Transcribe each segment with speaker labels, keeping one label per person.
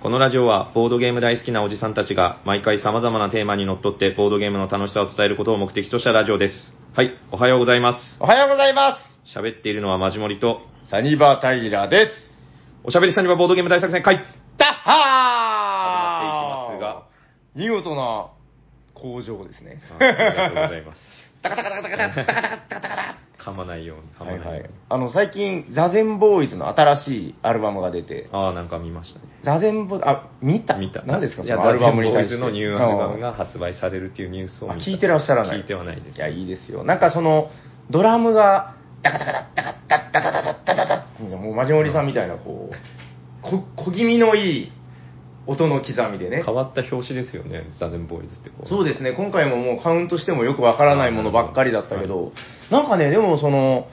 Speaker 1: このラジオはボードゲーム大好きなおじさんたちが毎回様々なテーマにのっとってボードゲームの楽しさを伝えることを目的としたラジオです。はい、おはようございます。
Speaker 2: おはようございま
Speaker 1: 喋っているのはマジモリと、
Speaker 2: す。サニバータイラーです。
Speaker 1: おしゃべりさんにはボードゲーム大作戦会
Speaker 2: ダッ
Speaker 1: 始まっ
Speaker 2: ハー
Speaker 1: ていきますが
Speaker 2: 見事な工場ですね。
Speaker 1: ありがとうございます。
Speaker 2: タカタカタカタカタタカタタカタタ
Speaker 1: 噛まないように、噛
Speaker 2: カ
Speaker 1: まな
Speaker 2: は
Speaker 1: ように。
Speaker 2: いいはい。あの、最近、ザゼンボーイズの新しいアルバムが出て、
Speaker 1: ああ、なんか見ましたね。
Speaker 2: ザゼンボーイズ、あ、見た
Speaker 1: 見た。
Speaker 2: 何ですか
Speaker 1: い
Speaker 2: そ
Speaker 1: や、
Speaker 2: のア
Speaker 1: ザ・
Speaker 2: ル
Speaker 1: ル
Speaker 2: バ
Speaker 1: バ
Speaker 2: ム
Speaker 1: ム
Speaker 2: に
Speaker 1: ボー
Speaker 2: 対
Speaker 1: イ
Speaker 2: して。
Speaker 1: ズのニューアルバムが発売されるっていうニュースを
Speaker 2: あ
Speaker 1: 見た
Speaker 2: 聞いてらっしゃらない
Speaker 1: 聞いてはないです。
Speaker 2: いや、いいですよ。なんかその、ドラムが、ダカダカダダカダダダダダダダダもうマジモリさんみたいな、こう、こ、小気味のいい音の刻みでね。
Speaker 1: 変わった表紙ですよね、ザ・ゼンボーイズってこう。
Speaker 2: そうですね、今回ももうカウントしてもよくわからないものばっかりだったけど、なんかね、でもその、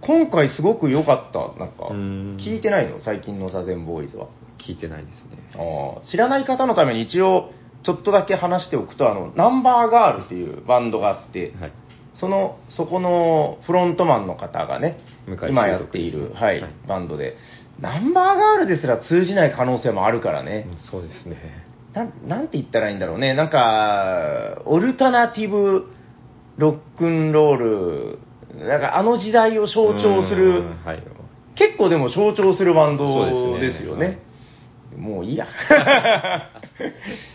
Speaker 2: 今回すごく良かった、なんか
Speaker 1: うーん、
Speaker 2: 聞いてないの最近のザゼンボーイズは。
Speaker 1: 聞いてないですね。
Speaker 2: あー知らない方のために一応、ちょっとだけ話しておくと、あの、ナンバーガールっていうバンドがあって、
Speaker 1: はい。
Speaker 2: その、そこのフロントマンの方がね
Speaker 1: 向井、
Speaker 2: 今やってい
Speaker 1: 清徳
Speaker 2: る、
Speaker 1: ですね
Speaker 2: はい
Speaker 1: はい、
Speaker 2: バンドで、ナンバーガールですら通じない可能性もあるからね。
Speaker 1: うんそうですね。
Speaker 2: なん、なんて言ったらいいんだろうね。なんか、オルタナティブロックンロール、なんかあの時代を象徴す
Speaker 1: う
Speaker 2: る
Speaker 1: ん、はい。
Speaker 2: 結構でも象徴するバン
Speaker 1: そう
Speaker 2: ド
Speaker 1: で
Speaker 2: です
Speaker 1: ね
Speaker 2: すよね。もういいや。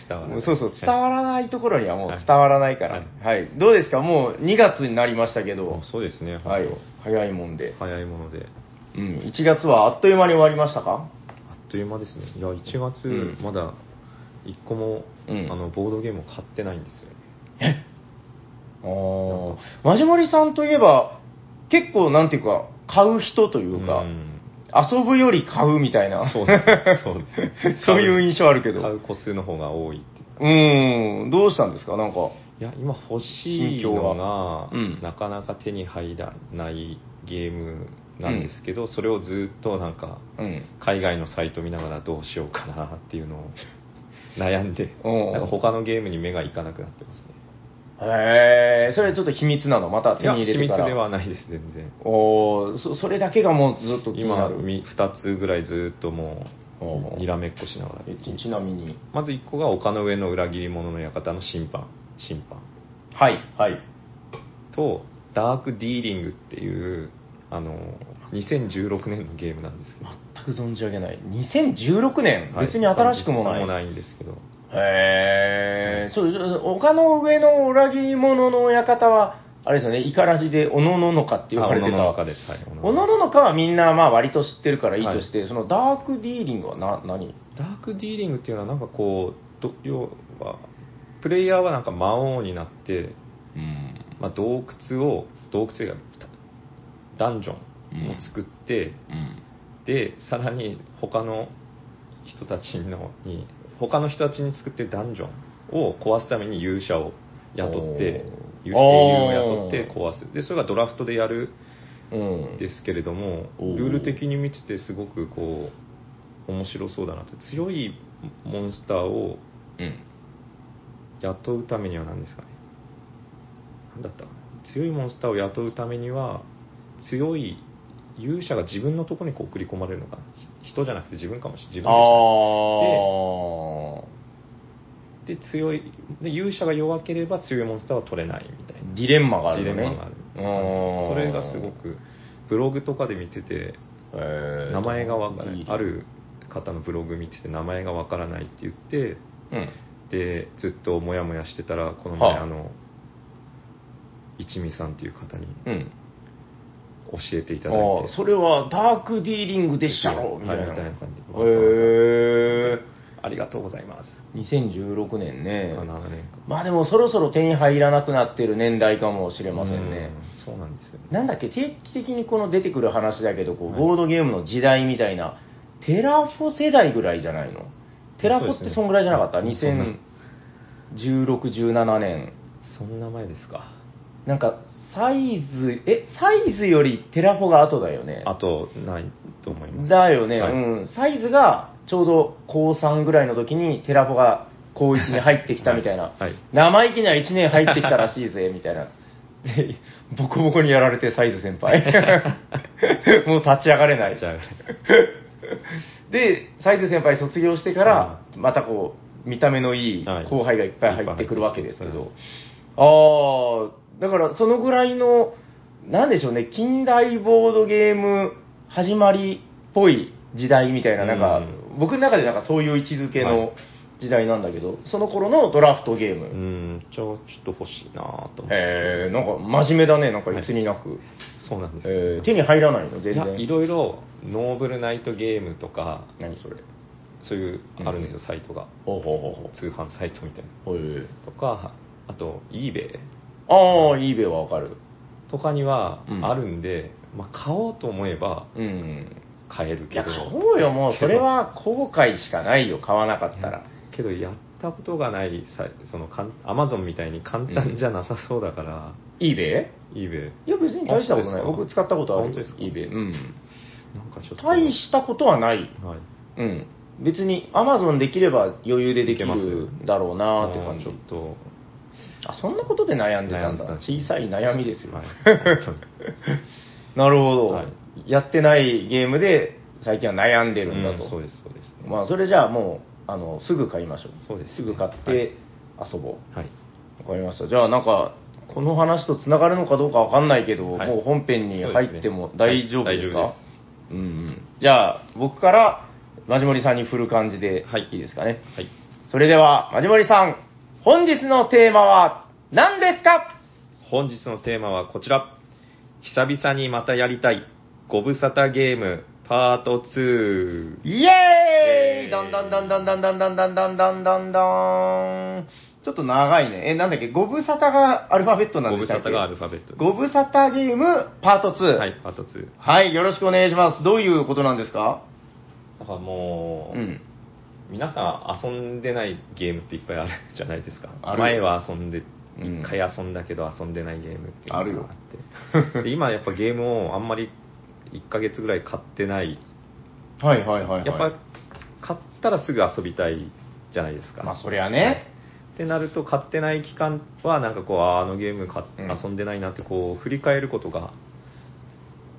Speaker 1: 伝わ
Speaker 2: も
Speaker 1: る。
Speaker 2: うそうそう、伝わらないところにはもう
Speaker 1: はい
Speaker 2: 伝わらないから。
Speaker 1: は
Speaker 2: はいい。どうですかもう2月になりましたけ
Speaker 1: も
Speaker 2: ど
Speaker 1: う。そうですね。
Speaker 2: はい
Speaker 1: 本。
Speaker 2: 早いもんで
Speaker 1: 当。早いもので。
Speaker 2: うん。1月はあっという間に終わりましたか
Speaker 1: あっという間ですね。いや、1月、
Speaker 2: うん
Speaker 1: まだ、一個も、
Speaker 2: うん
Speaker 1: あの、ボードゲームを買ってないんですよね。
Speaker 2: ああ、マジモリさんといえば、結構なんていうか、買う人というか、
Speaker 1: ん
Speaker 2: 遊ぶより買うみたいな、
Speaker 1: そう ですね。そうですね
Speaker 2: そういう印象あるけど。
Speaker 1: 買う個数の方が多いっていう
Speaker 2: うーん、どうしたんですかなんか、
Speaker 1: いや、今欲しいの
Speaker 2: 心境
Speaker 1: が
Speaker 2: は、うん
Speaker 1: なかなか手に入らないゲームなんですけど、それをずっとなんか、
Speaker 2: うん。
Speaker 1: 海外のサイト見ながらどうしようかなっていうのを悩んで、
Speaker 2: おう
Speaker 1: なんか他のゲームに目がいかなくなってますね。
Speaker 2: へえ、それちょっと秘密なのまた
Speaker 1: い
Speaker 2: 手
Speaker 1: や、
Speaker 2: に入
Speaker 1: 秘
Speaker 2: れて
Speaker 1: 密
Speaker 2: から。
Speaker 1: ではないです、全然。
Speaker 2: おーそそれだけがもうずっと気にな
Speaker 1: 今、
Speaker 2: る。
Speaker 1: み二つぐらいずっとも
Speaker 2: お
Speaker 1: う、
Speaker 2: う
Speaker 1: にらめっこしながら
Speaker 2: え。ちちなみに。
Speaker 1: まず一個が丘の上の裏切り者の館の審判。審判。
Speaker 2: はい、はい。
Speaker 1: と、ダークディーリングっていう、あの、2016年のゲームなんですけど。
Speaker 2: 全く存じ上げない。2016年、
Speaker 1: はい
Speaker 2: 別に新しくも
Speaker 1: 新
Speaker 2: な
Speaker 1: し
Speaker 2: い。
Speaker 1: くもないんですけど。
Speaker 2: へえ、そうそう丘の上の裏切り者の館は、あれですよね、イカラジでおのののかって言われて
Speaker 1: あおのの
Speaker 2: た。
Speaker 1: のかですはいお
Speaker 2: お
Speaker 1: のののか
Speaker 2: のののかはみんな、まあ割と知ってるからいいとして、そのダークディーリングはな、何
Speaker 1: ダークディーリングっていうのはなんかこう、ど要は、プレイヤーはなんか魔王になって、
Speaker 2: うん。
Speaker 1: まあ、洞窟を、洞窟がダンジョンを作って、でさらに他の人たちのに他の人たちに作ってるダンジョンを壊すために勇者を雇って
Speaker 2: おー
Speaker 1: 勇者を雇って壊すでそれがドラフトでやる
Speaker 2: うん。うん
Speaker 1: ん。ですけれども
Speaker 2: おー
Speaker 1: ルール的に見ててすごくこう面白そうだなって強いモンスターを
Speaker 2: うん。
Speaker 1: 雇うためには何ですかね何だったかな強いモンスターを雇うためには強い勇者が自分のところにこう送り込まれるのかなひ人じゃなくて自分かもしれない自分でしたね
Speaker 2: あ
Speaker 1: で強いで勇者が弱ければ強いモンスターは取れないみたい
Speaker 2: ー。ディレンマが
Speaker 1: な
Speaker 2: あ
Speaker 1: ジ
Speaker 2: る
Speaker 1: レ
Speaker 2: よ
Speaker 1: ン
Speaker 2: ね。
Speaker 1: マがある
Speaker 2: うん
Speaker 1: それがすごくブログとかで見てて
Speaker 2: へー
Speaker 1: 名前がわからない
Speaker 2: ディーリング
Speaker 1: ある方のブログ見てて名前がわからないって言って
Speaker 2: うん。
Speaker 1: でずっとモヤモヤしてたらこの前
Speaker 2: はあ
Speaker 1: あの一味さんっていう方に
Speaker 2: うん。
Speaker 1: 教えていただい
Speaker 2: ああ
Speaker 1: て
Speaker 2: それはダークディーリングでっしゃろ
Speaker 1: はい
Speaker 2: みたいな。
Speaker 1: みたいな感じでわざわざ
Speaker 2: へえ。
Speaker 1: ありがとうございます
Speaker 2: 2016年ね。
Speaker 1: 7年間
Speaker 2: まあでもそろそろ手に入らなくなってる年代かもしれませんね。
Speaker 1: うんそうなんですよね
Speaker 2: なんだっけ、定期的にこの出てくる話だけど、こう、
Speaker 1: はい
Speaker 2: ボードゲームの時代みたいな、テラフォ世代ぐらいじゃないのテラフ
Speaker 1: そ
Speaker 2: ォっ
Speaker 1: うです
Speaker 2: て
Speaker 1: ね
Speaker 2: そんぐらいじゃなかった、
Speaker 1: そんな
Speaker 2: ?2016、17年。
Speaker 1: そんな前ですか
Speaker 2: なんか、サイズ、え、サイズよりテラフォが後だよね。
Speaker 1: あとないと思います
Speaker 2: だよね、
Speaker 1: はい
Speaker 2: うん。サイズがちょうど高3ぐらいの時にテラフォが高1に入ってきたみたいな。
Speaker 1: はいはい
Speaker 2: 生意気には1年入ってきたらしいぜ、み たいな。で、ボコボコにやられてサイズ先輩。もう立ち上がれない。
Speaker 1: じゃあ
Speaker 2: で、斉藤先輩卒業してから、またこう、見た目のいい
Speaker 1: はい
Speaker 2: 後輩がいっぱい入ってくるわけですけ
Speaker 1: いっ
Speaker 2: ど、ああ、だからそのぐらいの、なんでしょうね、近代ボードゲーム始まりっぽい時代みたいな、なんか、
Speaker 1: う
Speaker 2: 僕の中でなんかそういう位置づけ
Speaker 1: はい
Speaker 2: の時代なんだけど、その頃のドラフトゲーム。
Speaker 1: うん、ちょ、ちょっと欲しいなと思って。
Speaker 2: えー、なんか真面目だね、なんかいつになく。
Speaker 1: そうなんですよ、
Speaker 2: えー手に入らないの、全
Speaker 1: いや、
Speaker 2: 然。
Speaker 1: いろいろ、ノーブルナイトゲームとか、
Speaker 2: 何それ。
Speaker 1: そういう、あるんですよ、サイトが。
Speaker 2: ほうほうほうほう。
Speaker 1: 通販サイトみたいな。
Speaker 2: ほう
Speaker 1: とか、あと、eBay
Speaker 2: ああ、イーベイはわかる。
Speaker 1: とかには
Speaker 2: うん
Speaker 1: あるんで、まあ、買おうと思えば
Speaker 2: うん。
Speaker 1: 買える
Speaker 2: い
Speaker 1: け
Speaker 2: や、
Speaker 1: ど、
Speaker 2: 買おうよ、もう。それは後悔しかないよ、買わなかったら。
Speaker 1: けどやったことがないさそのかん Amazon みたいに簡単じゃなさそうだから、
Speaker 2: イーベ
Speaker 1: eBay
Speaker 2: イいや、別に大したことない。
Speaker 1: あそう
Speaker 2: 僕
Speaker 1: ですか
Speaker 2: 使ったことある
Speaker 1: 本当ですか
Speaker 2: イーベイ。うん。
Speaker 1: なんかちょっと
Speaker 2: 大したことはない。
Speaker 1: はい
Speaker 2: うん。別に、アマゾンできれば余裕でで
Speaker 1: い
Speaker 2: き
Speaker 1: けます
Speaker 2: るだろうなーって
Speaker 1: も
Speaker 2: 感
Speaker 1: う
Speaker 2: じ
Speaker 1: ちょっ。と
Speaker 2: あ、そんなことで悩んでたん
Speaker 1: 悩ん
Speaker 2: だ。
Speaker 1: でたんです
Speaker 2: 小さい悩みですよ。
Speaker 1: はい本
Speaker 2: なるほど、
Speaker 1: はい
Speaker 2: やってないゲームで最近は悩んで
Speaker 1: 当に
Speaker 2: るんだと、
Speaker 1: うんそうですそうです、
Speaker 2: まあそれじゃあもうあのすぐ買いましょう
Speaker 1: そうですね
Speaker 2: ぐ買って遊ぼう
Speaker 1: はい
Speaker 2: わ、かりましたじゃあなんかこの話とつながるのかどうかわかんないけど、
Speaker 1: はい
Speaker 2: もう本編に入っても大丈夫ですか、
Speaker 1: はい大丈
Speaker 2: うんうんじゃあ僕からマジモリさんに振る感じでいいですかね、
Speaker 1: はい
Speaker 2: それではマジモリさん本日のテーマは何ですか
Speaker 1: 本日のテーマはこちら久々にまたやりたいご無沙汰ゲームパート2
Speaker 2: イ
Speaker 1: イエー
Speaker 2: エーイ
Speaker 1: イ
Speaker 2: どんどんどんどんどんどんどんどんどんどんどんちょっと長いね。え、なんだっけご無沙汰がアルファベットなん
Speaker 1: ご
Speaker 2: で
Speaker 1: 無
Speaker 2: した
Speaker 1: 沙
Speaker 2: っけ
Speaker 1: 汰がアルファベット
Speaker 2: ご無沙汰ゲームパート2。
Speaker 1: はい。パート2
Speaker 2: はい、よろしくお願いします。どういうことなんですか
Speaker 1: だからも
Speaker 2: う
Speaker 1: う、
Speaker 2: ん。
Speaker 1: 皆さん遊んでないゲームっていっぱいある じゃないですか
Speaker 2: ある
Speaker 1: 前は遊んで
Speaker 2: うん
Speaker 1: 一回遊んだけど遊んでないゲームっていうのが
Speaker 2: あるよ
Speaker 1: あって で今やっぱゲームをあんまり1ヶ月ぐらい買ってない
Speaker 2: はいはいはい、はい。
Speaker 1: やっぱ買ったらすぐ遊びたいじゃないですか、
Speaker 2: まあそりゃね。
Speaker 1: ってなると買ってない期間はなんかこうあーあのゲーム買っ
Speaker 2: うん
Speaker 1: 遊んでないなってこう振り返ることが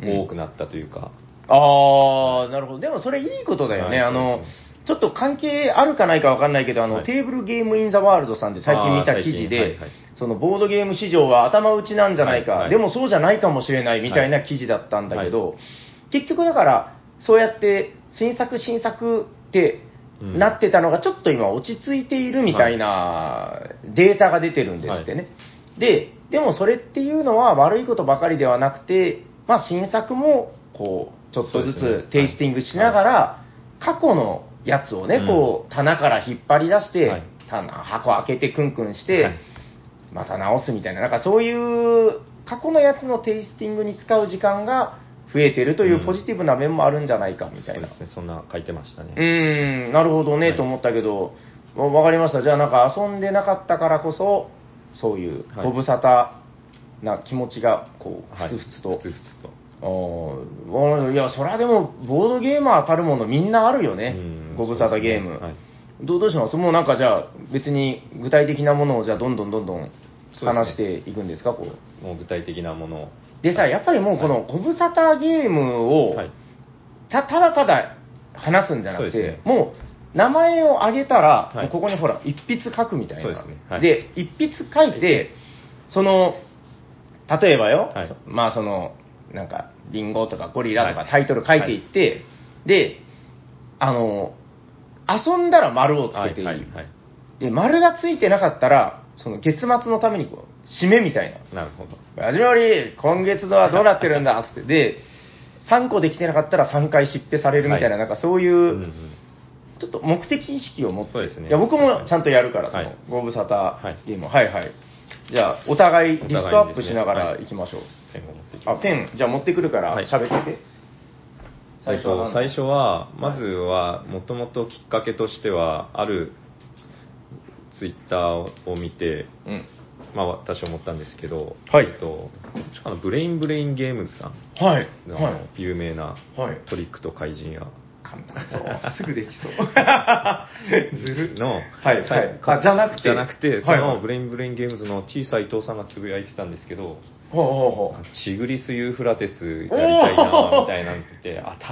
Speaker 1: 多くなったというか、
Speaker 2: あー、なるほど。でもそれいいことだよね。
Speaker 1: はい
Speaker 2: あ
Speaker 1: そ
Speaker 2: の
Speaker 1: うですね、
Speaker 2: ちょっと関係あるかないかわかんないけど、あの、
Speaker 1: はい
Speaker 2: テーブルゲームインザワールドさんで最近見た記事で、
Speaker 1: あー最近はいはい
Speaker 2: そのボードゲーム市場は頭打ちなんじゃないか、
Speaker 1: はいはい
Speaker 2: でもそうじゃないかもしれないみたいな記事だったんだけど、結局だから、そうやって新作新作って
Speaker 1: うん
Speaker 2: なってたのがちょっと今落ち着いているみたいなデータが出てるんですってね。で、でもそれっていうのは悪いことばかりではなくて、まあ新作もこう、ちょっと
Speaker 1: そ
Speaker 2: ず
Speaker 1: うです
Speaker 2: つ
Speaker 1: ね
Speaker 2: テイスティングしながら、過去のやつをね、
Speaker 1: うん
Speaker 2: こう、棚から引っ張り出して、
Speaker 1: はい
Speaker 2: 棚、箱開けてクンクンして、
Speaker 1: はい
Speaker 2: また直すみたいな、なんかそういう過去のやつのテイスティングに使う時間が増えてるといううんポジティブな面もあるんじゃないかみた
Speaker 1: そう
Speaker 2: いな。
Speaker 1: ですねそんな書いてましたね、
Speaker 2: うーん、なるほどね、
Speaker 1: はい
Speaker 2: と思ったけど、わわかりました。じゃあなんか遊んでなかったからこそ、そういう
Speaker 1: はい
Speaker 2: ご無沙汰な気持ちが、こう、
Speaker 1: はい
Speaker 2: ふつふつと。
Speaker 1: ふつふつと
Speaker 2: あーわかりましたいや、それはでも、ボードゲーマーたるものみんなあるよね
Speaker 1: うん。
Speaker 2: ご無沙汰ゲー
Speaker 1: そうです
Speaker 2: ム。
Speaker 1: ねはい
Speaker 2: どうどうしますもうなんかじゃあ、別に具体的なものをじゃあ、どんどんどんどん
Speaker 1: そうですね
Speaker 2: 話していくんですか、こう。
Speaker 1: もう具体的なものを
Speaker 2: でさ、やっぱりもうこのご無沙汰ゲームを、
Speaker 1: はい
Speaker 2: たただただ話すんじゃなく
Speaker 1: そう
Speaker 2: て、
Speaker 1: ですね
Speaker 2: もう名前を挙げたら、
Speaker 1: はい
Speaker 2: もうここにほら、一筆書くみたいな。
Speaker 1: そうですねはい
Speaker 2: で一筆書いて、その、例えばよ、
Speaker 1: はい
Speaker 2: まあその、なんか、リンゴとかゴリラとか
Speaker 1: はい
Speaker 2: タイトル書いていって、で、あの、遊んだら丸をつけていい。
Speaker 1: はいはいはい
Speaker 2: で、丸がついてなかったら、その月末のためにこう、締めみたいな。
Speaker 1: なるほど
Speaker 2: 始まり、今月のはどうなってる んだっつって、で、3個できてなかったら3回失敗されるみたいな、
Speaker 1: はい
Speaker 2: なんかそういう、
Speaker 1: うんうん
Speaker 2: ちょっと目的意識を持って、
Speaker 1: そうですね
Speaker 2: いや僕もちゃんとやるから、そ
Speaker 1: は
Speaker 2: の
Speaker 1: い
Speaker 2: ご無沙
Speaker 1: はい
Speaker 2: 汰ゲームを、はい、はいじゃあ、お互いリストア
Speaker 1: お互いに
Speaker 2: ッ
Speaker 1: で
Speaker 2: プ
Speaker 1: す
Speaker 2: し
Speaker 1: ね
Speaker 2: なが
Speaker 1: は
Speaker 2: ら
Speaker 1: い
Speaker 2: 行きましょう。
Speaker 1: ペンを持ってき
Speaker 2: あ、ペン、じゃあ持ってくるから
Speaker 1: はい
Speaker 2: 喋ってて。
Speaker 1: 最初
Speaker 2: は何
Speaker 1: 最初はまずはもともときっかけとしてはあるツイッターを見て
Speaker 2: うん。
Speaker 1: まあ私思ったんですけど、
Speaker 2: はい
Speaker 1: えっとあのブレインブレインゲームズさん
Speaker 2: はい。
Speaker 1: の
Speaker 2: は。
Speaker 1: 有名ない
Speaker 2: はい。
Speaker 1: トリックと怪人や
Speaker 2: 簡単そ う。すぐできそう。ずる。
Speaker 1: の、
Speaker 2: はい
Speaker 1: さ
Speaker 2: はいあじゃなくて
Speaker 1: じゃなくて、そ
Speaker 2: はいはい
Speaker 1: のブレインブレインゲームズの T 斎藤さんがつぶやいてたんですけど、
Speaker 2: ほうほうほう。
Speaker 1: チグリス・ユーフラテスやりたいな、
Speaker 2: おー
Speaker 1: みたいなのって、あ、確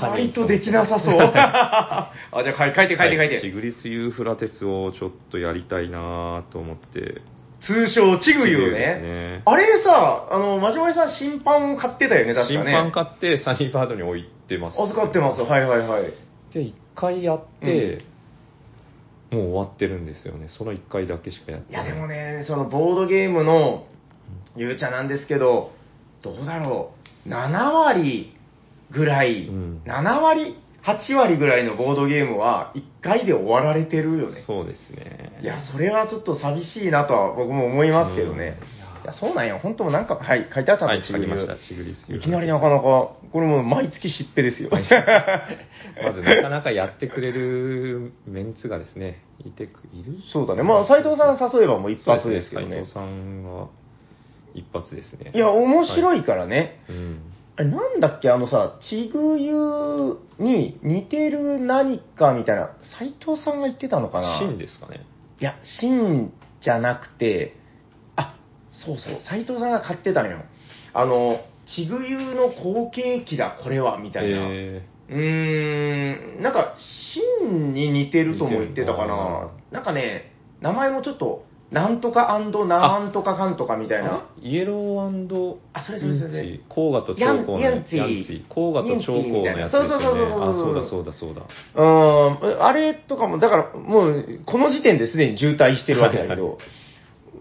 Speaker 1: か
Speaker 2: バ
Speaker 1: に。
Speaker 2: イトできなさそう。 あ、じゃあ書い書いて書いて書
Speaker 1: は
Speaker 2: い
Speaker 1: チ
Speaker 2: て。
Speaker 1: グリス・ユーフラテスをちょっとやりたいなと思って。
Speaker 2: 通称、チグユ
Speaker 1: チグユで
Speaker 2: ー
Speaker 1: す
Speaker 2: ね
Speaker 1: ね。
Speaker 2: あれさ、あの、まじもりさん、審判を買ってたよね、確
Speaker 1: 審
Speaker 2: かね。
Speaker 1: 判買ってサニーバードに置いてます。
Speaker 2: 預かってます。はいはいはい。
Speaker 1: で、一回やって、もう終わってるんですよね。その一回だけしかやって
Speaker 2: い
Speaker 1: な
Speaker 2: や
Speaker 1: い。
Speaker 2: でもね、そのボードゲームのゆうちゃなんですけど、どうだろう、7割ぐらい、
Speaker 1: うん
Speaker 2: 7割、8割ぐらいのボードゲームは1回で終わられてるよね。
Speaker 1: そうですね。
Speaker 2: いや、それはちょっと寂しいなとは僕も思いますけどね。
Speaker 1: うん
Speaker 2: いや、そうなんや。本当もなんか、はい、書いてあった
Speaker 1: は
Speaker 2: ん
Speaker 1: い、
Speaker 2: で、
Speaker 1: 書きました、
Speaker 2: ち
Speaker 1: チグリス・
Speaker 2: ぐゆういきなりなかなか、これもう毎月しっぺですよ。
Speaker 1: まずなかなかやってくれるメンツがですね、いてく、いる
Speaker 2: そうだね。まあ、斎藤さん誘えばもう一
Speaker 1: そう
Speaker 2: 発ですけど
Speaker 1: 斉
Speaker 2: ね
Speaker 1: 藤。さんは一発ですね。
Speaker 2: いや、面白いからね。
Speaker 1: うん。
Speaker 2: あれなんだっけあのさ、ちぐゆに似てる何かみたいな、斎藤さんが言ってたのかな
Speaker 1: 真ですかね。
Speaker 2: いや、真じゃなくて、あ、そうそう、斎藤さんが買ってたのよ。あの、ちぐゆの後継機だ、これは、みたいな。
Speaker 1: え
Speaker 2: うーん、なんか、真に似てるとも言ってたかな
Speaker 1: 似。
Speaker 2: なんかね、名前もちょっと、なんとかなんとかかんとかみたいな。
Speaker 1: ーイエロー
Speaker 2: あ、そ
Speaker 1: イ
Speaker 2: れ
Speaker 1: ン
Speaker 2: それそれそれ。
Speaker 1: チ、黄河と長江の
Speaker 2: ヤンヤンチ
Speaker 1: 黄河と長江のやつですよね。
Speaker 2: ヤン
Speaker 1: あ、
Speaker 2: チ
Speaker 1: そう
Speaker 2: みたいな
Speaker 1: だそうだそうだ。
Speaker 2: うーん、あれとかも、だからもう、この時点ですでに渋滞してるわけだけど、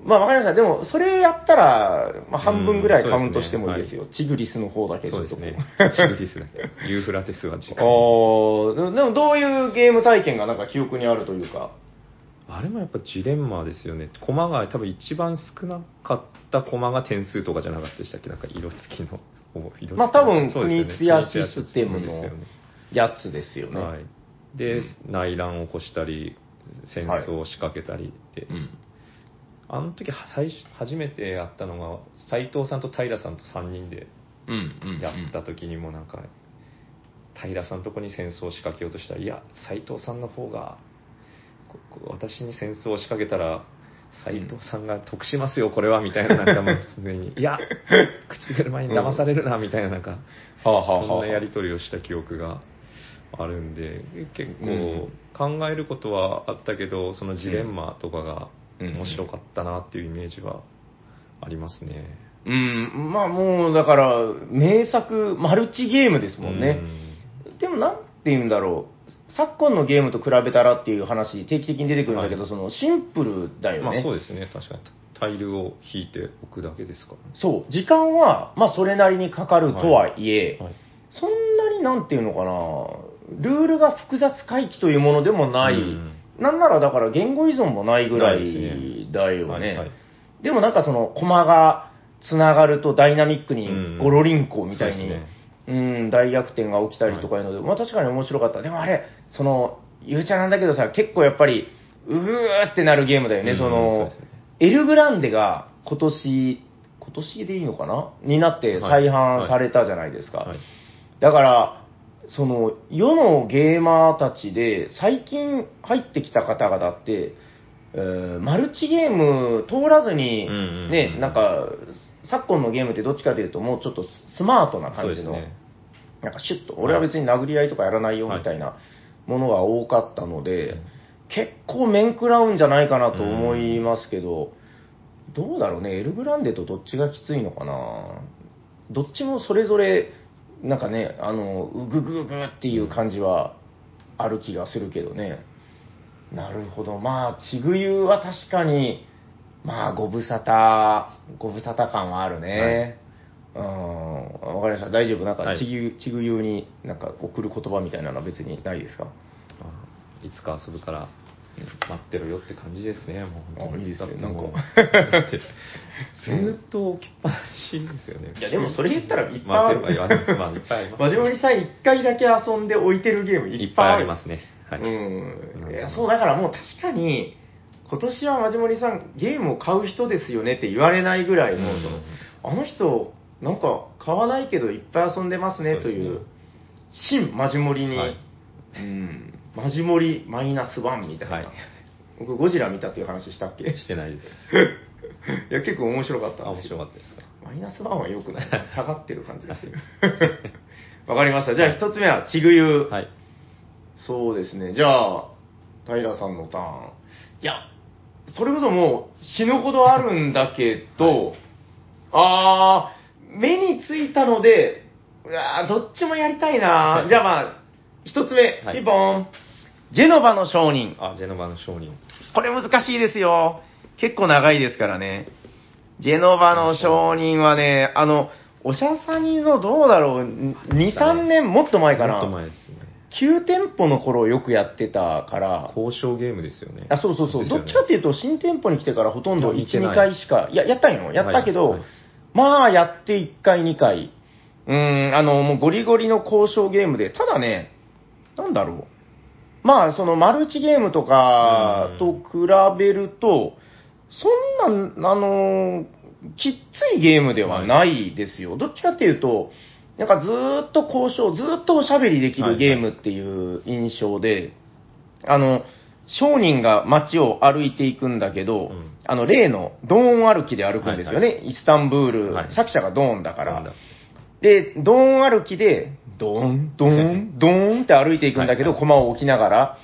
Speaker 2: まあわかりました。でも、それやったら、まあ、半分ぐらいカウントしてもいいですよ。チグリスの方だけち
Speaker 1: そ
Speaker 2: ょ
Speaker 1: う
Speaker 2: っ
Speaker 1: です
Speaker 2: とこう。
Speaker 1: ね。チグリスね。ユーフラテスは時
Speaker 2: あーでもどういうゲーム体験がなんか記憶にあるというか。
Speaker 1: あれもやっぱジレンマですよね。駒が多分一番少なかった駒が点数とかじゃなかったでしたっけなんか色付きの。お色付きの
Speaker 2: まあ多分
Speaker 1: そうですよね
Speaker 2: 国津屋システムの
Speaker 1: 国津屋シスですよね
Speaker 2: やつですよね。
Speaker 1: はい、で、内乱を起こしたり戦争を仕掛けたりって、
Speaker 2: うん。
Speaker 1: あの時は最初初めてやったのが斎藤さんと平さんと3人で
Speaker 2: うん、うん。
Speaker 1: やった時にもなんか、平さんとこに戦争を仕掛けようとしたらいや斎藤さんの方がここ私に戦争を仕掛けたら斎藤さんが得しますよこれはみたいななんかもうすで にいや口車に騙されるなみたいななんか、
Speaker 2: はあ、はあはあ、
Speaker 1: そんなやり取りをした記憶があるんで、結構考えることはあったけど、そのジレンマとかが
Speaker 2: うん
Speaker 1: 面白かったなっていうイメージはありますね。
Speaker 2: うん、まあもう、だから、名作、マルチゲームですもんね。
Speaker 1: うん
Speaker 2: でもなんて言うんだろう、昨今のゲームと比べたらっていう話、定期的に出てくるんだけど、
Speaker 1: はい
Speaker 2: そのシンプルだよね。
Speaker 1: まあそう
Speaker 2: う
Speaker 1: ですね、確かに。タイルを引いておくだけですか
Speaker 2: そう時間は、まあそれなりにかかるとはいえ、
Speaker 1: ら、はい
Speaker 2: そんなになんていうのかな、ルールが複雑回帰というものでもない、
Speaker 1: うん
Speaker 2: なんならだから言語依存もないぐら
Speaker 1: ないで
Speaker 2: いだよね。
Speaker 1: はいはい
Speaker 2: でもなんかその、駒がつながるとダイナミックにゴロリンコみたい
Speaker 1: そう
Speaker 2: に、
Speaker 1: で
Speaker 2: う
Speaker 1: すね
Speaker 2: ん大逆転が起きたりとかいうので、まあ確かに面白かった。でもあれ、その、ゆうちゃなんだけどさ、結構やっぱり、うーってなるゲームだよね、
Speaker 1: うん
Speaker 2: そ
Speaker 1: そう
Speaker 2: の
Speaker 1: ですね
Speaker 2: エルグランデが今年、今年でいいのかなになって
Speaker 1: はい
Speaker 2: 再販されたじゃないですか。
Speaker 1: はい
Speaker 2: だから、その世のゲーマーたちで最近入ってきた方々って、えーマルチゲーム通らずに、
Speaker 1: うんうんうん
Speaker 2: ね、なんか、昨今のゲームってどっちかというともうちょっとスマートな
Speaker 1: そう
Speaker 2: 感
Speaker 1: で
Speaker 2: じ
Speaker 1: す
Speaker 2: の、
Speaker 1: ね。
Speaker 2: なんかシュッと、俺は別に殴り合いとかやらないよ
Speaker 1: はい
Speaker 2: みたいなものが多かったので、
Speaker 1: うん
Speaker 2: 結構面食らうんじゃないかなと思いますけど、どうだろうね、エルグランデとどっちがきついのかな、どっちもそれぞれ、なんかね、あの、うぐぐぐぐっていう感じはある気がするけどね。なるほど、まあ、ちぐゆは確かに、まあ、ご無沙汰、ご無沙汰感はあるね。うん、わかりました。大丈夫。なんか、
Speaker 1: はい
Speaker 2: ちぐゆ、ちぐゆになんか送る言葉みたいなのは別にないですか
Speaker 1: まあいつか遊ぶから待ってろよって感じですね、もう本当に
Speaker 2: あいいですね
Speaker 1: だってもうだってずーっと置きっぱなしですよね。
Speaker 2: いや、でもそれ言ったらいっぱい
Speaker 1: まあ、
Speaker 2: あ
Speaker 1: 先輩は
Speaker 2: る。
Speaker 1: まあ、いっぱいあります。
Speaker 2: マジモリさん一回だけ遊んで置いてるゲーム
Speaker 1: い
Speaker 2: い
Speaker 1: っ
Speaker 2: っ
Speaker 1: ぱ
Speaker 2: ぱ
Speaker 1: い
Speaker 2: い
Speaker 1: あ
Speaker 2: あ
Speaker 1: り
Speaker 2: る。
Speaker 1: ますね。はい。
Speaker 2: うん。い
Speaker 1: うん
Speaker 2: や、そう、だからもう確かに、今年はマジモリさん、ゲームを買う人ですよねって言われないぐらいの、
Speaker 1: うん
Speaker 2: そのあの人、なんか買わないけどいっぱい遊んでますね
Speaker 1: そう
Speaker 2: と
Speaker 1: ですね
Speaker 2: いう、新マジモリに
Speaker 1: はい
Speaker 2: うん。マジモリマイナスワンみたいな。
Speaker 1: はい
Speaker 2: 僕、ゴジラ見たっていう話したっけい
Speaker 1: してないです。
Speaker 2: や、結構面白かった
Speaker 1: あ、
Speaker 2: ん
Speaker 1: 面
Speaker 2: ですけ
Speaker 1: 白
Speaker 2: ど。
Speaker 1: かったですか。
Speaker 2: マイナスワンは良くない。下がってる感じですよ。 わかりました。じゃあ、一つ目は、ちぐゆ。
Speaker 1: はい。
Speaker 2: そうですね。じゃあ、平さんのターン。いや、それこそもう死ぬほどあるんだけど、あー、目についたので、うわーどっちもやりたいな
Speaker 1: は
Speaker 2: ー。
Speaker 1: い
Speaker 2: じゃあまあ、一つ目、
Speaker 1: はい
Speaker 2: ピンポン。ジェノバの商人。
Speaker 1: あ、ジェノバの商人。
Speaker 2: これ難しいですよ。結構長いですからね。ジェノバの商人はね、あの、おしゃさにのどうだろう、2、3年もっと前かな。
Speaker 1: もっと前ですね。
Speaker 2: 旧店舗の頃よくやってたから、
Speaker 1: 交渉ゲームですよね。
Speaker 2: あそうそうそう、
Speaker 1: です
Speaker 2: ど
Speaker 1: よ
Speaker 2: っ
Speaker 1: ね
Speaker 2: ちかっていうと、新店舗に来てからほとんど
Speaker 1: いや
Speaker 2: 1、
Speaker 1: 見てない
Speaker 2: 2回しか、いや、やったんよ、やったけど、
Speaker 1: はいはい
Speaker 2: まあ、やって1回、2回、うーん、あの、もうゴリゴリの交渉ゲームで、ただね、なんだろう、まあ、そのマルチゲームとかと比べると、そんな、あの、きっついゲームではないですよ、どっちかっていうと、なんかずーっと交渉、ずーっとおしゃべりできるゲームっていう印象で、あの、商人が街を歩いていくんだけど、
Speaker 1: うん
Speaker 2: あの、例のドーン歩きで歩くんですよね。
Speaker 1: は
Speaker 2: イスタンブール、
Speaker 1: はい
Speaker 2: 作者がドーンだから。
Speaker 1: なんだ
Speaker 2: で、ドーン歩きで、ドーン、ドーン、ドーンって歩いていくんだけど、
Speaker 1: はいはい
Speaker 2: 駒を置きながら、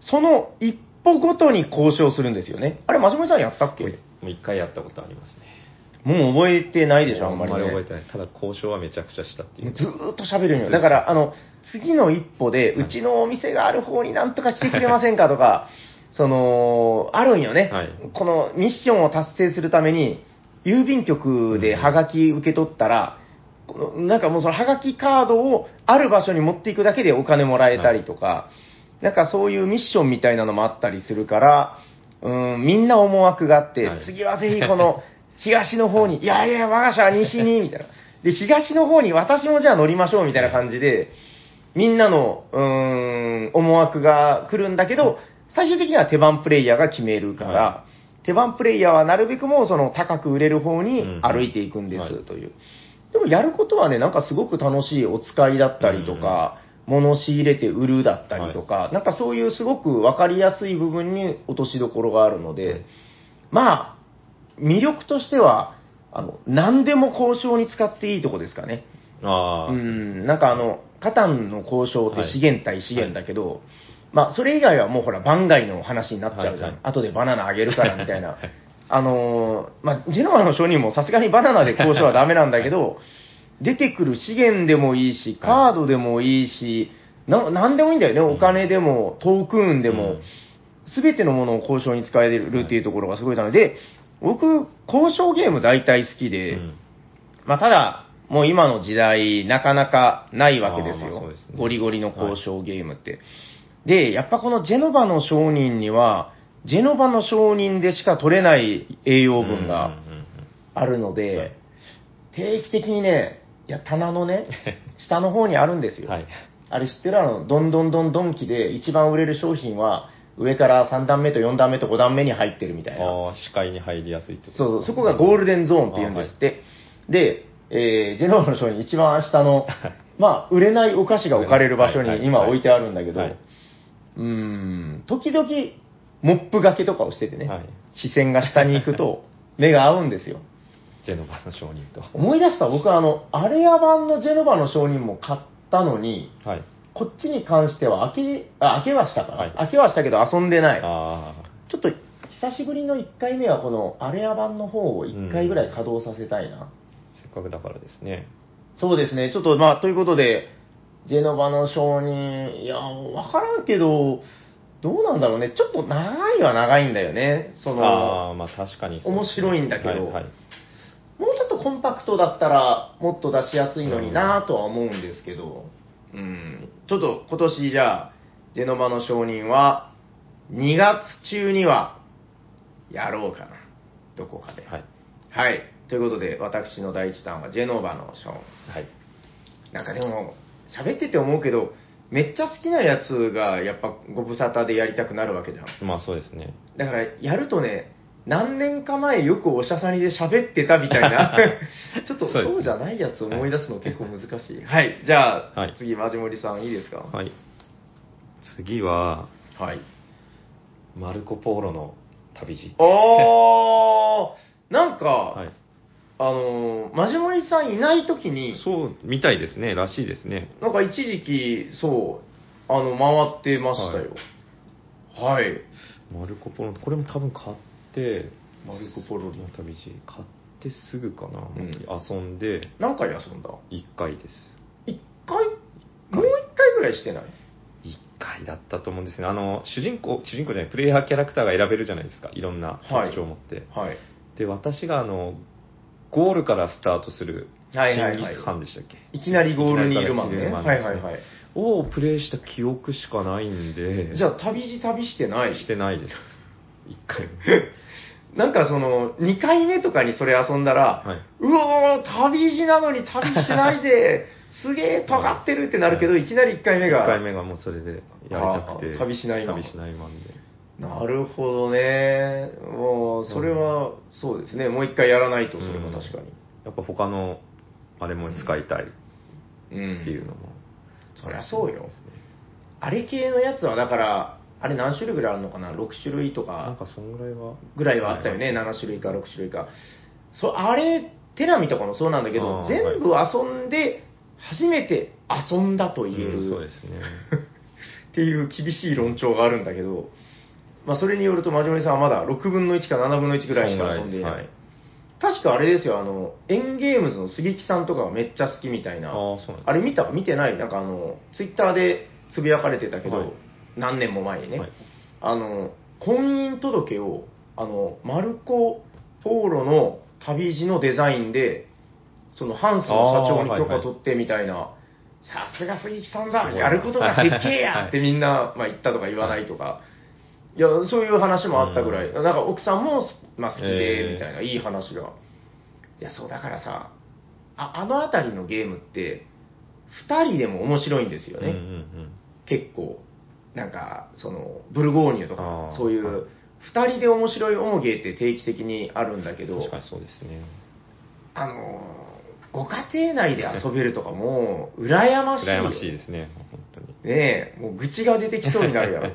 Speaker 2: その一歩ごとに交渉するんですよね。あれ、マジモリさんやったっけ
Speaker 1: もう一回やったことありますね。
Speaker 2: もう覚えてないでしょ、あんまり、ね。
Speaker 1: 覚えてない。ただ交渉はめちゃくちゃしたってい
Speaker 2: もう
Speaker 1: う。
Speaker 2: ずーっと喋るん
Speaker 1: そうそ
Speaker 2: よ。
Speaker 1: う
Speaker 2: だから、あの、次の一歩で、
Speaker 1: はいう
Speaker 2: ちのお店がある方になんとか来てくれませんか とか、その、あるんよね、
Speaker 1: はい
Speaker 2: このミッションを達成するために、郵便局でハガキ受け取ったら、このなんかもうそのハガキカードをある場所に持っていくだけでお金もらえたりとか、なんかそういうミッションみたいなのもあったりするから、うん、みんな思惑があって、
Speaker 1: はい
Speaker 2: 次はぜひこ の東の方に、いやいや、我が社は西に、みたいな。で、東の方に私もじゃあ乗りましょう、みたいな感じで、みんなの、うーん、思惑が来るんだけど、最終的には手番プレイヤーが決めるから、
Speaker 1: は
Speaker 2: 手番プレイヤーはなるべくもうその高く売れる方に
Speaker 1: うん
Speaker 2: 歩いていくんで
Speaker 1: は
Speaker 2: す
Speaker 1: い
Speaker 2: という。でもやることはね、なんかすごく楽しいお使いだったりとか、物仕入れて売るだったりとか、なんかそういうすごく分かりやすい部分に落としどころがあるので、まあ、魅力としては、あの、何でも交渉に使っていいとこですかね。
Speaker 1: ああ、
Speaker 2: うん、なんかあの、カタンの交渉って
Speaker 1: はい
Speaker 2: 資源対資源だけど、まあ、それ以外はもうほら、番外の話になっちゃうじゃん。
Speaker 1: はいはい
Speaker 2: 後でバナナあげるからみ たいな。あのーまあ、ジェノバの商人もさすがにバナナで交渉はダメなんだけど、出てくる資源でもいいし、カードでもいいし、な、なんでもいいんだよね。
Speaker 1: うん
Speaker 2: お金でも、トークーンで
Speaker 1: う
Speaker 2: も
Speaker 1: ん、
Speaker 2: すべてのものを交渉に使えるっていうところがすごいなので、僕、交渉ゲーム大体好き
Speaker 1: う
Speaker 2: で、
Speaker 1: ん
Speaker 2: まあ、ただ、もう今の時代、なかなかないわけで
Speaker 1: あー
Speaker 2: す
Speaker 1: まあ
Speaker 2: よ。
Speaker 1: そうですね
Speaker 2: ゴリゴリの交渉ゲームって、で、やっぱこのジェノバの商人には、ジェノバの商人でしか取れない栄養
Speaker 1: う
Speaker 2: 分
Speaker 1: ん
Speaker 2: が
Speaker 1: うんうん
Speaker 2: あるので、
Speaker 1: はい
Speaker 2: 定期的にね、いや、棚のね、下の方にあるんです
Speaker 1: うん
Speaker 2: よ。
Speaker 1: はい。
Speaker 2: あれ知ってるあの、どんどんどんどん期で一番売れる商品は、上から3段目と4段目と5段目に入ってるみたいな。
Speaker 1: ああ、視界に入りやすいってこと
Speaker 2: そうそう、そこがゴールデンゾーンって言うんですって。で、えージェノーバの商人一番 下の、まあ、売れないお菓子が置かれる場所
Speaker 1: はいはい
Speaker 2: に
Speaker 1: はい
Speaker 2: 今置いてあるんだけど、
Speaker 1: はいう
Speaker 2: ーん、時々、モップがけとかをしててね、
Speaker 1: はい
Speaker 2: 視線が下に行く と、目が合うんですよ。
Speaker 1: ジェノバの商人と。
Speaker 2: 思い出した、僕はあの、アレア版のジェノバの商人も買ったのに、
Speaker 1: はい。
Speaker 2: こっちに関しては開け、あ、開けはしたから、
Speaker 1: はい
Speaker 2: 開けはしたけど遊んでない。
Speaker 1: あ
Speaker 2: ちょっと久しぶりの1回目はこのアレア版の方を1回ぐらい稼働させたいな、
Speaker 1: あ、せっかくだからですね。
Speaker 2: そうですねちょっとまあということでジェノバの承認いやわからんけどどうなんだろうねちょっと長いは長いんだよねそ
Speaker 1: あ
Speaker 2: の
Speaker 1: あ、まあ確かに
Speaker 2: 面白いんだけど
Speaker 1: はいはい
Speaker 2: もうちょっとコンパクトだったらもっと出しやすいのになとは思うんですけどうんちょっと今年じゃあジェノバの承認は2月中にはやろうかなどこかで
Speaker 1: はい。
Speaker 2: はい。ということで、私の第一弾はジェノーバのショーン。
Speaker 1: はい。
Speaker 2: なんかでも、喋ってて思うけど、めっちゃ好きなやつが、やっぱご無沙汰でやりたくなるわけじゃん。
Speaker 1: まあそうですね。
Speaker 2: だから、やるとね、何年か前よくおしゃさにで喋ってたみたいな、 ちょっと
Speaker 1: そうですね
Speaker 2: そうじゃないやつを思い出すの結構難しい。はい。じゃあ、
Speaker 1: はい
Speaker 2: 次、マジモリさんいいですか
Speaker 1: はい。次は、
Speaker 2: はい。
Speaker 1: マルコ・ポーロの旅路。
Speaker 2: あー、なんか、
Speaker 1: はい。
Speaker 2: あのー、マジモリさんいない時に、
Speaker 1: そう、みたいですね、らしいですね。
Speaker 2: なんか一時期、そう、あの、回ってましたよ。はい。
Speaker 1: マルコ・ポロロ、これも多分買って、
Speaker 2: マルコポロロ
Speaker 1: の旅路、買ってすぐかな、
Speaker 2: ん
Speaker 1: 遊んで、
Speaker 2: 何回遊んだ
Speaker 1: 1回です。
Speaker 2: 一回もう一回ぐらいしてない
Speaker 1: 1回だったと思うんですね。あの、主人公、主人公じゃない、プレイヤーキャラクターが選べるじゃないですか、いろんな特徴を持って。
Speaker 2: はい。
Speaker 1: で、私が、あの、ゴールからスタートする、シ
Speaker 2: はいはいは
Speaker 1: ン
Speaker 2: い
Speaker 1: ギス・ハンでしたっけ、
Speaker 2: いきなりゴールにいるマンね。
Speaker 1: いきなりゴールにいるマン
Speaker 2: はいはいはい。
Speaker 1: をプレイした記憶しかないんで、
Speaker 2: じゃあ、旅路旅してない。
Speaker 1: してないです。一回 も。
Speaker 2: なんかその、2回目とかにそれ遊んだら、
Speaker 1: はいう
Speaker 2: おー、旅路なのに旅してな いぜ、すげえ尖ってるってなるけど、、
Speaker 1: はい
Speaker 2: きなり1回目が。
Speaker 1: 1回目がもうそれでやりたく
Speaker 2: あ
Speaker 1: て。
Speaker 2: ー旅しないマン
Speaker 1: 旅しないマンで。
Speaker 2: なるほどね。もう、それは、そうですね。もう1回やらないと、それは確かに。
Speaker 1: やっぱ他のあれも使いたいっ
Speaker 2: うん。
Speaker 1: ていうのも。
Speaker 2: そりゃそうよ。あれ系のやつは、だから、あれ何種類ぐらいあるのかな ?6 種類と
Speaker 1: なん
Speaker 2: か
Speaker 1: かそんぐらいは。
Speaker 2: ぐらいはあったよね。7種類か6種類か。そあれ、テラミとかもそうなんだけど
Speaker 1: あ、ー
Speaker 2: 全部遊んで、初めて遊んだと言える。
Speaker 1: うんそうですね。
Speaker 2: っていう厳しい論調があるんだけど、まあ、それによると、真面目さんはまだ6分の1か7分の1ぐらいしか遊んでいな
Speaker 1: そう
Speaker 2: い。
Speaker 1: なんです
Speaker 2: 確かあれですよ、あの、エンゲームズの杉木さんとかがめっちゃ好きみたいな。
Speaker 1: あーそうなんです
Speaker 2: あれ見た見てないなんかあの、ツイッターでつぶやかれてたけど、
Speaker 1: はい
Speaker 2: 何年も前にね。
Speaker 1: はい
Speaker 2: あの、婚姻届を、あの、マルコ・ポーロの旅路のデザインで、そのハンスの社長に許可取ってみたいな、さすが杉木さんだ
Speaker 1: すごい
Speaker 2: やることがでっけえ
Speaker 1: は
Speaker 2: や
Speaker 1: い
Speaker 2: ってみんな、まあ、言ったとか言わないとか、いや、そういう話もあったぐらい、
Speaker 1: う
Speaker 2: なんか奥さんもす、まあ、好き
Speaker 1: え
Speaker 2: で、
Speaker 1: ー
Speaker 2: みたいな、いい話が。いや、そうだからさ、ああのあたりのゲームって、2人でも面白いんですよね。
Speaker 1: うんうん
Speaker 2: 結構なんかそのブルゴーニュとか
Speaker 1: あー
Speaker 2: そういう2人で面白いオモゲーって定期的にあるんだけ
Speaker 1: うん。
Speaker 2: ど
Speaker 1: 確かにそうですね。
Speaker 2: あのご家庭内で遊べるとかもう羨ましい
Speaker 1: 羨ましいですね、本当に。
Speaker 2: ねえもう愚痴が出てきそうにな るやろ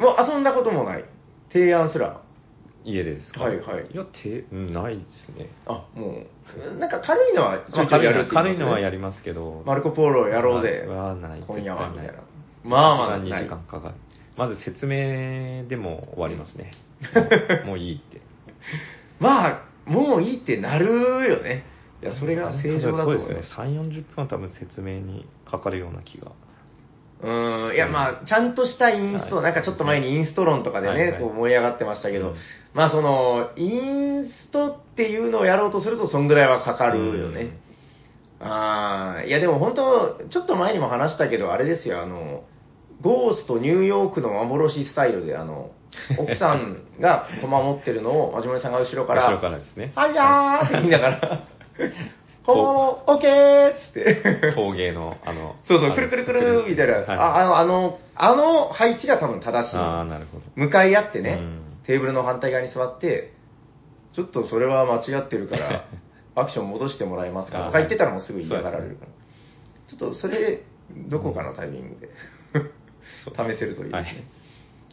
Speaker 2: もう遊んだこともない提案すら
Speaker 1: 家でですか
Speaker 2: はいはい
Speaker 1: いや、て、うんないですね。
Speaker 2: あもうなんか軽いのはちょ
Speaker 1: まあ
Speaker 2: いちょい
Speaker 1: 軽
Speaker 2: や
Speaker 1: い
Speaker 2: るっ
Speaker 1: の
Speaker 2: て言
Speaker 1: 軽
Speaker 2: います
Speaker 1: い
Speaker 2: ね
Speaker 1: のはやりますけど、
Speaker 2: マルコ・ポーロやろうぜ
Speaker 1: はない
Speaker 2: 今夜はみたいな
Speaker 1: 絶
Speaker 2: まあまあ
Speaker 1: 一時間2時間かかる。まず説明でも終わり ますね。もういいって。
Speaker 2: まあ、もういいってなるよね。いや、それが正常だと思います。
Speaker 1: そうですね。3、40分は多分説明にかかるような気が。
Speaker 2: うーん、いや、まあ、ちゃんとしたインスト、
Speaker 1: はい
Speaker 2: なんかちょっと前にインスト論とかでね、
Speaker 1: はいはい
Speaker 2: こう盛り上がってましたけ
Speaker 1: う
Speaker 2: ど、
Speaker 1: ん
Speaker 2: まあ、その、インストっていうのをやろうとすると、そんぐらいはかかるよね。ああ、いや、でも本当、ちょっと前にも話したけど、あれですよ、あの、ゴーストニューヨークの幻スタイルで、あの、奥さんが駒持ってるのを、真面目さんが後ろか ら、
Speaker 1: 後ろから ですね。
Speaker 2: あらーって言いながら、こう、オッケーっつって。
Speaker 1: 陶芸の、あの
Speaker 2: 、そうそう、くるくるくるみたいな。
Speaker 1: あ
Speaker 2: ああの、あの、あの配置が多分正しい。
Speaker 1: あー、なるほど。
Speaker 2: 向かい合ってね
Speaker 1: うん、
Speaker 2: テーブルの反対側に座って、ちょっとそれは間違ってるから、アクション戻してもらえますかとか言ってたらもうすぐ嫌がられるから。ちょっとそれ、どこかのタイミングで試せるといいですね。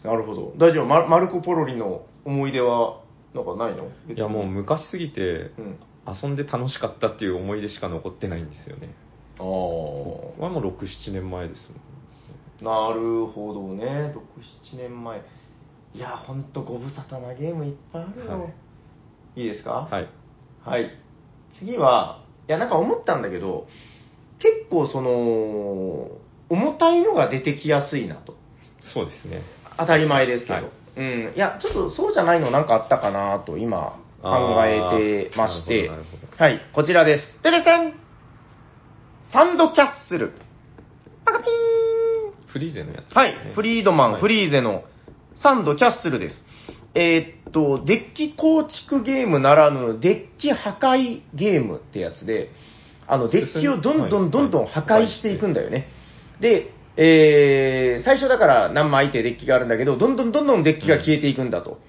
Speaker 2: なるほど。大丈夫。ママルコ・ポロリの思い出は、なんかないの
Speaker 1: いや、もう昔すぎて、
Speaker 2: うん
Speaker 1: 遊んで楽しかったっていう思い出しか残ってないんですよね。
Speaker 2: あ
Speaker 1: これはもう6、7年前ですもん。
Speaker 2: あ、なるほどね、6、7年前。いや、ほんとご無沙汰なゲームいっぱいあるよ。、
Speaker 1: はい
Speaker 2: いですか
Speaker 1: はい。
Speaker 2: はい。次は、いや、なんか思ったんだけど、結構その、重たいのが出てきやすいなと。
Speaker 1: そうですね。
Speaker 2: 当たり前ですけど。
Speaker 1: はい
Speaker 2: うん。いや、ちょっとそうじゃないのなんかあったかなと今考えてまして
Speaker 1: あーなるほどなる。
Speaker 2: はい、こちらです。てれてんサンドキャッスル。パカピーン
Speaker 1: フリーゼのやつですね、
Speaker 2: はい、フリードマン、
Speaker 1: はい
Speaker 2: フリーゼのサンド・キャッスルです。えーっと、デッキ構築ゲームならぬ、デッキ破壊ゲームってやつで、あの、デッキをどんどんどんどん破壊していくんだよね。で、えー最初だから何枚ってデッキがあるんだけど、どんどんどんどんデッキが消えていくんだと。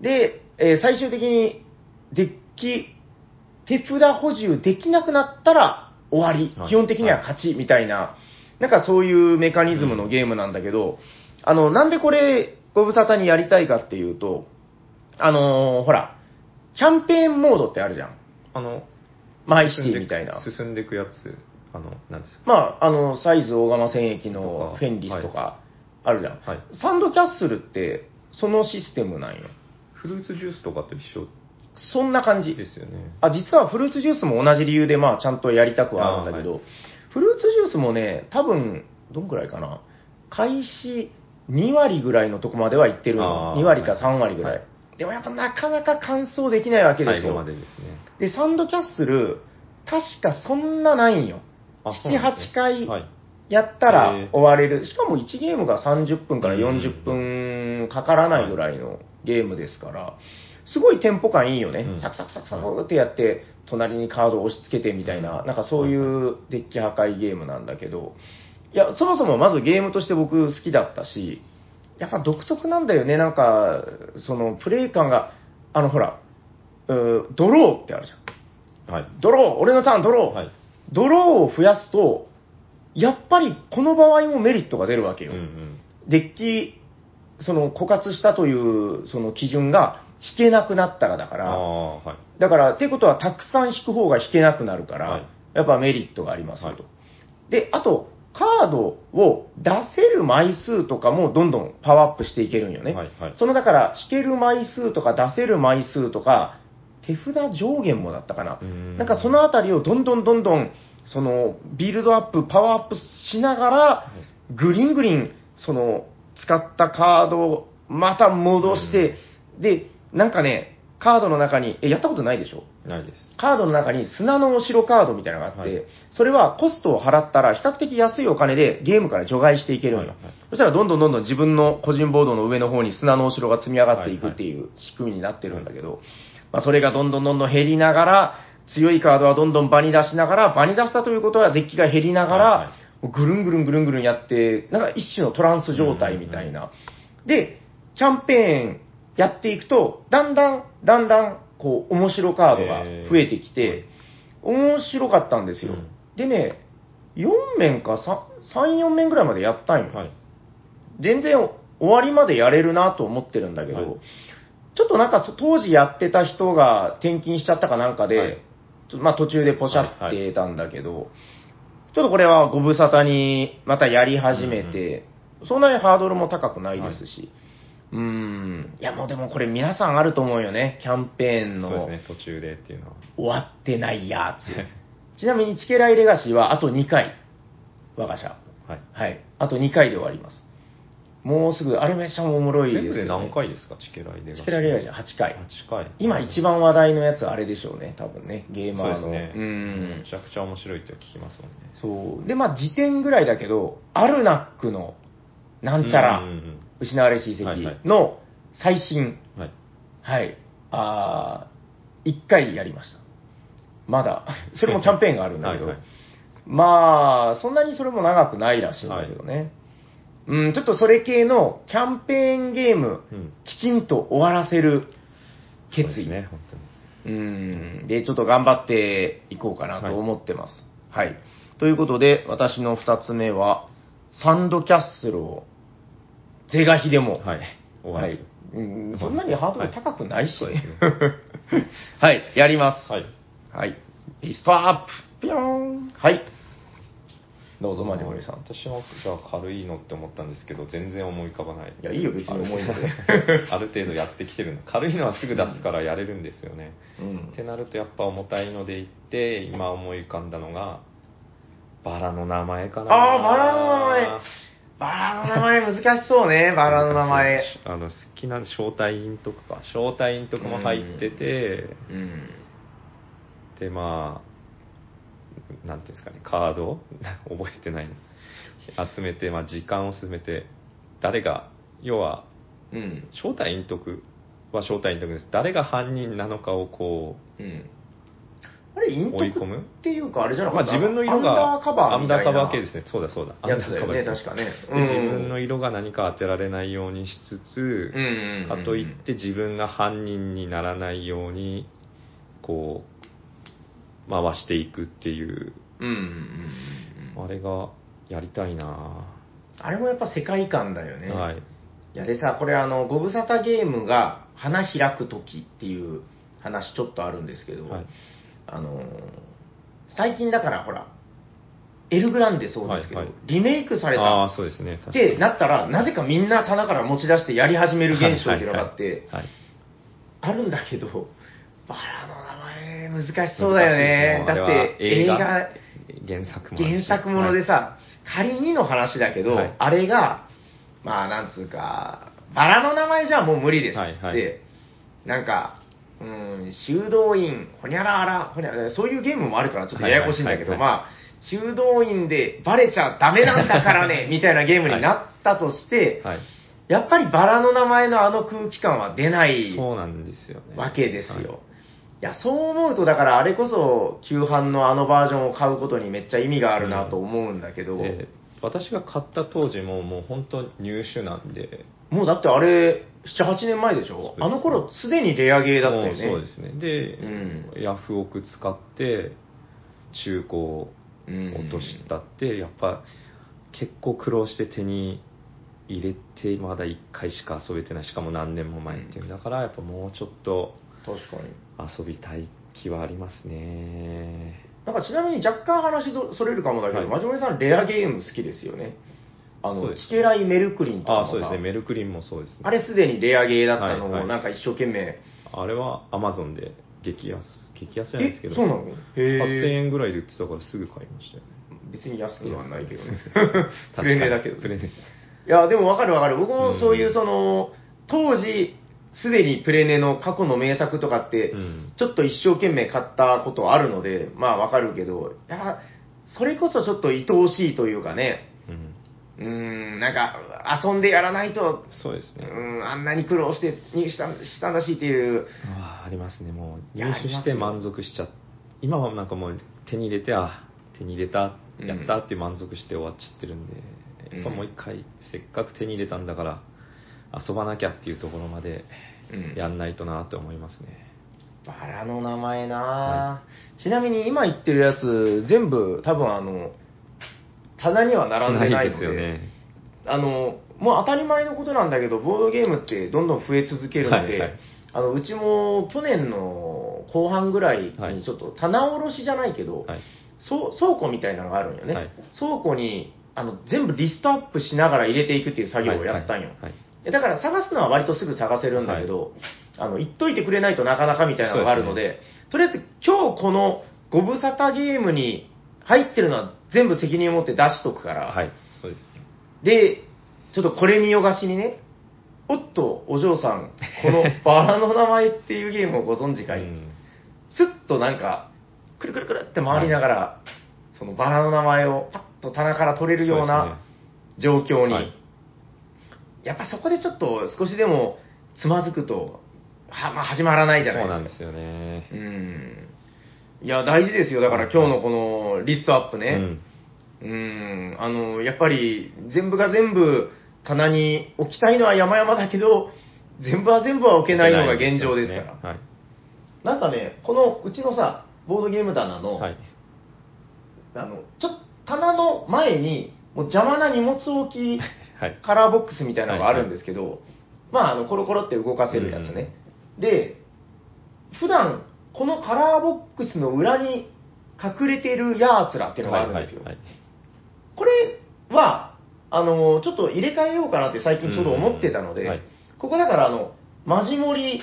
Speaker 2: で、えー最終的にデッキ、手札補充できなくなったら終わり、
Speaker 1: はい
Speaker 2: 基本的には勝ちみたいななんかそういうメカニズムのゲームなんだけど、あの、なんでこれ、ご無沙汰にやりたいかっていうと、あのーほら、キャンペーンモードってあるじゃん。
Speaker 1: あの、
Speaker 2: マイシティみたいな。
Speaker 1: 進んでいくやつ、あの、なんですか。
Speaker 2: まあ、あの、サイズ大釜戦役
Speaker 1: と
Speaker 2: の
Speaker 1: か
Speaker 2: フェンリスとか、あるじゃん、
Speaker 1: はい
Speaker 2: サンドキャッスルって、そのシステムなんよ。
Speaker 1: フルーツジュースとかと一緒
Speaker 2: そんな感じ。
Speaker 1: ですよね。
Speaker 2: あ、実はフルーツジュースも同じ理由で、まあ、ちゃんとやりたくはあるんだけど、
Speaker 1: あは
Speaker 2: フルーツジュースもね、多分、どんくらいかな。開始2割ぐらいのとこまでは行ってるの。
Speaker 1: あー
Speaker 2: 2割か3割ぐらい。
Speaker 1: はい
Speaker 2: でもやっぱなかなか完走できないわけで
Speaker 1: 最
Speaker 2: す
Speaker 1: 後
Speaker 2: よ
Speaker 1: ま。でですね。
Speaker 2: でサンドキャッスル、確かそんなないんよ。
Speaker 1: あ
Speaker 2: 7、8回
Speaker 1: はい。
Speaker 2: やった
Speaker 1: へ
Speaker 2: ら
Speaker 1: ー
Speaker 2: 終われる。しかも1ゲームが30分から40分かからないぐらいのゲームですから、すごいテンポ感いいよね
Speaker 1: う。ん
Speaker 2: サクサクサクサクってやって、隣にカードを押し付けてみたいな、なんかそういうデッキ破壊ゲームなんだけど、いや、そもそもまずゲームとして僕好きだったし、やっぱ独特なんだよね。なんか、そのプレイ感が、あのほら、うードローってあるじゃん。
Speaker 1: はい。
Speaker 2: ドロー、俺のターンドロー、
Speaker 1: はい。
Speaker 2: ドローを増やすと、やっぱりこの場合もメリットが出るわけよ。
Speaker 1: うんうん。
Speaker 2: デッキ、その枯渇したというその基準が引けなくなったらだか
Speaker 1: あ
Speaker 2: ら、
Speaker 1: あ、はい。
Speaker 2: だから、ってことはたくさん引く方が引けなくなるから、
Speaker 1: はい
Speaker 2: やっぱメリットがありますよと。
Speaker 1: は
Speaker 2: で、あと、カードを出せる枚数とかもどんどんパワーアップしていけるんよね。
Speaker 1: はいはい
Speaker 2: そのだから、引ける枚数とか出せる枚数とか、手札上限もだったかな
Speaker 1: う。ん
Speaker 2: なんかそのあたりをどんどんどんどん、その、ビルドアップ、パワーアップしながら、グリングリン、その、使ったカードをまた戻して、で、なんかね、カードの中に、え、やったことないでしょ
Speaker 1: ないです。
Speaker 2: カードの中に砂のお城カードみたいなのがあって、
Speaker 1: はい
Speaker 2: それはコストを払ったら比較的安いお金でゲームから除外していけるのよ。
Speaker 1: はいはい
Speaker 2: そしたらどんどんどんどん自分の個人ボードの上の方に砂のお城が積み上がっていくっていう仕組みになってるんだけど、まあ、それがどんどんどんどん減りながら、強いカードはどんどん場に出しながら、場に出したということはデッキが減りながら、
Speaker 1: はいはい
Speaker 2: もうぐるんぐるんぐるんぐるんやって、なんか一種のトランス状態みたいな。で、キャンペーンやっていくと、だんだん、だんだん、こう、面白カードが増えてきて、面白かったんですよ。
Speaker 1: うん
Speaker 2: でね、4面か3、3 4面ぐらいまでやったんよ。
Speaker 1: はい。
Speaker 2: 全然終わりまでやれるなと思ってるんだけど、
Speaker 1: はい
Speaker 2: ちょっとなんかそ当時やってた人が転勤しちゃったかなんかで、
Speaker 1: はい
Speaker 2: ちょまあ途中でポシャっ
Speaker 1: はいは
Speaker 2: てたんだけど、ちょっとこれはご無沙汰にまたやり始めて、そんなにハードルも高くないですし、うーん、いやもうでもこれ皆さんあると思うよね、キャンペーン
Speaker 1: そうで
Speaker 2: の
Speaker 1: すね、途中でっていうのは。
Speaker 2: 終わってない やつ。ちなみにチケライレガシーはあと2回、我が社。
Speaker 1: はい。
Speaker 2: はい。あと2回で終わります。もうすぐ、あれめちゃおもろい
Speaker 1: 全
Speaker 2: で
Speaker 1: 部
Speaker 2: す
Speaker 1: で
Speaker 2: よ、ね。
Speaker 1: 何回ですか、チケライレガシー
Speaker 2: チケラレガシー8回。
Speaker 1: 8回。
Speaker 2: 今一番話題のやつあれでしょうね、多分ね。ゲーマーの。
Speaker 1: そうですね。
Speaker 2: ん
Speaker 1: め。ちゃくちゃ面白いって聞きますもんね。
Speaker 2: そう。で、まあ時点ぐらいだけど、アルナックの、なんちゃら
Speaker 1: うんう、ん
Speaker 2: 失われし遺
Speaker 1: はいはい
Speaker 2: 跡の最新、
Speaker 1: うんはい。
Speaker 2: はい。あー、1回やりました。まだ。 それもキャンペーンがあるんだけど。
Speaker 1: はいはい
Speaker 2: まあ、そんなにそれも長くないらしいんだけどね。うん、ちょっとそれ系のキャンペーンゲーム、
Speaker 1: うん
Speaker 2: きちんと終わらせる決
Speaker 1: そうで
Speaker 2: 意。
Speaker 1: すね、本当に。
Speaker 2: うん。で、ちょっと頑張っていこうかなと思ってます。はい。ということで、私の二つ目は、サンドキャッスルを、是が非でも、
Speaker 1: はい。終わ
Speaker 2: は
Speaker 1: ら
Speaker 2: い
Speaker 1: ず。
Speaker 2: うんそんなにハードル高くないし。
Speaker 1: は
Speaker 2: はいい、やります。
Speaker 1: はい。
Speaker 2: はい。リストアップぴょーんはい。どうぞ、マジモリさん。
Speaker 1: 私も、じゃあ軽いのって思ったんですけど、全然思い浮かばない。
Speaker 2: いや、いいよ、別に思 い出で。
Speaker 1: ある程度やってきてるの。軽いのはすぐ出すからやれるんですよね。
Speaker 2: うん
Speaker 1: ってなるとやっぱ重たいので言って今思い浮かんだのがバラの名前かな
Speaker 2: あーバラの名前バラの名前難しそうね、バラの名前。
Speaker 1: あの好きな招待員とかか招待員とかも入ってて
Speaker 2: うん。
Speaker 1: でまあなんていうんですかねカード 覚えてないの集めて、まあ、時間を進めて誰が要は
Speaker 2: うん。
Speaker 1: 招待員徳は招待員徳です誰が犯人なのかをこう
Speaker 2: うん。あれ、陰
Speaker 1: 追い込
Speaker 2: 徳っ
Speaker 1: む
Speaker 2: ていうか、あれじゃな
Speaker 1: ま
Speaker 2: か
Speaker 1: あ、
Speaker 2: った
Speaker 1: 自分の色が
Speaker 2: アンダーカバーみたいな。
Speaker 1: アンダーカバー系ですねそうだそうだ
Speaker 2: やつだよね、
Speaker 1: アンダーカバー
Speaker 2: 確かね。
Speaker 1: で自分の色が何か当てられないようにしつつ、
Speaker 2: うん
Speaker 1: かといって自分が犯人にならないようにこう回していくっていう、
Speaker 2: うんうんうんうん。
Speaker 1: あれがやりたいな
Speaker 2: あれもやっぱ世界観だよね。
Speaker 1: はい。
Speaker 2: いやでさ、これあの、ご無沙汰ゲームが花開く時っていう話ちょっとあるんですけど、
Speaker 1: はい
Speaker 2: あのー最近だからほら、エルグランデそうですけど、
Speaker 1: はいはい
Speaker 2: リメイクされ
Speaker 1: あ
Speaker 2: た
Speaker 1: あ、そうですね。
Speaker 2: っ
Speaker 1: 確か
Speaker 2: てなったら、なぜかみんな棚から持ち出してやり始める現象っていうのがあって、
Speaker 1: はいはいはい
Speaker 2: あるんだけど、バラの名前難しそうだよね。
Speaker 1: 難しいですねあ
Speaker 2: だっ
Speaker 1: れは
Speaker 2: て映画、
Speaker 1: 原作もある
Speaker 2: 原
Speaker 1: し
Speaker 2: 作もので、さ、仮にの話だけど、
Speaker 1: はい
Speaker 2: あれが、まあなんつうか、バラの名前じゃもう無理ですっつって、
Speaker 1: はいはい
Speaker 2: なんか、うん、修道院、ほにゃらあら、ほにゃそういうゲームもあるからちょっとややこしいんだけど、
Speaker 1: はいはいは
Speaker 2: まあ、修道院でバレちゃダメなんだから ね、みたいなゲームになったとして、
Speaker 1: はいはい
Speaker 2: やっぱりバラの名前のあの空気感は出ない
Speaker 1: そうなんですよね。
Speaker 2: わけですよ。
Speaker 1: はい
Speaker 2: い、や、そう思うと、だからあれこそ、旧版のあのバージョンを買うことにめっちゃ意味があるなと思うんだけど、
Speaker 1: で私が買った当時ももう本当入手なんで
Speaker 2: もうだってあれ、7、8年前でし
Speaker 1: そう
Speaker 2: ょ
Speaker 1: です
Speaker 2: あの頃、すでにレアゲーだったよね。
Speaker 1: もうそうですねで、
Speaker 2: うん
Speaker 1: ヤフオク使って中古を
Speaker 2: うん
Speaker 1: 落としたって、やっぱ結構苦労して手に入れてまだ1回しか遊べてないしかも何年も前っていうんだからやっぱもうちょっと
Speaker 2: 確かに。
Speaker 1: 遊びたい気はありますね
Speaker 2: なんかちなみに若干話どそれるかもだけど、
Speaker 1: はい
Speaker 2: マジモリさん、レアゲーム好きですよね。あ
Speaker 1: そう
Speaker 2: の、
Speaker 1: です
Speaker 2: チケライ・メルクリンとか
Speaker 1: あ
Speaker 2: も
Speaker 1: あ
Speaker 2: さ
Speaker 1: そうですねメルクリンもそうですね
Speaker 2: あれすでにレアゲーだったのを、
Speaker 1: はいはい
Speaker 2: なんか一生懸命、
Speaker 1: あれはアマゾンで激安激安じゃない
Speaker 2: え
Speaker 1: ですけど
Speaker 2: そうなの
Speaker 1: 8000
Speaker 2: へえ。
Speaker 1: 円ぐらいで売ってたからすぐ買いましたよね
Speaker 2: 別に安くはないけどね。プ
Speaker 1: 確か
Speaker 2: レ
Speaker 1: に
Speaker 2: ネだけど
Speaker 1: プ。レネ
Speaker 2: いや、でもわかるわかる。僕
Speaker 1: う
Speaker 2: も
Speaker 1: ん
Speaker 2: そういうその、当時、すでにプレネの過去の名作とかって、
Speaker 1: うん
Speaker 2: ちょっと一生懸命買ったことあるので、まあわかるけど、いや、それこそちょっと愛おしいというかね、
Speaker 1: うん
Speaker 2: うーん、なんか、遊んでやらないと、
Speaker 1: そうです
Speaker 2: うー
Speaker 1: ね、
Speaker 2: ん、あんなに苦労して入手したしたんだしっていう、
Speaker 1: ああありますねもう
Speaker 2: いや
Speaker 1: 入手して満足しちゃっ今はなんかもう手に入れてあ手に入れた
Speaker 2: うん
Speaker 1: やったって満足して終わっちゃってるんで、やっぱ
Speaker 2: うん
Speaker 1: もう一回せっかく手に入れたんだから遊ばなきゃっていうところまで
Speaker 2: うん
Speaker 1: やんないとなって思いますね、
Speaker 2: バラの名前なぁ、ちなみに今言ってるやつ、全部多分あの、棚には並んでないの
Speaker 1: ですよね
Speaker 2: あの、もう当たり前のことなんだけど、ボードゲームってどんどん増え続けるので、
Speaker 1: はいはい
Speaker 2: あのうちも去年の後半ぐらい
Speaker 1: はい
Speaker 2: に、ちょっと棚卸しじゃないけど、
Speaker 1: はい
Speaker 2: そう倉庫みたいなのがあるんよね、
Speaker 1: はい
Speaker 2: 倉庫にあの全部リストアップしながら入れていくっていう作業をやったんよ。
Speaker 1: はいはい
Speaker 2: えだから探すのは割とすぐ探せるんだけど、あの、言っといてくれないとなかなかみたいなのがあるので、とりあえず今日このご無沙汰ゲームに入ってるのは全部責任を持って出しとくから、
Speaker 1: はい、はいそうですね
Speaker 2: で、ちょっとこれ見よがしにね、おっと、お嬢さん、このバラの名前っていうゲームをご存知かい、
Speaker 1: うん
Speaker 2: スッとなんか、くるくるくるって回りながら、そのバラの名前をパッと棚から取れるような状況に、
Speaker 1: はい
Speaker 2: やっぱそこでちょっと少しでもつまずくと、はまあ、始まらないじゃ
Speaker 1: そう
Speaker 2: な
Speaker 1: ないん
Speaker 2: で
Speaker 1: ですす
Speaker 2: か。
Speaker 1: よね
Speaker 2: う。ん。いや、大事ですよ。だから今日のこのリストアップね。
Speaker 1: うん
Speaker 2: うーん、あの、やっぱり全部が全部棚に置きたいのは山々だけど、全部は全部は置けないのが現状ですから。
Speaker 1: そうねはい。
Speaker 2: なんかね、このうちのさ、ボードゲーム棚の、
Speaker 1: はい。
Speaker 2: あの、ちょっと棚の前に、もう邪魔な荷物置き
Speaker 1: はい
Speaker 2: カラーボックスみたいなのがあるんですけど、まあ、あの、コロコロって動かせるやつね。で、普段、このカラーボックスの裏に隠れてるやーつらっていうのがあるんですよ。
Speaker 1: はいはい
Speaker 2: これは、あのちょっと入れ替えようかなって最近ちょうど思ってたので、
Speaker 1: うんはい
Speaker 2: ここだから、あの、マジモリ、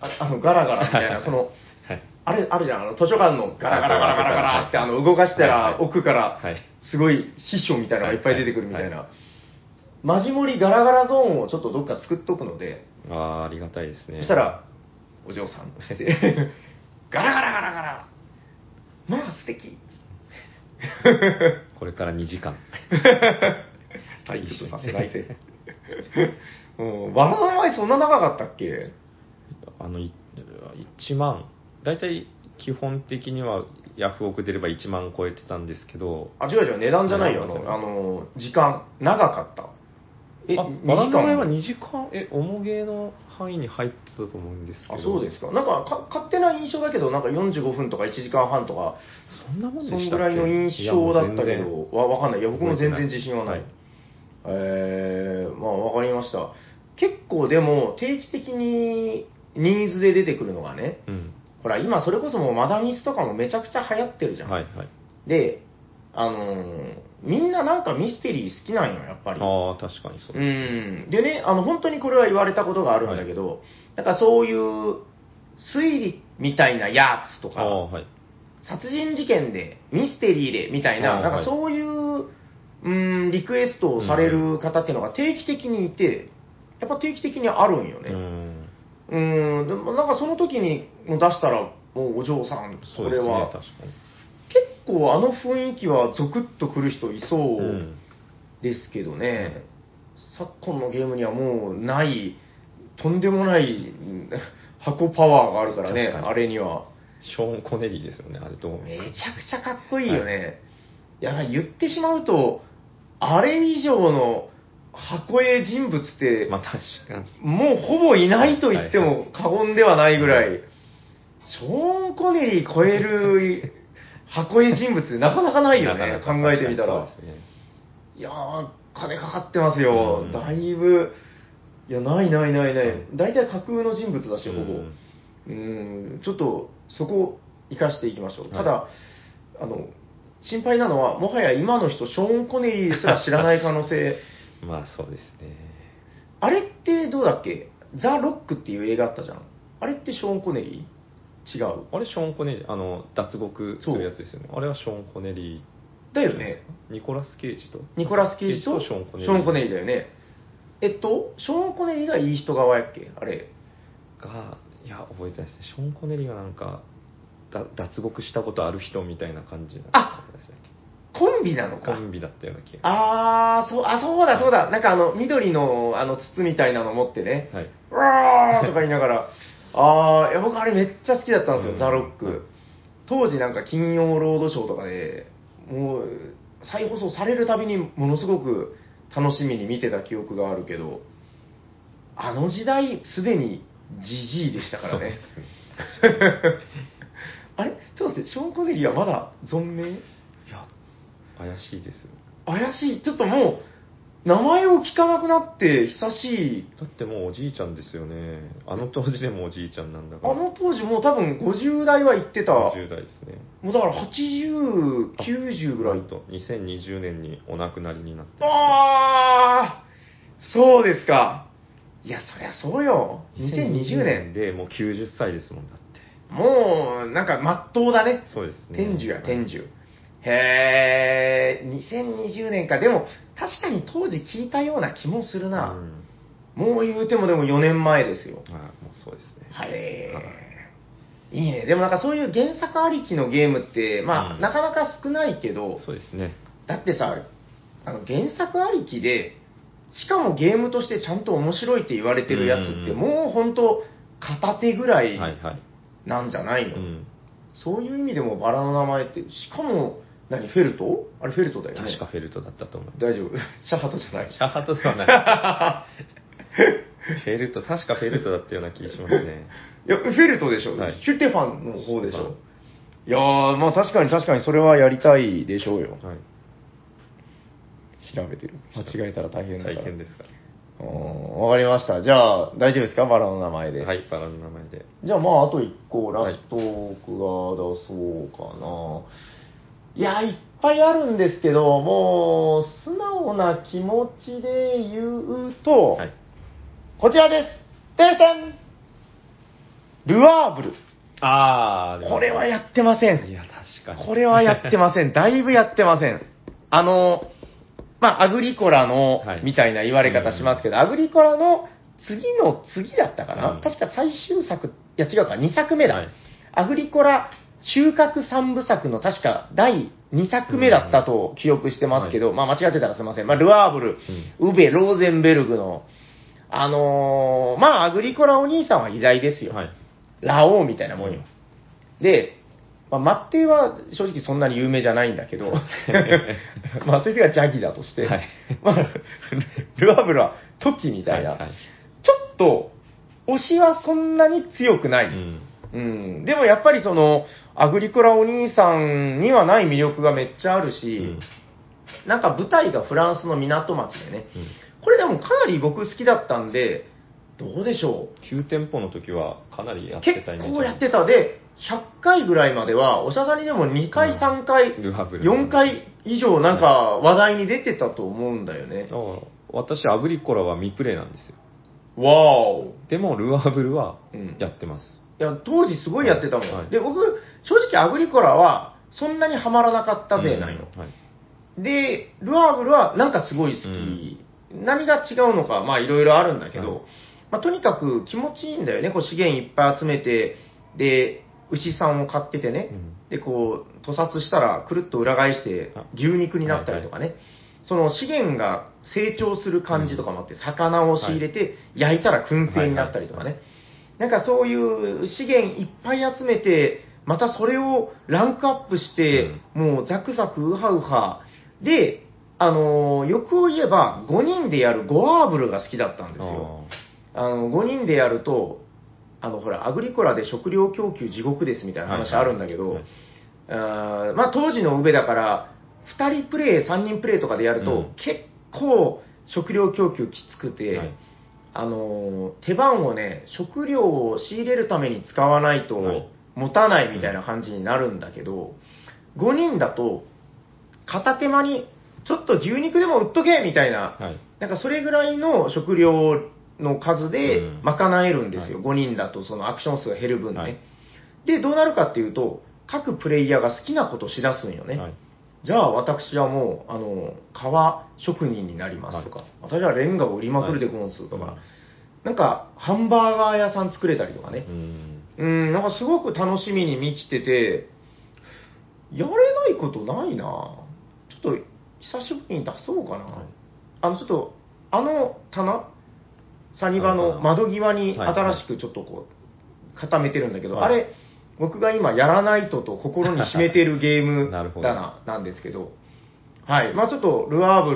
Speaker 2: ああの、ガラガラみたい
Speaker 1: は
Speaker 2: な、
Speaker 1: い
Speaker 2: その、
Speaker 1: はい
Speaker 2: あれ、あるじゃん、あの、図書館のガラガラガラガラガラって、
Speaker 1: は
Speaker 2: あ
Speaker 1: い
Speaker 2: の、動かした
Speaker 1: はい
Speaker 2: ら
Speaker 1: はい
Speaker 2: 奥から
Speaker 1: はい、
Speaker 2: すごい筆書みたいなのがいっぱい出てくるみたい
Speaker 1: は
Speaker 2: な。マジモリガラガラゾーンをちょっとどっか作っとくので、
Speaker 1: ああ、ありがたいですね。
Speaker 2: そした、ら、お嬢さん ってガラガラガラガラまあ素敵
Speaker 1: これから2時間。
Speaker 2: 退屈させないで。 うん、バラの名前そんな長かったっけ
Speaker 1: あの、い1万、大体基本的にはヤフオク出れば1万超えてたんですけど、
Speaker 2: あ、違う違う、値段じゃないよ。あ
Speaker 1: 値段
Speaker 2: の、あの時間、長かった。え、
Speaker 1: あ
Speaker 2: 2
Speaker 1: バラ
Speaker 2: 時
Speaker 1: の上は
Speaker 2: 間
Speaker 1: 2時間え重げの範囲に入ってたと思うんですけど
Speaker 2: あ、そうですか。なんかか、勝手な印象だけど、なんか45分とか1時間半とか、
Speaker 1: そんなもんでした
Speaker 2: そ
Speaker 1: っけ
Speaker 2: んぐらいの印象だった
Speaker 1: い
Speaker 2: け
Speaker 1: やもう全然
Speaker 2: ど、わわかんない。いや、僕も全然自信はな
Speaker 1: は
Speaker 2: い。
Speaker 1: い
Speaker 2: えー、まあ、わかりました。結構でも、定期的にニーズで出てくるのがね、
Speaker 1: うん
Speaker 2: ほら、今それこそもうマダミスとかもめちゃくちゃ流行ってるじゃん。
Speaker 1: はいはい
Speaker 2: で、あのーみんななんかミステリー好きなんよ、やっぱり。
Speaker 1: ああ確かにそう
Speaker 2: う
Speaker 1: です
Speaker 2: ん。でね、あの、本当にこれは言われたことがあるんだけど、なんかそういう推理みたいなやつと
Speaker 1: ああ
Speaker 2: か、
Speaker 1: はい
Speaker 2: 殺人事件で、ミステリーで、みたい
Speaker 1: あ
Speaker 2: な、
Speaker 1: ー
Speaker 2: なん
Speaker 1: は
Speaker 2: か
Speaker 1: い
Speaker 2: そういう、うん、リクエストをされる方っていうのが定期的にいて、やっぱ定期的にあるんよ
Speaker 1: う
Speaker 2: ね。
Speaker 1: ん
Speaker 2: うん、でもなんかその時にもう出したら、もうお嬢さん、
Speaker 1: そ
Speaker 2: こ
Speaker 1: うで
Speaker 2: れ
Speaker 1: すね
Speaker 2: は、
Speaker 1: 確かに
Speaker 2: 結構あの雰囲気はゾクッとくる人いそう。
Speaker 1: うん
Speaker 2: ですけどね、昨今のゲームにはもうない、とんでもないうん箱パワーがあるからね、
Speaker 1: 確かに
Speaker 2: あれには。
Speaker 1: ショーン・コネリーですよねあれどう
Speaker 2: めちゃくちゃかっこいいよね。い、や、言ってしまうと、あれ以上の箱絵人物って、
Speaker 1: まあ確かに
Speaker 2: もうほぼいないと言って
Speaker 1: はい
Speaker 2: も過言ではないぐら、
Speaker 1: はい
Speaker 2: ショーン・コネリー超える 箱絵人物、なかなかないよね、
Speaker 1: かなか
Speaker 2: 考えてみたら
Speaker 1: 確。かにそうですね
Speaker 2: いやー、金かかってますよ、
Speaker 1: うん
Speaker 2: だいぶ、いや、ないないないない、
Speaker 1: うん
Speaker 2: 大体架空の人物だし、ほぼ、
Speaker 1: う
Speaker 2: うん
Speaker 1: ん、
Speaker 2: ちょっとそこを生かしていきましょう、
Speaker 1: はい
Speaker 2: ただ、あの心配なのは、もはや今の人、ショーン・コネリーすら知らない可能性、
Speaker 1: まあそうですね
Speaker 2: あれってどうだっけ、ザ・ロックっていう映画あったじゃん、あれってショーン・コネリー違う。
Speaker 1: あれショーン・コネリーあの脱獄するやつですよねあれはショーン・コネリー
Speaker 2: だよね、
Speaker 1: ニコラス・ケイジと
Speaker 2: ニコラス・ケイジと
Speaker 1: シ
Speaker 2: シ
Speaker 1: ョ
Speaker 2: ョ
Speaker 1: ーンコネリー
Speaker 2: ーン・コネリーだよね。えっと、ショーン・コネリーがいい人側やっけあれ。
Speaker 1: がいや覚えてないですねショーン・コネリーがなんかだ脱獄したことある人みたいな感じな
Speaker 2: あ
Speaker 1: 話だっけ
Speaker 2: コンビなの
Speaker 1: コ
Speaker 2: か。
Speaker 1: ンビだったような気が
Speaker 2: あー、そう、あ、そうだそうだ。なんかあの、緑のあの筒みたいなの持ってね、
Speaker 1: はいう
Speaker 2: わーとか言いながら、あー、いや僕あれめっちゃ好きだったんですよ、
Speaker 1: うん
Speaker 2: ザ・ロッ
Speaker 1: うん
Speaker 2: ク。当時なんか金曜ロードショーとかで、もう、再放送されるたびにものすごく楽しみに見てた記憶があるけど、あの時代、すでにジジイでしたからね。
Speaker 1: そうですね
Speaker 2: あれちょっと待って、ショーン・コネリーはまだ存命
Speaker 1: いや怪しいですよ
Speaker 2: 怪しい。ちょっともう、名前を聞かなくなって久しい。
Speaker 1: だってもうおじいちゃんですよねあの当時でもおじいちゃんなんだ
Speaker 2: あ
Speaker 1: から
Speaker 2: の当時もう多分50代は行ってた。も
Speaker 1: 10代ですね
Speaker 2: うだから80、90ぐらい
Speaker 1: と2020年にお亡くなりになって
Speaker 2: ああそうですか。いや、そりゃそうよ。2020
Speaker 1: 2020
Speaker 2: 年。
Speaker 1: 年でもう90歳ですもんだって
Speaker 2: もう、なんか、まっとうだね。
Speaker 1: そうですね
Speaker 2: 天寿や、天寿。へえ、2020年か。でも、確かに当時聞いたような気もするな。
Speaker 1: うん
Speaker 2: もう言うてもでも4年前ですよ。
Speaker 1: あもうそうですね
Speaker 2: はい。
Speaker 1: はい
Speaker 2: いいね。でもなんかそういう原作ありきのゲームって、ま
Speaker 1: う
Speaker 2: あ、
Speaker 1: ん
Speaker 2: なかなか少ないけど、
Speaker 1: そうですね
Speaker 2: だってさ、あの原作ありきで、しかもゲームとしてちゃんと面白いって言われてるやつって、
Speaker 1: うん
Speaker 2: もう本当片手ぐら
Speaker 1: はいいはい
Speaker 2: なんじゃないうの、
Speaker 1: ん
Speaker 2: そういう意味でもバラの名前って、しかも、何、フェルトあれフェルトだよね。
Speaker 1: 確かフェルトだったと思います
Speaker 2: 大丈夫。 シャハトじゃない。
Speaker 1: シャハトではない フェルト確かフェルトだったような気がしますね
Speaker 2: いや、フェルトでしょ、
Speaker 1: はい
Speaker 2: ヒュッテファンの方
Speaker 1: ヒュッテ
Speaker 2: でし
Speaker 1: ファ
Speaker 2: ょ
Speaker 1: ン。
Speaker 2: いやー、まあ確かに確かにそれはやりたいでしょうよ。
Speaker 1: はい
Speaker 2: 調べてる。間違えたら大変だから。
Speaker 1: 大変ですか
Speaker 2: うーんわかりました。じゃあ、大丈夫ですかバラの名前で。
Speaker 1: らはいバラの名前で
Speaker 2: じゃあまあ、あと1個、ラストークが出そうかな。い、や、いっぱいあるんですけど、もう、素直な気持ちで言うと、
Speaker 1: はい
Speaker 2: こちらです。てんてんルアーブル。
Speaker 1: ああ
Speaker 2: これはやってません
Speaker 1: い。や確かに
Speaker 2: これはやって ません。だいぶやってません。あの、まあ、アグリコラの
Speaker 1: はい、
Speaker 2: みたいな言われ方しますけど、アグリコラの次の次だったかな、
Speaker 1: うん
Speaker 2: 確か最終作、いや違うか、2作目だ。
Speaker 1: はい
Speaker 2: アグリコラ収穫三部作の確か第2作目だったと記憶してますけど、まあ、間違ってたらすいません。まあ、ルアーブル、ウベ・ローゼンベルグの、あのーまあ、アグリコラお兄さんは偉大ですよ。
Speaker 1: はい
Speaker 2: ラオウみたいなもんよ。で、まあ、マッテイは正直そんなに有 名じゃないんだけど、まあ、そいつがジャギだとして、
Speaker 1: はい
Speaker 2: まあ、ルルアブラ、トキみたいな、
Speaker 1: はいはい
Speaker 2: ちょっと、推しはそんなに強くない。
Speaker 1: うん
Speaker 2: うんでもやっぱりその、アグリコラお兄さんにはない魅力がめっちゃある
Speaker 1: う
Speaker 2: し、
Speaker 1: ん
Speaker 2: なんか舞台がフランスの港町でね、
Speaker 1: うん
Speaker 2: これでもかなり僕好きだったんで、どうでしょう。
Speaker 1: 9店舗の時はかなりやって
Speaker 2: 結
Speaker 1: たイメージ
Speaker 2: 構やってたで、100回ぐらいまでは、おしゃさんにでも2
Speaker 1: う
Speaker 2: 回、
Speaker 1: ん
Speaker 2: 3回、
Speaker 1: ルアブラ
Speaker 2: 4回以上なんか話題に出てたと思うんだよね
Speaker 1: だ。から私アグリコラは未プレイなんですよ
Speaker 2: わーお。
Speaker 1: でもルアーブルは
Speaker 2: うん
Speaker 1: やってます、
Speaker 2: いや、当時すごいやってたもん。
Speaker 1: はい
Speaker 2: で、僕、正直アグリコラはそんなにハマらなかったでないの。
Speaker 1: うんはい
Speaker 2: で、ルアーブルはなんかすごい好き。何が違うのか、まあいろいろあるんだけど、
Speaker 1: はい
Speaker 2: まあとにかく気持ちいいんだよね。こう資源いっぱい集めて、で、牛さんを買っててね、
Speaker 1: うん
Speaker 2: で、こう、屠殺したらくるっと裏返して
Speaker 1: あ
Speaker 2: 牛肉になったりとかね、その資源が成長する感じとかもあって、魚を仕入れて焼いたら燻製になったりとかね、なんかそういう資源いっぱい集めて、またそれをランクアップして、もうザクザクウハウハ。で、あのー欲を言えば5人でやる5アーブルが好きだったんですよ。あの、5人でやると、あの、ほら、アグリコラで食料供給地獄ですみたいな話あるんだけど、
Speaker 1: はいはい
Speaker 2: あーまあ当時の上だから、2人プレイ、3人プレイとかでやると、
Speaker 1: うん
Speaker 2: 結構食料供給きつくて、
Speaker 1: はい
Speaker 2: あのー手番をね、食料を仕入れるために使わない
Speaker 1: はい
Speaker 2: と持たないみたいな感じになるんだけど、5人だと、片手間に、ちょっと牛肉でも売っとけみたいな、
Speaker 1: はい
Speaker 2: なんかそれぐらいの食料の数で
Speaker 1: うん
Speaker 2: 賄えるんですよ、
Speaker 1: はい
Speaker 2: 5人だとそのアクション数が減る分ね。
Speaker 1: はい
Speaker 2: で、どうなるかっていうと、各プレイヤーが好きなことしだすんよね。
Speaker 1: はい
Speaker 2: じゃあ私はもう、あの、革職人になりますとか、
Speaker 1: はい
Speaker 2: 私はレンガを売りまくるでゴンスとか、
Speaker 1: はいうん
Speaker 2: なんかハンバーガー屋さん作れたりとかね
Speaker 1: う、ん
Speaker 2: うん、なんかすごく楽しみに満ちてて、やれないことないなちょっと久しぶりに出そうかな、
Speaker 1: はい
Speaker 2: あの、ちょっと、あの棚、サニバの窓際に
Speaker 1: はいはい
Speaker 2: 新しくちょっとこう、固めてるんだけど、
Speaker 1: はい
Speaker 2: あれ、僕が今やらないとと心に秘めてるゲ ーム
Speaker 1: な
Speaker 2: だ
Speaker 1: るほど
Speaker 2: な、なんですけど、はい。まあちょっと、ルアーブ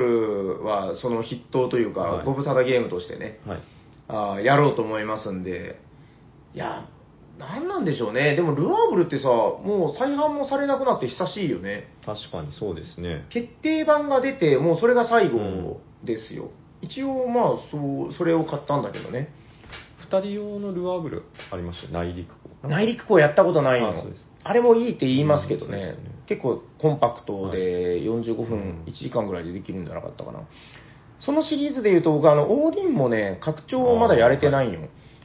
Speaker 2: ルはその筆頭というか、
Speaker 1: はい
Speaker 2: ご無沙汰ゲームとしてね、
Speaker 1: はい
Speaker 2: あーやろうと思いますんで、いや、なんなんでしょうね、でもルアーブルってさ、もう再販もされなくなって久しいよね、
Speaker 1: 確かにそうですね
Speaker 2: 決定版が出て、もうそれが最
Speaker 1: うん
Speaker 2: 後ですよ、一応、まあそう、それを買ったんだけどね、
Speaker 1: 2人用のルアーブルありましたよ内陸港
Speaker 2: 内陸港やったことないの、
Speaker 1: あ
Speaker 2: あ
Speaker 1: そうです
Speaker 2: れもいいって言いますけど
Speaker 1: うんそう
Speaker 2: ね
Speaker 1: ですよね、
Speaker 2: 結構コンパクトで、45
Speaker 1: うん
Speaker 2: 分、1時間ぐらいでできるんじゃなかったかな。そのシリーズで言うと、僕、あの、オーディンもね、拡張をまだやれてないんよ。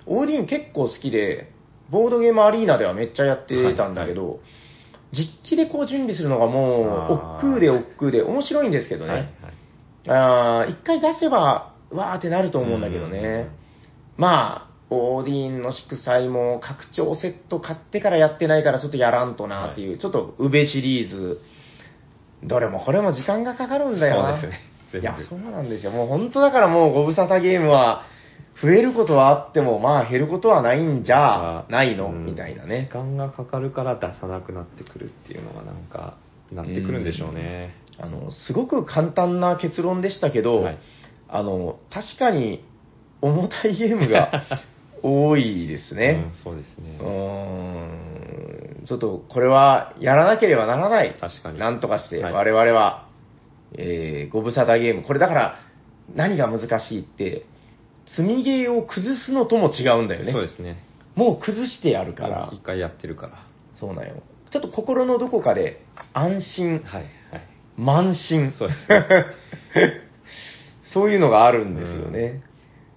Speaker 2: オーディン結構好きで、ボードゲームアリーナではめっちゃやってたんだけど、実機でこう準備するのが
Speaker 1: あ
Speaker 2: もう、
Speaker 1: ー
Speaker 2: 億劫で億劫で、面白いんですけど
Speaker 1: はいは
Speaker 2: ね
Speaker 1: い。
Speaker 2: あー一回出せば、わーってなると思うんだけど
Speaker 1: うんうんうん
Speaker 2: ね。まあ、オーディンの祝祭も拡張セット買ってからやってないからちょっとやらんとなっていう、ちょっと宇部シリーズ、どれもこれも時間がかかるんだよな。
Speaker 1: そうですね全
Speaker 2: い
Speaker 1: 部
Speaker 2: や、そうなんですよ。もう本当だからもうご無沙汰ゲームは、増えることはあっても、まあ減ることはないんじゃないの、
Speaker 1: うん
Speaker 2: みたいな
Speaker 1: 時
Speaker 2: ね。
Speaker 1: 間がかかるから出さなくなってくるっていうのがなんかなってくるんでしょうね
Speaker 2: あの、すごく簡単な結論でしたけど、
Speaker 1: はい
Speaker 2: あの、確かに重たいゲーム が多いです
Speaker 1: う
Speaker 2: ね
Speaker 1: ん。そうです
Speaker 2: う
Speaker 1: ね
Speaker 2: ーん、ちょっとこれはやらなければならない。
Speaker 1: 確かに
Speaker 2: なんとかして、
Speaker 1: はい
Speaker 2: 我々は、えーご無沙汰ゲーム。これだから、何が難しいって、積みゲーを崩すのとも違うんだよね。
Speaker 1: そうですね
Speaker 2: もう崩してやるから
Speaker 1: 一、回やってるから
Speaker 2: そうなんよ。ちょっと心のどこかで、安心、
Speaker 1: はいはい
Speaker 2: 満身。
Speaker 1: そうです
Speaker 2: そういうのがあるんですよね。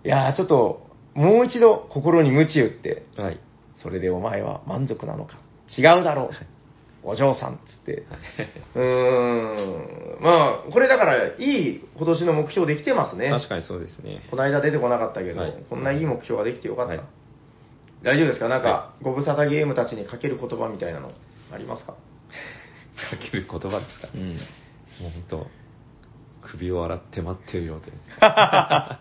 Speaker 2: いやー、ちょっと、もう一度心に鞭打って、
Speaker 1: はい
Speaker 2: それでお前は満足なのか。違うだろう。お嬢さんっつって。うーん。まあ、これだから、いい今年の目標できてますね。
Speaker 1: 確かにそうですね
Speaker 2: この間出てこなかったけど、
Speaker 1: はい
Speaker 2: こんないい目標ができてよかった。
Speaker 1: はい
Speaker 2: 大丈夫ですかなんか、
Speaker 1: は
Speaker 2: ご無沙汰ゲームたちにかける言葉みたいなのありますか
Speaker 1: かける言葉ですか
Speaker 2: ん。
Speaker 1: もう本当首を洗って待ってるよという
Speaker 2: は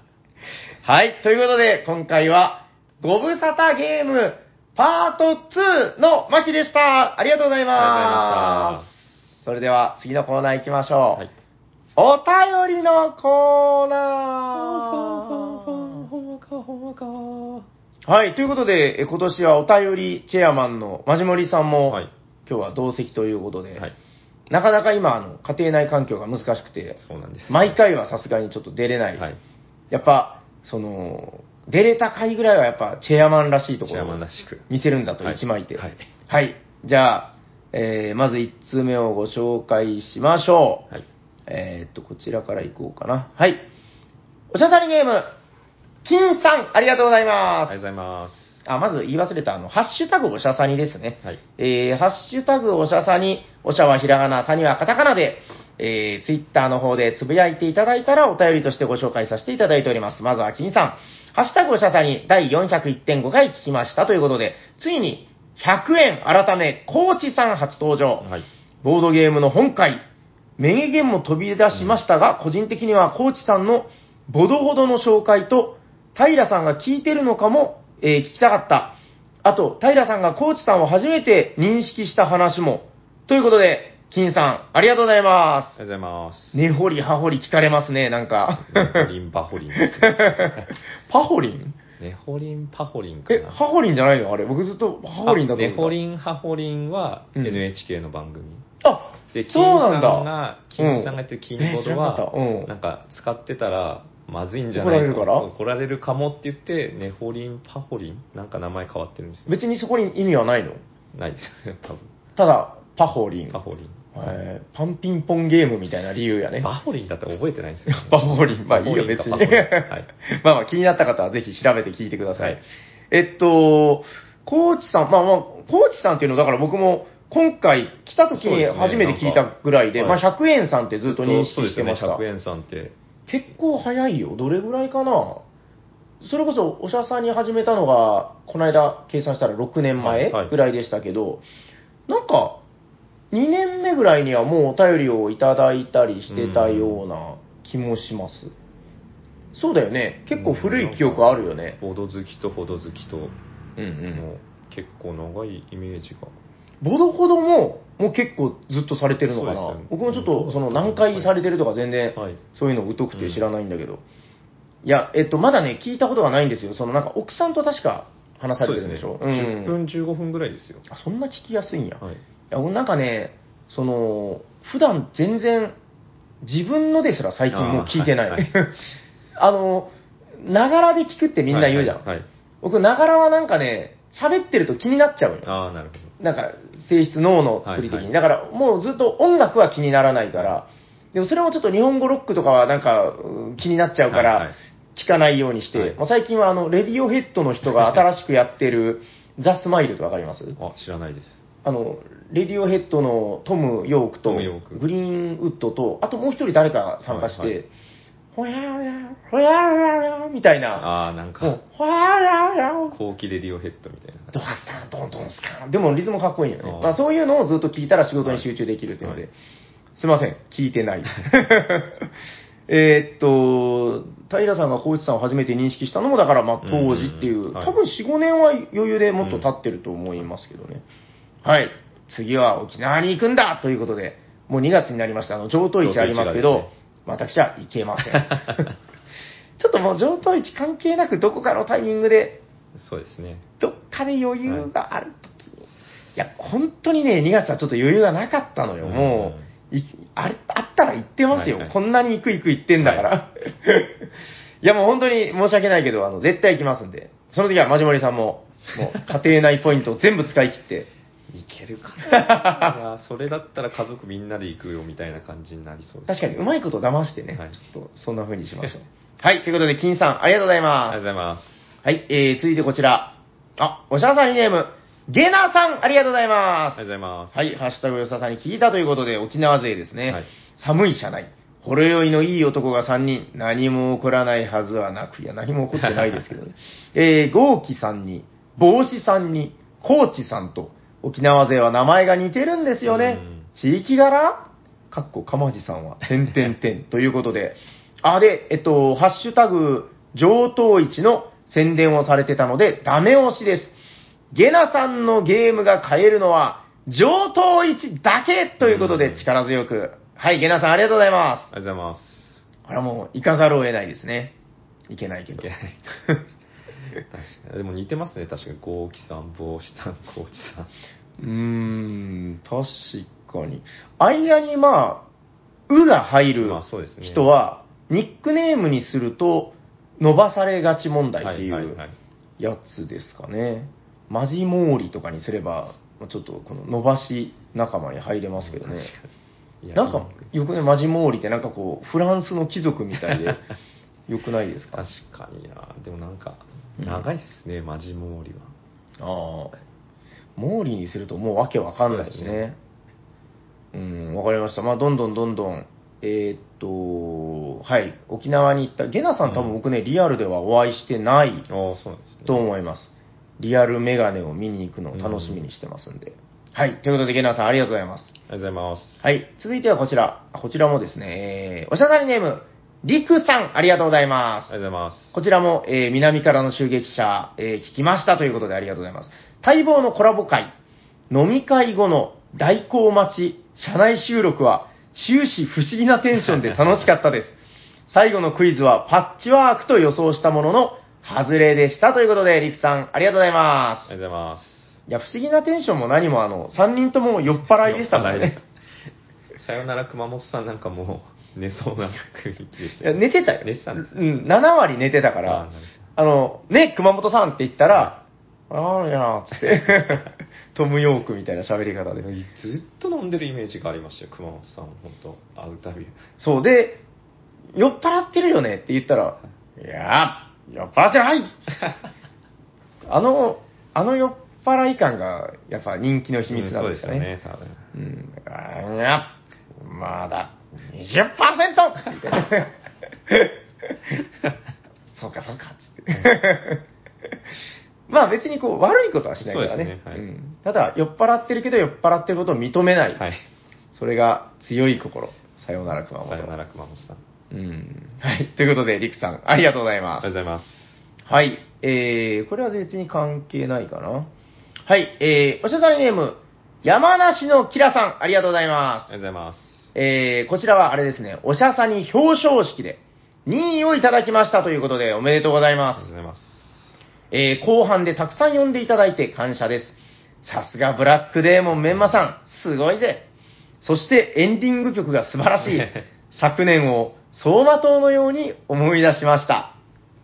Speaker 2: い。ということで、今回は、ご無沙汰ゲーム、パート2の巻でした。ありがとうござ
Speaker 1: あ
Speaker 2: い
Speaker 1: りがとうございま
Speaker 2: ま
Speaker 1: し
Speaker 2: す。それでは、次のコーナー行きましょう。
Speaker 1: はい
Speaker 2: お便りのコーナーはい、ということで、え今年はお便りチェアマンのマジモリさんも、
Speaker 1: はい
Speaker 2: 今日は同席ということで、
Speaker 1: はい
Speaker 2: なかなか今あの、家庭内環境が難しくて、
Speaker 1: そうなんです。
Speaker 2: 毎回はさすがにちょっと出れない。
Speaker 1: はい。
Speaker 2: やっぱ、その、出れた回ぐらいはやっぱチェアマンらしいとこ
Speaker 1: チェア
Speaker 2: ろ
Speaker 1: マ
Speaker 2: を
Speaker 1: ンらしく。
Speaker 2: 見せるんだと、
Speaker 1: はい
Speaker 2: 一枚いて。
Speaker 1: はい
Speaker 2: はいじゃあ、えーまず1通目をご紹介しましょう。
Speaker 1: はい。
Speaker 2: えーっと、こちらからいこうかな。はい。おしゃさりゲーム、金さん、ありがとうござい
Speaker 1: あ
Speaker 2: ま
Speaker 1: りがとうご
Speaker 2: す。
Speaker 1: ざいま
Speaker 2: あ、まず言い忘れた、あの、ハッシュタグおしゃさにですね。
Speaker 1: す。はい。
Speaker 2: えーハッシュタグおしゃさに、おしゃはひらがな、さにはカタカナで、えー、ツイッターの方でつぶやいていただいたらお便りとしてご紹介させていただいております。まずは金さん。ハッシュタグおしゃさに第401.5回聞きましたということで、ついに100円改め、コーチさん初登場。
Speaker 1: はい。
Speaker 2: ボードゲームの本会、名言も飛び出しましたが、個人的にはコーチさんのボドボドの紹介と、平さんが聞いてるのかも、えー聞きたかった。あと、平さんがコーチさんを初めて認識した話も。ということで、金さん、ありがとうございま
Speaker 1: ありがとう
Speaker 2: す。
Speaker 1: ござい ます。
Speaker 2: 根掘り葉掘り聞かれますね、な んか。
Speaker 1: ネホリンバホリンですね。
Speaker 2: パホリン
Speaker 1: ネホリンパホリンか
Speaker 2: え、
Speaker 1: な。
Speaker 2: ハホリンじゃないのあれ、僕ずっとハホリンだと思
Speaker 1: ネ
Speaker 2: ってた。
Speaker 1: ホリンハホリンは
Speaker 2: うん
Speaker 1: NHK の番組。
Speaker 2: あ、
Speaker 1: で、金
Speaker 2: そうな
Speaker 1: さ
Speaker 2: ん
Speaker 1: ん
Speaker 2: だ。
Speaker 1: が、金さんがやってる金ボードは、
Speaker 2: うんえ知らなかったうん
Speaker 1: なんか使ってたら、まずいんじゃない
Speaker 2: 怒られるから
Speaker 1: 怒られるかもって言って、ネホリンパホリンなんか名前変わってるんですよ。
Speaker 2: 別にそこに意味はないの
Speaker 1: ないですよね、多分。
Speaker 2: ただ、パホリン。
Speaker 1: パホリン。
Speaker 2: えーパンピンポンゲームみたいな理由やね。
Speaker 1: バホリンだって覚えてないんですよ、ね。
Speaker 2: パホリ ン。まあいいよ、
Speaker 1: パホリン
Speaker 2: 別
Speaker 1: か
Speaker 2: に。
Speaker 1: パホリン はい
Speaker 2: まあまあ気になった方はぜひ調べて聞いてください。
Speaker 1: はい
Speaker 2: えっと、コーチさん、まあまあ、コーチさんっていうのだから僕も今回来た時
Speaker 1: そう
Speaker 2: に
Speaker 1: ですね
Speaker 2: 初めて聞いたぐらいで、
Speaker 1: なんか
Speaker 2: まあ100円さんってずっと
Speaker 1: そ
Speaker 2: 認
Speaker 1: う
Speaker 2: 識
Speaker 1: で
Speaker 2: し
Speaker 1: す
Speaker 2: て
Speaker 1: よ
Speaker 2: ま
Speaker 1: ね、
Speaker 2: した。
Speaker 1: 100円さんって。
Speaker 2: 結構早いよ。どれぐらいかなそれこそ、おしゃさんに始めたのが、この間計算したら6年前
Speaker 1: はいはい
Speaker 2: ぐらいでしたけど、なんか、2年目ぐらいにはもうお便りをいただいたりしてたような気もします。そうだよね。結構古い記憶あるよね。
Speaker 1: ボード好きとほど好きと、も
Speaker 2: うんう。
Speaker 1: うん結構長いイメージが。
Speaker 2: ボドほども、もう結構ずっとされてるのかな。
Speaker 1: そうですね
Speaker 2: 僕もちょっと、その何回されてるとか全然、
Speaker 1: はい。
Speaker 2: そういうの疎くて知らないんだけど。いや、えっと、まだね、聞いたことがないんですよ。そのなんか、奥さんと確か話さ
Speaker 1: そ
Speaker 2: れ
Speaker 1: う
Speaker 2: て
Speaker 1: で
Speaker 2: る
Speaker 1: す
Speaker 2: ん
Speaker 1: ね。10
Speaker 2: でしょん。
Speaker 1: 分15分ぐらいですよ。
Speaker 2: あそんな聞きやすいんや。い
Speaker 1: はい。
Speaker 2: や、俺なんかね、その、普段全然、自分のですら最近もう聞いてない。あ,、
Speaker 1: あー はい
Speaker 2: の、ながらで聞くってみんな言うじゃん。
Speaker 1: はいはいはい。
Speaker 2: 僕、ながらはなんかね、喋ってると気になっちゃうよ。
Speaker 1: ああ、なるほ
Speaker 2: なんか、性質、脳の作り的に。
Speaker 1: はいはい
Speaker 2: だから、もうずっと音楽は気にならないから、でもそれもちょっと日本語ロックとかはなんか、うん気になっちゃうか
Speaker 1: はいは
Speaker 2: ら
Speaker 1: い、
Speaker 2: 聞かないようにして、
Speaker 1: はい
Speaker 2: もう最近はあの、レディオヘッドの人が新しくやってる、 ザ・スマイルってわかります
Speaker 1: ど。あ、知らないです。
Speaker 2: あの、レディオヘッドのトム・ヨークと、
Speaker 1: トムヨーク
Speaker 2: グリーンウッドと、あともう一人誰か参加し
Speaker 1: はいは
Speaker 2: て、ほやほや、ほやほやほやみたいな、
Speaker 1: ああ、なん
Speaker 2: も
Speaker 1: か
Speaker 2: う、ほやほやほや
Speaker 1: 後期レディオヘッドみたいな。
Speaker 2: ドハスタン、ドンドンスカン。でもリズムかっこいいよね。
Speaker 1: あー
Speaker 2: まあ、そういうのをずっと聞いたら仕事に集中できるというので。
Speaker 1: は
Speaker 2: すいません、聞いてないです。 えーっと、平さんがコーチさんを初めて認識したのも、だからまあ
Speaker 1: うん
Speaker 2: 当時っていう、
Speaker 1: はい
Speaker 2: 多分4、5年は余裕でもっと経ってると思いますけどね。はい。次は沖縄に行くんだということで、もう2月になりました。あの、上等市ありますけど、
Speaker 1: 上等
Speaker 2: 私は行けません。 ちょっともう上等市関係なく、どこかのタイミングで
Speaker 1: そうですね。
Speaker 2: どっかで余裕があるときに、い、や、本当にね、2月はちょっと余裕がなかったのよ、
Speaker 1: うん
Speaker 2: もう、いあれあったら行ってますよ、
Speaker 1: はいはい
Speaker 2: こんなに行く行く行ってんだから。 い、や、もう本当に申し訳ないけど、あの絶対行きますんで、その時はマジモリさんも、もう家庭内ポイントを全部使い切って、
Speaker 1: いけるかな いやーそれだったら家族みんなで行くよみたいな感じになりそうです。
Speaker 2: 確かにうまいこと騙してね、
Speaker 1: はい
Speaker 2: ちょっとそんな風に しましょう。はい、ということで、金さん、ありがとうござい
Speaker 1: ありが
Speaker 2: ま
Speaker 1: とう
Speaker 2: す
Speaker 1: ご。ざいます。
Speaker 2: はい、えー、続いてこちら。あ、おしゃさんにネーム、ゲナさん、ありがとうござい
Speaker 1: あ
Speaker 2: ます
Speaker 1: りがとうご。ざいます。
Speaker 2: はい、ハッシュタグよささんに聞いたということで、沖縄勢ですね。
Speaker 1: はい
Speaker 2: 寒い車内。ほろ酔いのいい男が3人。何も起こらないはずはなく。いや、何も起こってないです けどね。えー、ゴーキさんに、帽子さんに、コーチさんと、沖縄勢は名前が似てるんですよね
Speaker 1: うん。
Speaker 2: 地域柄かっこ、かまじさんは、てんてん てん。ということで。あ、で、えっと、ハッシュタグ、上等市の宣伝をされてたので、ダメ押しです。ゲナさんのゲームが買えるのは、上等1だけということ
Speaker 1: う
Speaker 2: で
Speaker 1: ん
Speaker 2: 力強く。はい、ゲナさんありがとうございま
Speaker 1: ありがとうございます。
Speaker 2: す。これはもう、行かざるを得ないですね。いけないけ
Speaker 1: い
Speaker 2: ど
Speaker 1: け。ない。 確かにでも似てますね確かに豪輝さん帽子さん高知さん
Speaker 2: うーん、確かに。間にまあ、うが入る
Speaker 1: まあそうですね
Speaker 2: 人は、ニックネームにすると、伸ばされがち問題ってい
Speaker 1: はいはいうはい
Speaker 2: やつですかね。マジモーリとかにすれば、まあちょっとこの伸ばし仲間に入れますけどね。
Speaker 1: いや
Speaker 2: なん
Speaker 1: い
Speaker 2: か、よくね、マジモーリってなんかこう、フランスの貴族みた いで、よくないですかあ
Speaker 1: い確かになでもなんか
Speaker 2: うん
Speaker 1: 長いっすね、マジモーリは
Speaker 2: あ。モーリにするともうわけわかんないです
Speaker 1: そうです
Speaker 2: ね。うん、わかりました。まあ、どんどんどんどん、えーっと、はい、沖縄に行った。ゲナさん多分僕ね、リアルではお会いしてない
Speaker 1: ああそうなんですね
Speaker 2: と思います。リアルメガネを見に行くのを楽しみにしてますんで。はい、ということでゲナさんありがとうございます。
Speaker 1: ありがとうございます
Speaker 2: はい、続いてはこちら。こちらもですね、えー、おしゃがりネーム、りくさん、ありがとうございます
Speaker 1: あ。りがとうございます
Speaker 2: こちらも、えー南からの襲撃者、えー聞きましたということでありがとうございます。待望のコラボ会、飲み会後の代行待ち、社内収録は終始不思議なテン ションで楽しかったです。最後のクイズはパッチワークと予想したものの、外れでしたということで、リクさん、ありがとうございま
Speaker 1: あ
Speaker 2: す。
Speaker 1: りがとうございます
Speaker 2: いや、不思議なテンションも何もあの、3人とも酔っ払いでしたもんね。
Speaker 1: さよなら熊本さんなんかもう寝そうな雰囲気でし
Speaker 2: い
Speaker 1: た
Speaker 2: や
Speaker 1: よ
Speaker 2: 寝てたよ。
Speaker 1: 寝てたんです
Speaker 2: うん、7割寝てたか
Speaker 1: あー
Speaker 2: ら
Speaker 1: なるほ、
Speaker 2: あの、ね、熊本さんって言ったら、ああ、いやな、つ って、トム・ヨークみたいな喋り方で。
Speaker 1: ずっと飲んでるイメージがありましたよ熊本さん本当会うたび
Speaker 2: そう、で、酔っ払ってるよねって言ったら、いやー、酔っ払って ないあの、あの酔っ払い感が、やっぱ人気の秘密なんですよね。
Speaker 1: うんそうですよね
Speaker 2: うん、あーいや、まだ 20%! みたいな。そうか、そうか、 つって。まあ別にこう悪いことはしないか
Speaker 1: そ
Speaker 2: らね
Speaker 1: うですねはい
Speaker 2: うんただ酔っ払ってるけど酔っ払ってることを認めな
Speaker 1: 多
Speaker 2: い。
Speaker 1: 分はい
Speaker 2: それが強い心。さようなら熊本。
Speaker 1: さよなら熊本さん
Speaker 2: うん。はい。ということで、リクさん、ありがとうござい
Speaker 1: ありが
Speaker 2: ま
Speaker 1: とうご。
Speaker 2: す
Speaker 1: ざいます
Speaker 2: はい。えー、これは別に関係ないかな。はい。えー、おしゃさりネーム、山梨のキラさん、ありがとうございます
Speaker 1: あ。りがとうございます
Speaker 2: えー、こちらはあれですね、おしゃさに表彰式で2位をいただきましたということでおめでとうござい
Speaker 1: ありが
Speaker 2: ま
Speaker 1: とう
Speaker 2: す。
Speaker 1: ございます
Speaker 2: えー、後半でたくさん呼んでいただいて感謝です。さすがブラックデーモンメンマさん、すごいぜ。そしてエンディング曲が素晴らし い。昨年を走馬灯のように思い出しました。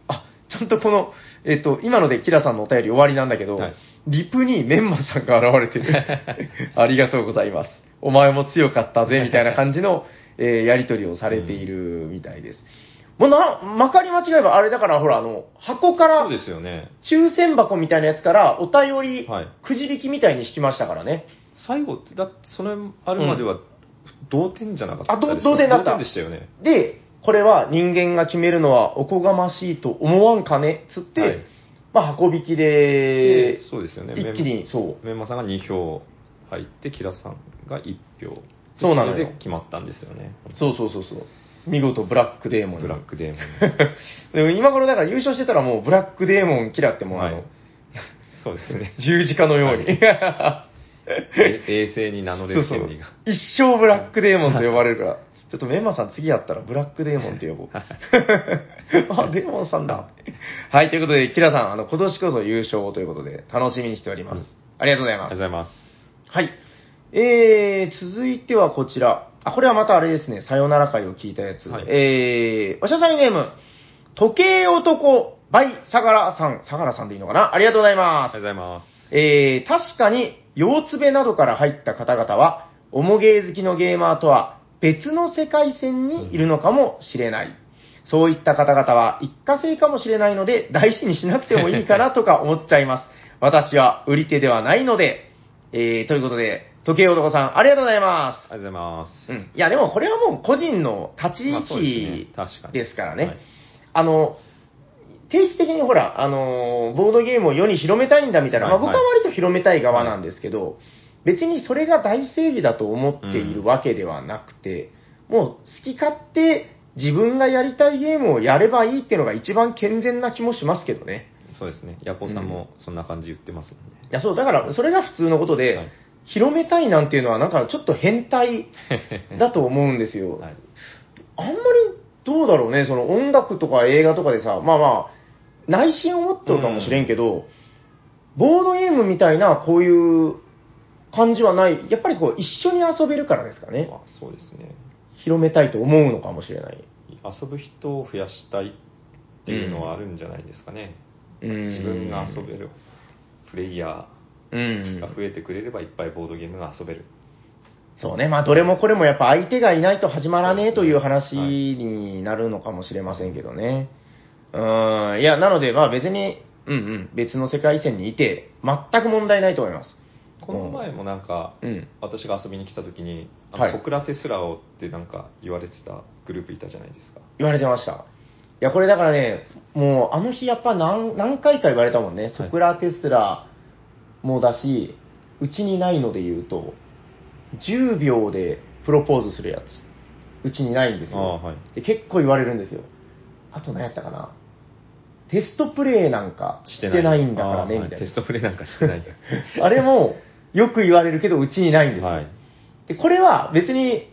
Speaker 2: あ、ちゃんとこの、えっ、と、今のでキラさんのお便り終わりなんだけど、
Speaker 1: はい
Speaker 2: リプにメンマさんが現れてる。 ありがとうございます。お前も強かったぜ、みたいな感じの、えーやりとりをされているみたいです。もうな、まかり間違えば、あれだから、ほら、あの、箱から
Speaker 1: そう、ですよね
Speaker 2: 抽選箱みたいなやつから、お便り
Speaker 1: はい、
Speaker 2: くじ引きみたいに引きましたからね。
Speaker 1: 最後だそれあるまでは同点じゃなかった
Speaker 2: あど
Speaker 1: ですか
Speaker 2: 同点だった
Speaker 1: 同点でしたよね
Speaker 2: で、これは人間が決めるのはおこがましいと思わんかねつって、
Speaker 1: はい
Speaker 2: まあ、箱引きで、
Speaker 1: そうですよね
Speaker 2: 一気に、そう。
Speaker 1: メンマさんが2票入ってキラさんが1票で
Speaker 2: そうなのよ
Speaker 1: それで決まったんですよね
Speaker 2: そうそうそうそう。見事、ブラックデーモン
Speaker 1: ブ
Speaker 2: に。
Speaker 1: ラック デーモン
Speaker 2: でも今頃だから優勝してたらもうブラックデーモンキラってもうあの、
Speaker 1: はいそうですね
Speaker 2: 十字架のように。
Speaker 1: え冷静に名乗れ
Speaker 2: そう
Speaker 1: る
Speaker 2: そ
Speaker 1: 権
Speaker 2: う
Speaker 1: 利 が。
Speaker 2: 一生ブラックデーモンと呼ばれるから。ちょっとメンマさん次やったらブラックデーモンって 呼ぼう。あ、デーモンさんだ。はい、ということで、キラさん、あの、今年こそ優勝をということで、楽しみにしております。
Speaker 1: うん
Speaker 2: ありがとうござい
Speaker 1: ありがとう
Speaker 2: ま
Speaker 1: ご
Speaker 2: す。
Speaker 1: ざいます
Speaker 2: はい。えー、続いてはこちら。あ、これはまたあれですね、さよなら会を聞いたやつ。
Speaker 1: はい
Speaker 2: えー、おしゃさりネーム、時計男、バイ、相良さん、相良さんでいいのかなありがとうござい
Speaker 1: ありがと
Speaker 2: ます
Speaker 1: うご。ざいます
Speaker 2: えー、確かに、腰つべなどから入った方々は、おもゲー好きのゲーマーとは別の世界線にいるのかもしれない。そういった方々は一過性かもしれないので、大事にしなくてもいいか なとか思っちゃいます。私は売り手ではないので、えー、ということで、時計男さん、ありがとうございます。
Speaker 1: ありがとうございます、
Speaker 2: うん。いや、でもこれはもう個人の立ち位
Speaker 1: まあそうですね
Speaker 2: 置
Speaker 1: 確かに
Speaker 2: ですからね。
Speaker 1: はい
Speaker 2: あの、定期的にほら、あのー、ボードゲームを世に広めたいんだみたいな、まあ
Speaker 1: はい
Speaker 2: 僕
Speaker 1: はい
Speaker 2: は割と広めたい側なんですけど、別にそれが大正義だと思っているわけではなくて、もう好き勝手自分がやりたいゲームをやればいいっていうのが一番健全な気もしますけどね。
Speaker 1: そうですねヤコウさんもそんな感じ言ってますもんね、
Speaker 2: いや、そう、だからそれが普通のことで、
Speaker 1: はい
Speaker 2: 広めたいなんていうのはなんかちょっと変態だと思うんですよ。
Speaker 1: はい、
Speaker 2: あんまりどうだろうね、その音楽とか映画とかでさ、まあまあ、内心思っとるかもしれんけど、ボードゲームみたいなこういう感じはない。やっぱりこう、一緒に遊べるからですかね。
Speaker 1: まあ、そうですね。
Speaker 2: 広めたいと思うのかもしれない。
Speaker 1: 遊ぶ人を増やしたいっていうのはあるんじゃないですかね。
Speaker 2: うん
Speaker 1: 自分が遊べるプレイヤ
Speaker 2: う
Speaker 1: ーが
Speaker 2: ん。
Speaker 1: 増えてくれればいっぱいボードゲームが遊べる。
Speaker 2: そうね。まあ、どれもこれもやっぱ相手がいないと始まらねえという話
Speaker 1: はい
Speaker 2: になるのかもしれませんけどね。うん。いや、なので、まあ別に、うんうん、別の世界線にいて、全く問題ないと思います。
Speaker 1: この前もなんか、
Speaker 2: うん。
Speaker 1: 私が遊びに来た時に、あ
Speaker 2: はい
Speaker 1: のソクラテスラオってなんか言われてたグループいたじゃないですか。
Speaker 2: 言われてました。いや、これだからね、もうあの日やっぱ何何回か言われたもんね。ソクラテスラもだし、うちにないので言うと、10秒でプロポーズするやつ。うちにないんですよ。
Speaker 1: あーはい
Speaker 2: で結構言われるんですよ。あと何やったかな。テストプレイなんかしてないんだからね、
Speaker 1: あー
Speaker 2: みた
Speaker 1: はいテストプレイなんかしてないよ。
Speaker 2: な。あれもよく言われるけど、うちにないんですよ。
Speaker 1: はい。
Speaker 2: で、これは別に、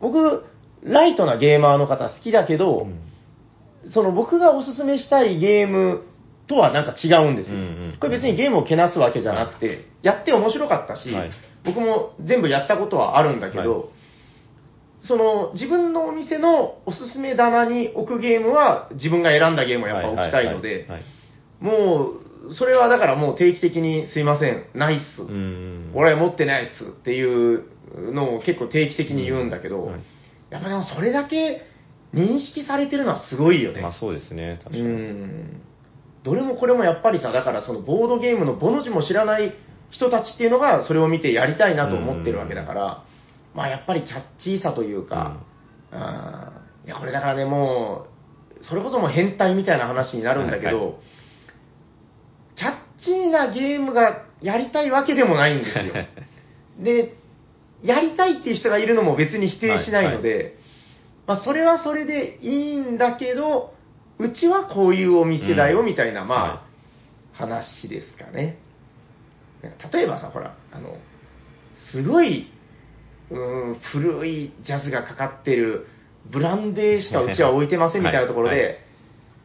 Speaker 2: 僕、ライトなゲーマーの方好きだけど、
Speaker 1: うん
Speaker 2: その僕がおすすめしたいゲームとはなんか違うんですよ。
Speaker 1: うんうん
Speaker 2: これ別にゲームをけなすわけじゃなくて、やって面白かったし、
Speaker 1: はい
Speaker 2: 僕も全部やったことはあるんだけど、
Speaker 1: はい
Speaker 2: その自分のお店のおすすめ棚に置くゲームは自分が選んだゲームをやっぱ置きたいので、
Speaker 1: はいはいはいはい
Speaker 2: もう、それはだからもう定期的にすいません、ないっす。
Speaker 1: うん
Speaker 2: 俺持ってないっすっていうのを結構定期的に言うんだけど、
Speaker 1: うんはい
Speaker 2: やっぱでもそれだけ認識されてるのはすごいよね。
Speaker 1: まあそうですね、確
Speaker 2: う
Speaker 1: かに。
Speaker 2: ん。どれもこれもやっぱりさ、だからそのボードゲームのボの字も知らない人たちっていうのがそれを見てやりたいなと思ってるわけだから、まあやっぱりキャッチーさというか、あーいやこれだからね、もう、それこそもう変態みたいな話になるんだけど、
Speaker 1: はいは
Speaker 2: キャッチーなゲームがやりたいわけでもないんですよ。 で、やりたいっていう人がいるのも別に否定しないので、まあ、それはそれでいいんだけど、うちはこういうお店だよ
Speaker 1: うん
Speaker 2: みたいな、まあ、
Speaker 1: は
Speaker 2: 話ですかね。なんか例えばさ、ほら、あの、すごい、うーん、古いジャズがかかってる、ブランデーしかうちは置いてませんみたいなところ
Speaker 1: はいは
Speaker 2: で、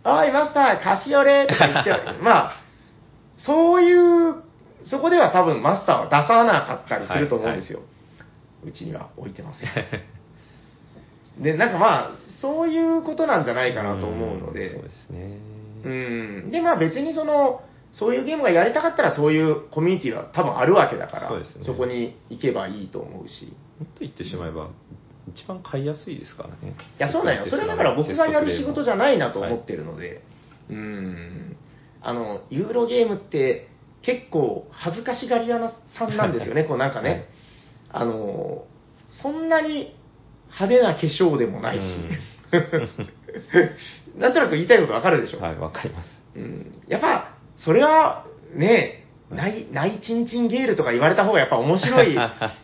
Speaker 2: あー、いました、カシオレとか言って、 まあ、そういう、そこでは多分マスターは出さなかったりすると思うんですよ。うちには置いてません。で、なんかまあ、そういうことなんじゃないかなと思うので、
Speaker 1: んそうですね。
Speaker 2: うん。で、まあ別にその、そういうゲームがやりたかったらそういうコミュニティは多分あるわけだから、
Speaker 1: そうですね
Speaker 2: こに行けばいいと思うし。い
Speaker 1: もっと言ってしまえば、一番買いやすいですからね。
Speaker 2: や、そうなんよ。それだから僕がやる仕事じゃないなと思ってるので、うん。あの、ユーロゲームって結構恥ずかしがり屋さんなんですよね、こうなんかね。
Speaker 1: はい
Speaker 2: あの、そんなに派手な化粧でもないし、 なんとなく言いたいことわかるでしょ。
Speaker 1: はい、わかります。
Speaker 2: うんやっぱ、それはね、ない、ないチンチンゲールとか言われた方がやっぱ面白いわ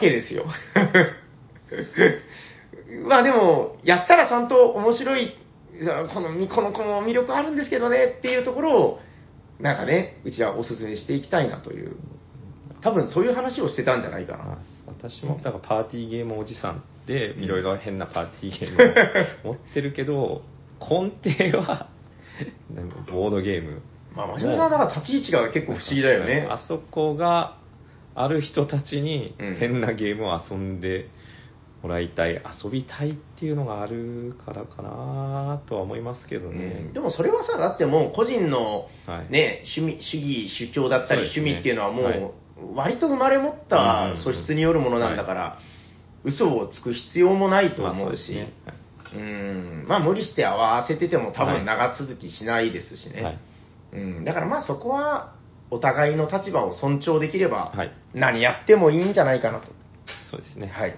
Speaker 2: けですよ。 まあでも、やったらちゃんと面白い、いやこの、この子も魅力あるんですけどねっていうところを、なんかね、うちはお勧めしていきたいなという、多分そういう話をしてたんじゃないかな。
Speaker 1: 私もだからパーティーゲームおじさんでいろいろ変なパーティーゲームを持 ってるけど根底はなんかボードゲーム
Speaker 2: まあ、真面目さんだから立ち位置が結構不思議だよね。
Speaker 1: あそこがある人たちに
Speaker 2: うん
Speaker 1: 変なゲームを遊んでもらいたい、遊びたいっていうのがあるからかなとは思いますけどね、
Speaker 2: でもそれはさ、だってもう個人の、
Speaker 1: はい
Speaker 2: ね、趣味主義、主張だったり、
Speaker 1: そ
Speaker 2: 趣
Speaker 1: うですね
Speaker 2: 味っていうのはも、
Speaker 1: はいう
Speaker 2: 割と生まれ持った素質によるものなんだから、嘘をつく必要もないと
Speaker 1: まあそ
Speaker 2: 思
Speaker 1: う
Speaker 2: う
Speaker 1: です
Speaker 2: し
Speaker 1: ね、
Speaker 2: うんまあ無理して合わせてても多
Speaker 1: は
Speaker 2: 分
Speaker 1: い
Speaker 2: 長続きしないですし
Speaker 1: は
Speaker 2: ね
Speaker 1: い、
Speaker 2: うんだからまあそこはお互いの立場を尊重できれば
Speaker 1: はい、
Speaker 2: 何やってもいいんじゃないかなと。
Speaker 1: そうですね
Speaker 2: はい、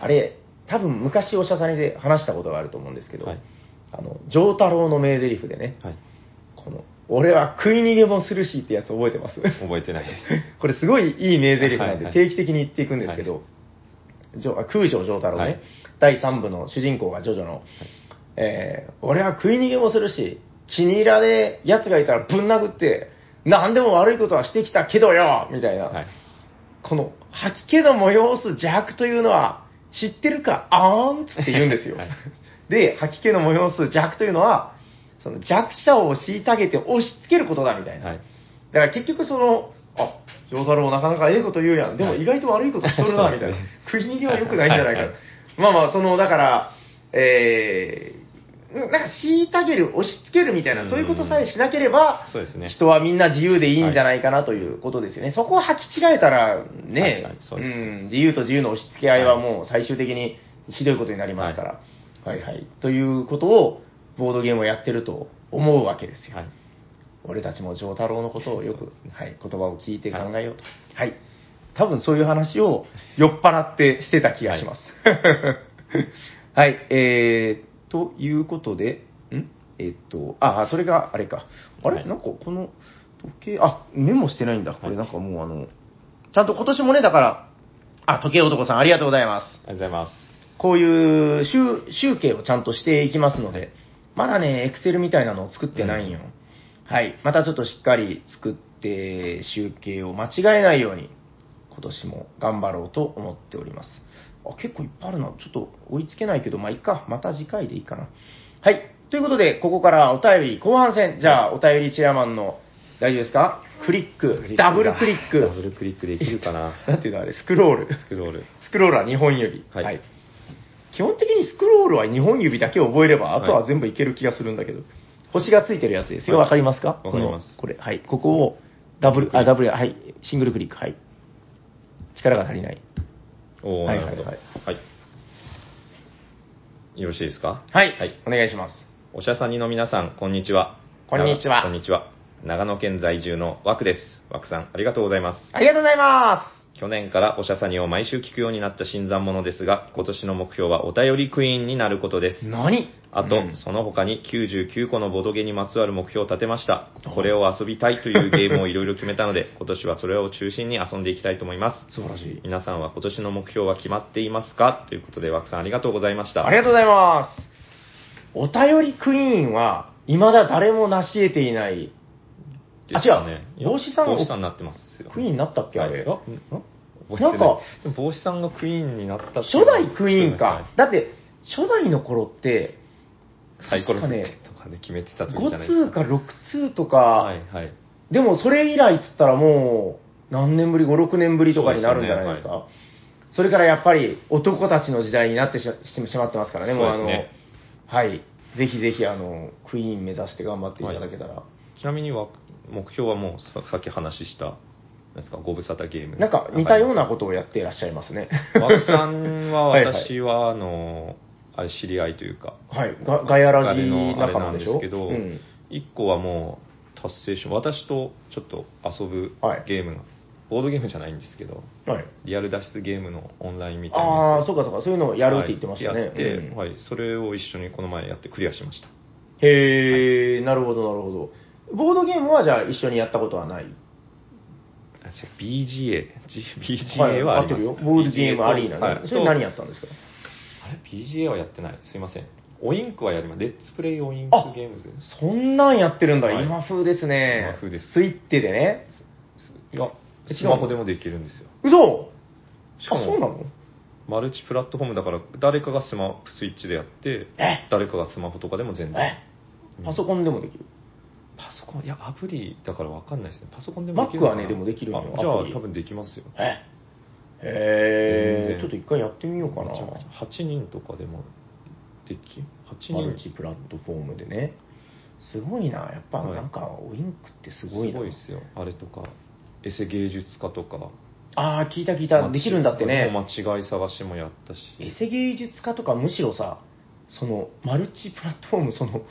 Speaker 2: あれ、多分昔、おしゃさんにで話したことがあると思うんですけど、
Speaker 1: はい
Speaker 2: あの丈太郎の名台詞でね、
Speaker 1: はい
Speaker 2: この俺は食い逃げもするしってやつ覚えてます
Speaker 1: 覚えてないです
Speaker 2: これ、すごいいい名台詞なんで、
Speaker 1: はい
Speaker 2: 定期的に言っていくんですけど、ジョあ空城丈太郎ね、
Speaker 1: はい
Speaker 2: 第3部の主人公がジョジョの、えー俺は食い逃げもするし、気に入らねえやつがいたらぶん殴って、何でも悪いことはしてきたけどよみたいな。
Speaker 1: はい
Speaker 2: この吐き気の催す邪悪というのは知ってるかあーんつって言うんですよ。
Speaker 1: はい
Speaker 2: で、吐き気の催す邪悪というのは、その弱者を虐げて押し付けることだみたいな。
Speaker 1: はい
Speaker 2: だから結局その、あ、上太郎なかなかええこと言うやん。でも
Speaker 1: はい
Speaker 2: 意外と悪いことしとる
Speaker 1: そう
Speaker 2: な、
Speaker 1: で
Speaker 2: み
Speaker 1: すね
Speaker 2: たいな。食い逃げは良くないんじゃないか
Speaker 1: はいはい。
Speaker 2: まあまあ、その、だから、えー、なんか虐げる、押し付けるみたいな、そういうことさえしなければ、
Speaker 1: そうですね
Speaker 2: 人はみんな自由でいいんじゃないかなということですよね。そこを履き違えたらね、
Speaker 1: 確かにそうですね
Speaker 2: ん、自由と自由の押し付け合いはもう最終的にひどいことになりますから。はい、はい、ということを、ボードゲームをやってると思うわけですよ。
Speaker 1: はい
Speaker 2: 俺たちも丈太郎のことをよく、はい、言葉を聞いて考えようと。はい。多分そういう話を酔っ払ってしてた気がします。 はい、えー、ということで、んえっと、あ、あそれがあれか。あれ、
Speaker 1: はい
Speaker 2: なんかこの時計、あ、メモしてないんだ。こ
Speaker 1: は
Speaker 2: れ
Speaker 1: い
Speaker 2: なんかもうあの、ちゃんと今年もね、だから、あ、時計男さんありがとうございます。
Speaker 1: ありがとうございます。
Speaker 2: こういう集集計をちゃんとしていきますので、まだね、エクセルみたいなのを作ってないんよ。はい。またちょっとしっかり作って、集計を間違えないように、今年も頑張ろうと思っております。あ、結構いっぱいあるな。ちょっと追いつけないけど、まあいっか。また次回でいいかな。はい。ということで、ここからお便り後半戦。じゃあ、お便りチェアマンの、大丈夫ですかクリック。ダブルクリッ
Speaker 1: ダブ
Speaker 2: ク。
Speaker 1: ルクリックできるかな。
Speaker 2: なんていうのあれ、スクロー ル。
Speaker 1: スクロール。
Speaker 2: スクロールは2本指。
Speaker 1: はい
Speaker 2: 基本的にスクロールは2本指だけ覚えれば、
Speaker 1: はい
Speaker 2: あとは全部いける気がするんだけど、星がついてるやつですよ。わ、
Speaker 1: はい
Speaker 2: かりますか
Speaker 1: わかります
Speaker 2: このこれ、はい。ここを、ダブル、あ、ダブル、はい。シングルクリック、はい。力が足りない。
Speaker 1: おお、
Speaker 2: は
Speaker 1: ないるほど。
Speaker 2: は
Speaker 1: はいい。よろしいですか
Speaker 2: はい。
Speaker 1: はい。
Speaker 2: お願いします。
Speaker 1: おしゃさにの皆さん、こんにちは。
Speaker 2: こんにちは
Speaker 1: なこんにちは。長野県在住の枠です。枠さん、ありがとうございます。
Speaker 2: ありがとうございます。
Speaker 1: 去年からおしゃさにを毎週聞くようになった新参者ですが、今年の目標はお便りクイーンになることです。
Speaker 2: 何
Speaker 1: あと、
Speaker 2: うん
Speaker 1: その他に99個のボドゲにまつわる目標を立てました。これを遊びたいというゲームをいろいろ決めたので、 今年はそれを中心に遊んでいきたいと思います。
Speaker 2: 素晴らしい。
Speaker 1: 皆さんは今年の目標は決まっていますかということで、枠さんありがとうございました。
Speaker 2: ありがとうございます。お便りクイーンは、未だ誰も成し得ていない。
Speaker 1: ですよね
Speaker 2: あ違う帽子さん
Speaker 1: 帽子さんになってますよ。
Speaker 2: クイーンになったっけあれ。
Speaker 1: はい
Speaker 2: あんん
Speaker 1: 覚えてない
Speaker 2: なんか
Speaker 1: でも帽子さんがクイーンになったっていう
Speaker 2: 初
Speaker 1: のは
Speaker 2: 代クイーン
Speaker 1: は
Speaker 2: か
Speaker 1: い。
Speaker 2: だって、初代の頃って、
Speaker 1: サイコロ振って
Speaker 2: 確かね
Speaker 1: とかで決めてた時じゃないです
Speaker 2: 5通か6通とか、
Speaker 1: はいはい。
Speaker 2: でもそれ以来っつったらもう、何年ぶり、5、6年ぶりとかになるんじゃないですか。そ
Speaker 1: そう
Speaker 2: れからやっぱり、男たちの時代になってしししまってますからね、もうあ
Speaker 1: そ
Speaker 2: の、
Speaker 1: うですね
Speaker 2: はい。ぜひぜひ、あの、クイーン目指して頑張っていただけたら。
Speaker 1: ちなみには、目標はもうささっき話した、なんですか、ご無沙汰ゲーム。
Speaker 2: なんか似たようなことをやっていらっしゃいます ね。
Speaker 1: 和久さんは
Speaker 2: はいはい
Speaker 1: 私はあのあれ知り合いというか
Speaker 2: はい。ガガヤラジ
Speaker 1: 彼のあれ
Speaker 2: 仲
Speaker 1: な
Speaker 2: 間
Speaker 1: ん
Speaker 2: で
Speaker 1: で
Speaker 2: しょ
Speaker 1: すけど、
Speaker 2: うん
Speaker 1: 一1個はもう達成し私とちょっと遊ぶ
Speaker 2: はい
Speaker 1: ゲームが、ボードゲームじゃないんですけど
Speaker 2: はい。
Speaker 1: リアル脱出ゲームのオンラインみたいな
Speaker 2: ああ、
Speaker 1: やつ
Speaker 2: そうかそうか、そういうのをやるって言ってましたね。
Speaker 1: はいやって、
Speaker 2: うん
Speaker 1: はい、それを一緒にこの前やってクリアしました
Speaker 2: へえ、なるほど、なるほど。ボードゲームはじゃあ一緒にやったことはない
Speaker 1: あ違う BGA G- BGA はあ
Speaker 2: 合
Speaker 1: り
Speaker 2: って
Speaker 1: ます、
Speaker 2: るよ。ボードゲームアリーナね。
Speaker 1: はい
Speaker 2: それ何やったんですか
Speaker 1: あれ BGA はやってないすいませんオインクはやりますレッツプレイオインク
Speaker 2: あ
Speaker 1: ゲームズです
Speaker 2: そんなんやってるんだ。
Speaker 1: はい
Speaker 2: 今風ですね。
Speaker 1: 今風です
Speaker 2: スイッテでね。
Speaker 1: いや
Speaker 2: え違う
Speaker 1: スマホでもできるんですよ
Speaker 2: うど
Speaker 1: しか
Speaker 2: あ、そうな
Speaker 1: も
Speaker 2: の
Speaker 1: マルチプラットフォームだから誰かがスマスイッチでやって
Speaker 2: え
Speaker 1: 誰かがスマホとかでも全然
Speaker 2: えパソコンでもできる。
Speaker 1: パソコンいやアプリだからわかんないですねパソコンでも
Speaker 2: Mac
Speaker 1: できるのか
Speaker 2: は
Speaker 1: な
Speaker 2: ね、でもできるのよ
Speaker 1: あじゃ
Speaker 2: アプ
Speaker 1: あ
Speaker 2: リ
Speaker 1: 多分できますよ
Speaker 2: え
Speaker 1: 全
Speaker 2: へえ。
Speaker 1: 然
Speaker 2: ちょっと一回やってみようかな
Speaker 1: め。ちゃくちゃ8人とかでもでき
Speaker 2: マル
Speaker 1: 8人
Speaker 2: チプラットフォームでね。すごいな。やっぱ
Speaker 1: はい
Speaker 2: なんか、ウインクってすごいな。
Speaker 1: ですよあれとかエセ芸術家とか
Speaker 2: ああ、聞いた聞いた。できるんだってね。
Speaker 1: 間違い探しもやったし
Speaker 2: エセ芸術家とかむしろさそのマルチプラットフォームその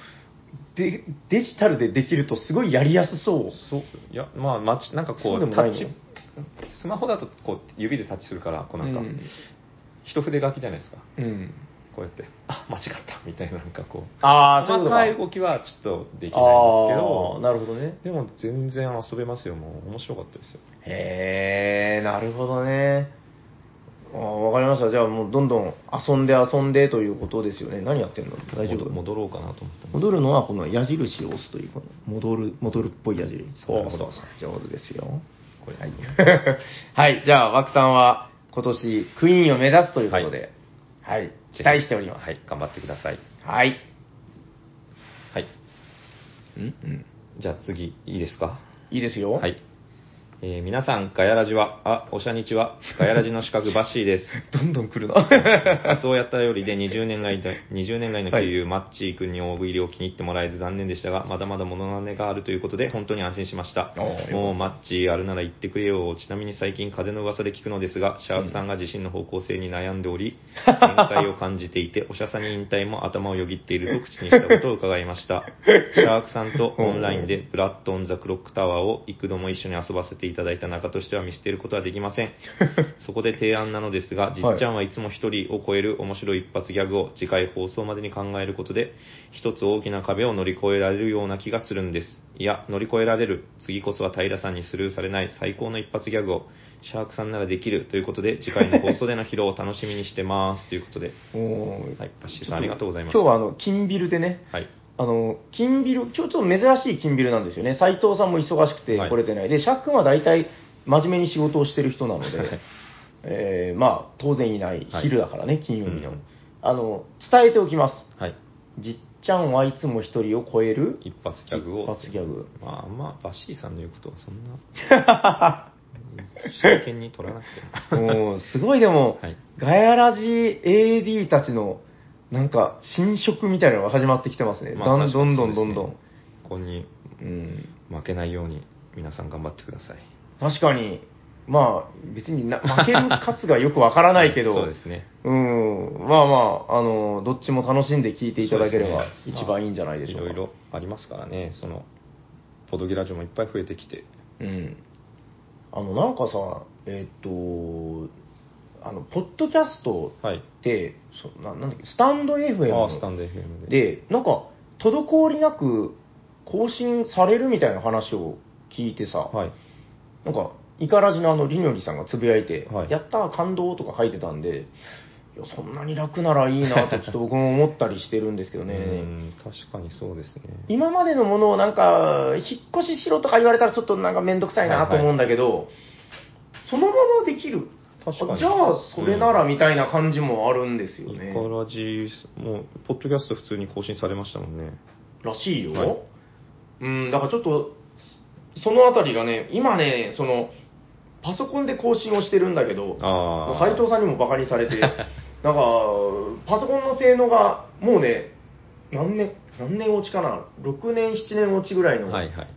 Speaker 2: デデジタルでできるとすごいやりやすそう
Speaker 1: そういやまあまちなんかこ
Speaker 2: そう
Speaker 1: う
Speaker 2: でも
Speaker 1: タ
Speaker 2: ない
Speaker 1: ッ
Speaker 2: の
Speaker 1: チスマホだとこう指でタッチするからこうなんか、
Speaker 2: うん
Speaker 1: 一筆書きじゃないですか
Speaker 2: うん
Speaker 1: こうやってあ間違ったみたいななんかこう
Speaker 2: ああそうい
Speaker 1: 細
Speaker 2: うこと
Speaker 1: か
Speaker 2: か
Speaker 1: い動きはちょっとできないんですけ
Speaker 2: ああ
Speaker 1: ど
Speaker 2: なるほどね
Speaker 1: でも全然遊べますよもう面白かったですよ
Speaker 2: へえなるほどねあーわかりましたじゃあもうどんどん遊んで遊んでということですよね何やってんの大丈夫
Speaker 1: 戻戻ろうかなと思ってます
Speaker 2: 戻るのはこの矢印を押すというこの戻る戻るっぽい矢印
Speaker 1: そうそうそう
Speaker 2: 上手ですよ
Speaker 1: これ
Speaker 2: はい。 はい、じゃあ、枠さんは今年クイーンを目指すということで、はい、期待しております。
Speaker 1: はい頑張ってください
Speaker 2: はい。
Speaker 1: はい
Speaker 2: うんうん
Speaker 1: じゃあ次、いいですか
Speaker 2: いいですよ。
Speaker 1: はい。。えー皆さん、ガヤラジは、あ、おしゃにちは、ガヤラジの資格バッシーです。
Speaker 2: どんどん来るな。
Speaker 1: 初をやったよりで20年来だ20年来の旧友、マッチー君に大食いを気に入ってもらえず残念でしたが、まだまだ物の値があるということで、本当に安心しました
Speaker 2: おー。
Speaker 1: もうマッチーあるなら言ってくれよ。ちなみに最近風の噂で聞くのですが、シャープさんが自身の方向性に悩んでおり、 限界を感じていて、おしゃさに引退も頭をよぎっていると口にしたことを伺いました。シャークさんとオンラインで、ブラッド・オン・ザ・クロック・タワーを幾度も一緒に遊ばせていただいた中としては見捨てることはできません。そこで提案なのですが、じっちゃんはいつも一人を超える面白い一発ギャグを次回放送までに考えることで、一つ大きな壁を乗り越えられるような気がするんです。いや、乗り越えられる。次こそは平さんにスルーされない最高の一発ギャグを、シャークさんならできるということで、次回の放送での披露を楽しみにしてます。ということで、
Speaker 2: おー
Speaker 1: はい、パッシーさんありがとうございます。
Speaker 2: 今日はあの、金ビルでね、
Speaker 1: はい。
Speaker 2: あの、金ビル、今日ちょっと珍しい金ビルなんですよね。斎藤さんも忙しくて
Speaker 1: はい
Speaker 2: 来れてない。で、シャックンは大体真面目に仕事をしてる人なので、えーまあ、当然いない
Speaker 1: はい
Speaker 2: 昼だからね、金曜日の、
Speaker 1: うん
Speaker 2: あの、伝えておきます。
Speaker 1: はい。
Speaker 2: じっちゃんはいつも一人を超える
Speaker 1: 一発ギャグを。
Speaker 2: 一発ギャグ。
Speaker 1: まあ、あんま、バッシーさんの言うことはそんな、 真剣に取らなくても。
Speaker 2: もう、すごいでも、
Speaker 1: はい
Speaker 2: ガヤラジ AD たちの、なんか、新色みたいなのが始まってきてますね。
Speaker 1: ま
Speaker 2: ど
Speaker 1: あ
Speaker 2: んどんどん
Speaker 1: 確か
Speaker 2: ど
Speaker 1: に
Speaker 2: ん
Speaker 1: そ
Speaker 2: ど。
Speaker 1: うんここに
Speaker 2: うん
Speaker 1: 負けないように皆さん頑張ってください。
Speaker 2: 確かに、まあ、別にな負ける勝つがよくわからないけど、
Speaker 1: そうですね。
Speaker 2: うん、まあまあ、あの、どっちも楽しんで聞いていただければ
Speaker 1: そうですね
Speaker 2: 一番いいんじゃないでしょうか。
Speaker 1: いろいろありますからね、その、ポドギラジオもいっぱい増えてきて。
Speaker 2: うん。あの、なんかさ、えっ、と、あの、ポッドキャスト
Speaker 1: はい。
Speaker 2: って、そななんだっけ、スタンド FM
Speaker 1: あ
Speaker 2: の
Speaker 1: あ、スタンド FM で。
Speaker 2: で、なんか、滞りなく更新されるみたいな話を聞いてさ、
Speaker 1: はい。
Speaker 2: なんか、イカラジのあの、りにょりさんがつぶやいて、
Speaker 1: はい
Speaker 2: やったー感動とか書いてたんで、いや、そんなに楽ならいいなとちょっと僕も思ったりしてるんですけど
Speaker 1: う
Speaker 2: ね。
Speaker 1: ん、確かにそうですね。
Speaker 2: 今までのものをなんか、引っ越ししろとか言われたらちょっとなんかめんどくさいなと思うんだけど、そのままできる。
Speaker 1: 確かに
Speaker 2: じゃあ、それならみたいな感じもあるんです
Speaker 1: イ
Speaker 2: よ
Speaker 1: カ
Speaker 2: ね。
Speaker 1: ラジ、もう、ポッドキャスト普通に更新されましたもんね。
Speaker 2: らしいよ、
Speaker 1: はい
Speaker 2: うんだからちょっとそのあたりがね今ねそのパソコンで更新をしてるんだけど
Speaker 1: ああ。
Speaker 2: 斎藤さんにもバカにされ てなんかパソコンの性能がもうね何年何年落ちかな6年7年落ちぐらいの
Speaker 1: はいはい。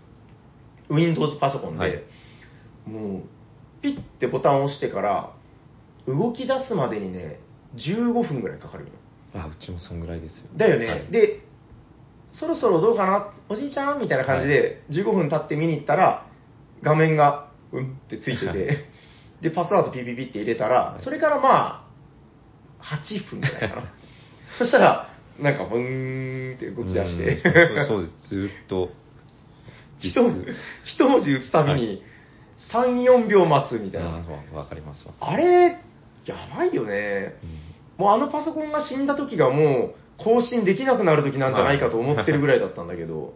Speaker 2: Windows パソコンで、
Speaker 1: はい
Speaker 2: もうピッてボタンを押してから動き出すまでにね15分ぐらいかかるよ
Speaker 1: あ、うちもそんぐらいですよ。
Speaker 2: だよね、
Speaker 1: はい
Speaker 2: でそろそろどうかなおじいちゃんみたいな感じで15分経って見に行ったら画面がうんってついてて でパスワードピピピって入れたら
Speaker 1: はい
Speaker 2: それからまあ8分ぐらいか なそしたらなんかブーンって動き出し
Speaker 1: う
Speaker 2: て
Speaker 1: ん本当そうです。ずーっと。
Speaker 2: 一文一文字打つたびに34秒待つみたいな、
Speaker 1: あわかりますわ。
Speaker 2: あれやばいよね
Speaker 1: うん
Speaker 2: もうあのパソコンが死んだ時がもう更新できなくなる時なんじゃないかと思ってるぐらいだったんだけど、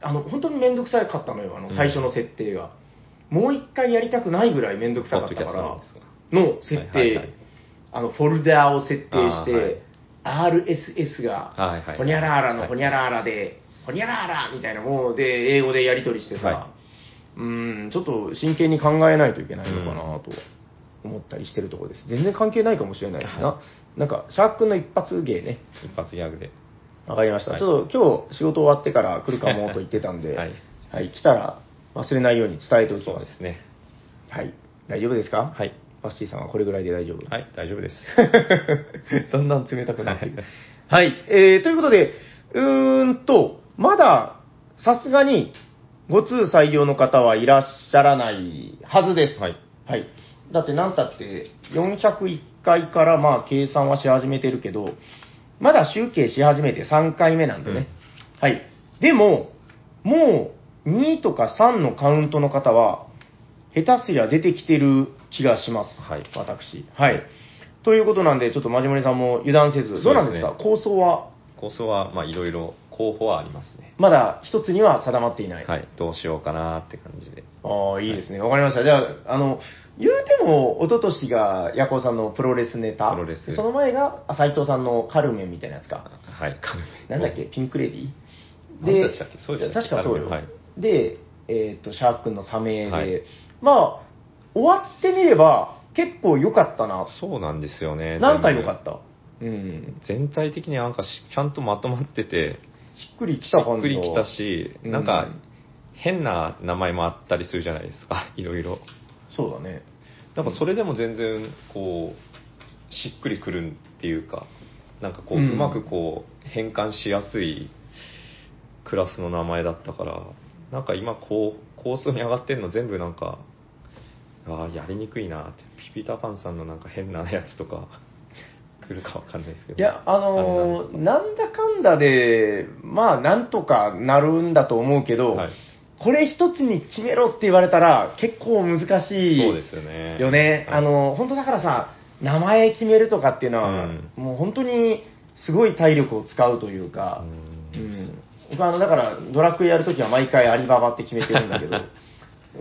Speaker 2: あの本当に面倒くさかったのよ、あの
Speaker 1: うん
Speaker 2: 最初の設定が。もう一回やりたくないぐらい面倒くさかったか
Speaker 1: ポッドキャストなん
Speaker 2: ら
Speaker 1: ですか
Speaker 2: の設定、
Speaker 1: はいはいはい
Speaker 2: あのフォルダーを設定して、RSS
Speaker 1: はいはいは
Speaker 2: が
Speaker 1: い
Speaker 2: ほにゃららの
Speaker 1: はい
Speaker 2: ほにゃららで、ほにゃららみたいなもので英語でやり取りしてさ、
Speaker 1: は
Speaker 2: うーん、ちょっと真剣に考えないといけないのかなと思ったりしてるところです。全然関係ないかもしれないですな。なんか、シャーク君の一発芸ね。
Speaker 1: 一発ギャグで。
Speaker 2: わかりました。
Speaker 1: はい
Speaker 2: ちょっと今日仕事終わってから来るかもと言ってたんで、
Speaker 1: はい
Speaker 2: はい、来たら忘れないように伝えておき
Speaker 1: そう
Speaker 2: ま。
Speaker 1: ですすね。
Speaker 2: はい。大丈夫ですか
Speaker 1: はい。
Speaker 2: バッシーさんはこれぐらいで大丈夫
Speaker 1: はい、大丈夫 です。
Speaker 2: だんだん冷たくなってる。はい。えーということで、うーんと、まだ、さすがに、ご通採用の方はいらっしゃらないはずです。
Speaker 1: はい。
Speaker 2: はい。だって何たって、401回からまあ計算はし始めてるけど、まだ集計し始めて3回目なんでね。はい。でも、もう2とか3のカウントの方は、下手すりゃ出てきてる気がします。
Speaker 1: はい
Speaker 2: 私。はい。ということなんで、ちょっとマジモリさんも油断せず、どうなんですか
Speaker 1: そう
Speaker 2: 構想は、
Speaker 1: 構想は、まあ、いろいろ候補はありますね。
Speaker 2: まだ一つには定まっていない。
Speaker 1: はい、どうしようかなーって感じで。
Speaker 2: ああ、いいですね。わかりました。じゃあ、あの、言うても、一昨年が、ヤコウさんのプロレスネタ。
Speaker 1: プロレス
Speaker 2: その前が、斎藤さんのカルメンみたいなやつか。
Speaker 1: はい、カルメ
Speaker 2: なんだっけ、ピンクレディー
Speaker 1: 何
Speaker 2: で
Speaker 1: でしたっけそうでしたっけ
Speaker 2: 確かそうよ、
Speaker 1: はい
Speaker 2: で、えー、とシャーク君のサメで、
Speaker 1: はい
Speaker 2: まあ終わってみれば結構良かったな
Speaker 1: そうなんですよね
Speaker 2: なんか良かったうん
Speaker 1: 全部全体的になんかしちゃんとまとまってて
Speaker 2: しっくりき
Speaker 1: し
Speaker 2: た感
Speaker 1: っ
Speaker 2: じ
Speaker 1: くりきたし、
Speaker 2: うん
Speaker 1: なんか変な名前もあったりするじゃないですか いろいろ
Speaker 2: そうだね
Speaker 1: なんかそれでも全然こうしっくりくるっていうかなんかこう、
Speaker 2: う
Speaker 1: うんまくこう変換しやすいクラスの名前だったからなんか今こう構想に上がってるの全部なんかああやりにくいなってピピタパンさんのなんか変なやつとか 来るかわかんないですけど
Speaker 2: いや、あのーなんだかんだで、まあ、なんとかなるんだと思うけど、
Speaker 1: はい
Speaker 2: これ一つに決めろって言われたら、結構難しい
Speaker 1: そうですよね
Speaker 2: よね。
Speaker 1: はい
Speaker 2: あのー本当だからさ、名前決めるとかっていうのは、
Speaker 1: うん
Speaker 2: もう本当にすごい体力を使うというか、
Speaker 1: う
Speaker 2: うんん僕はあのだから、ドラクエやるときは毎回アリババって決めてるんだけ ど、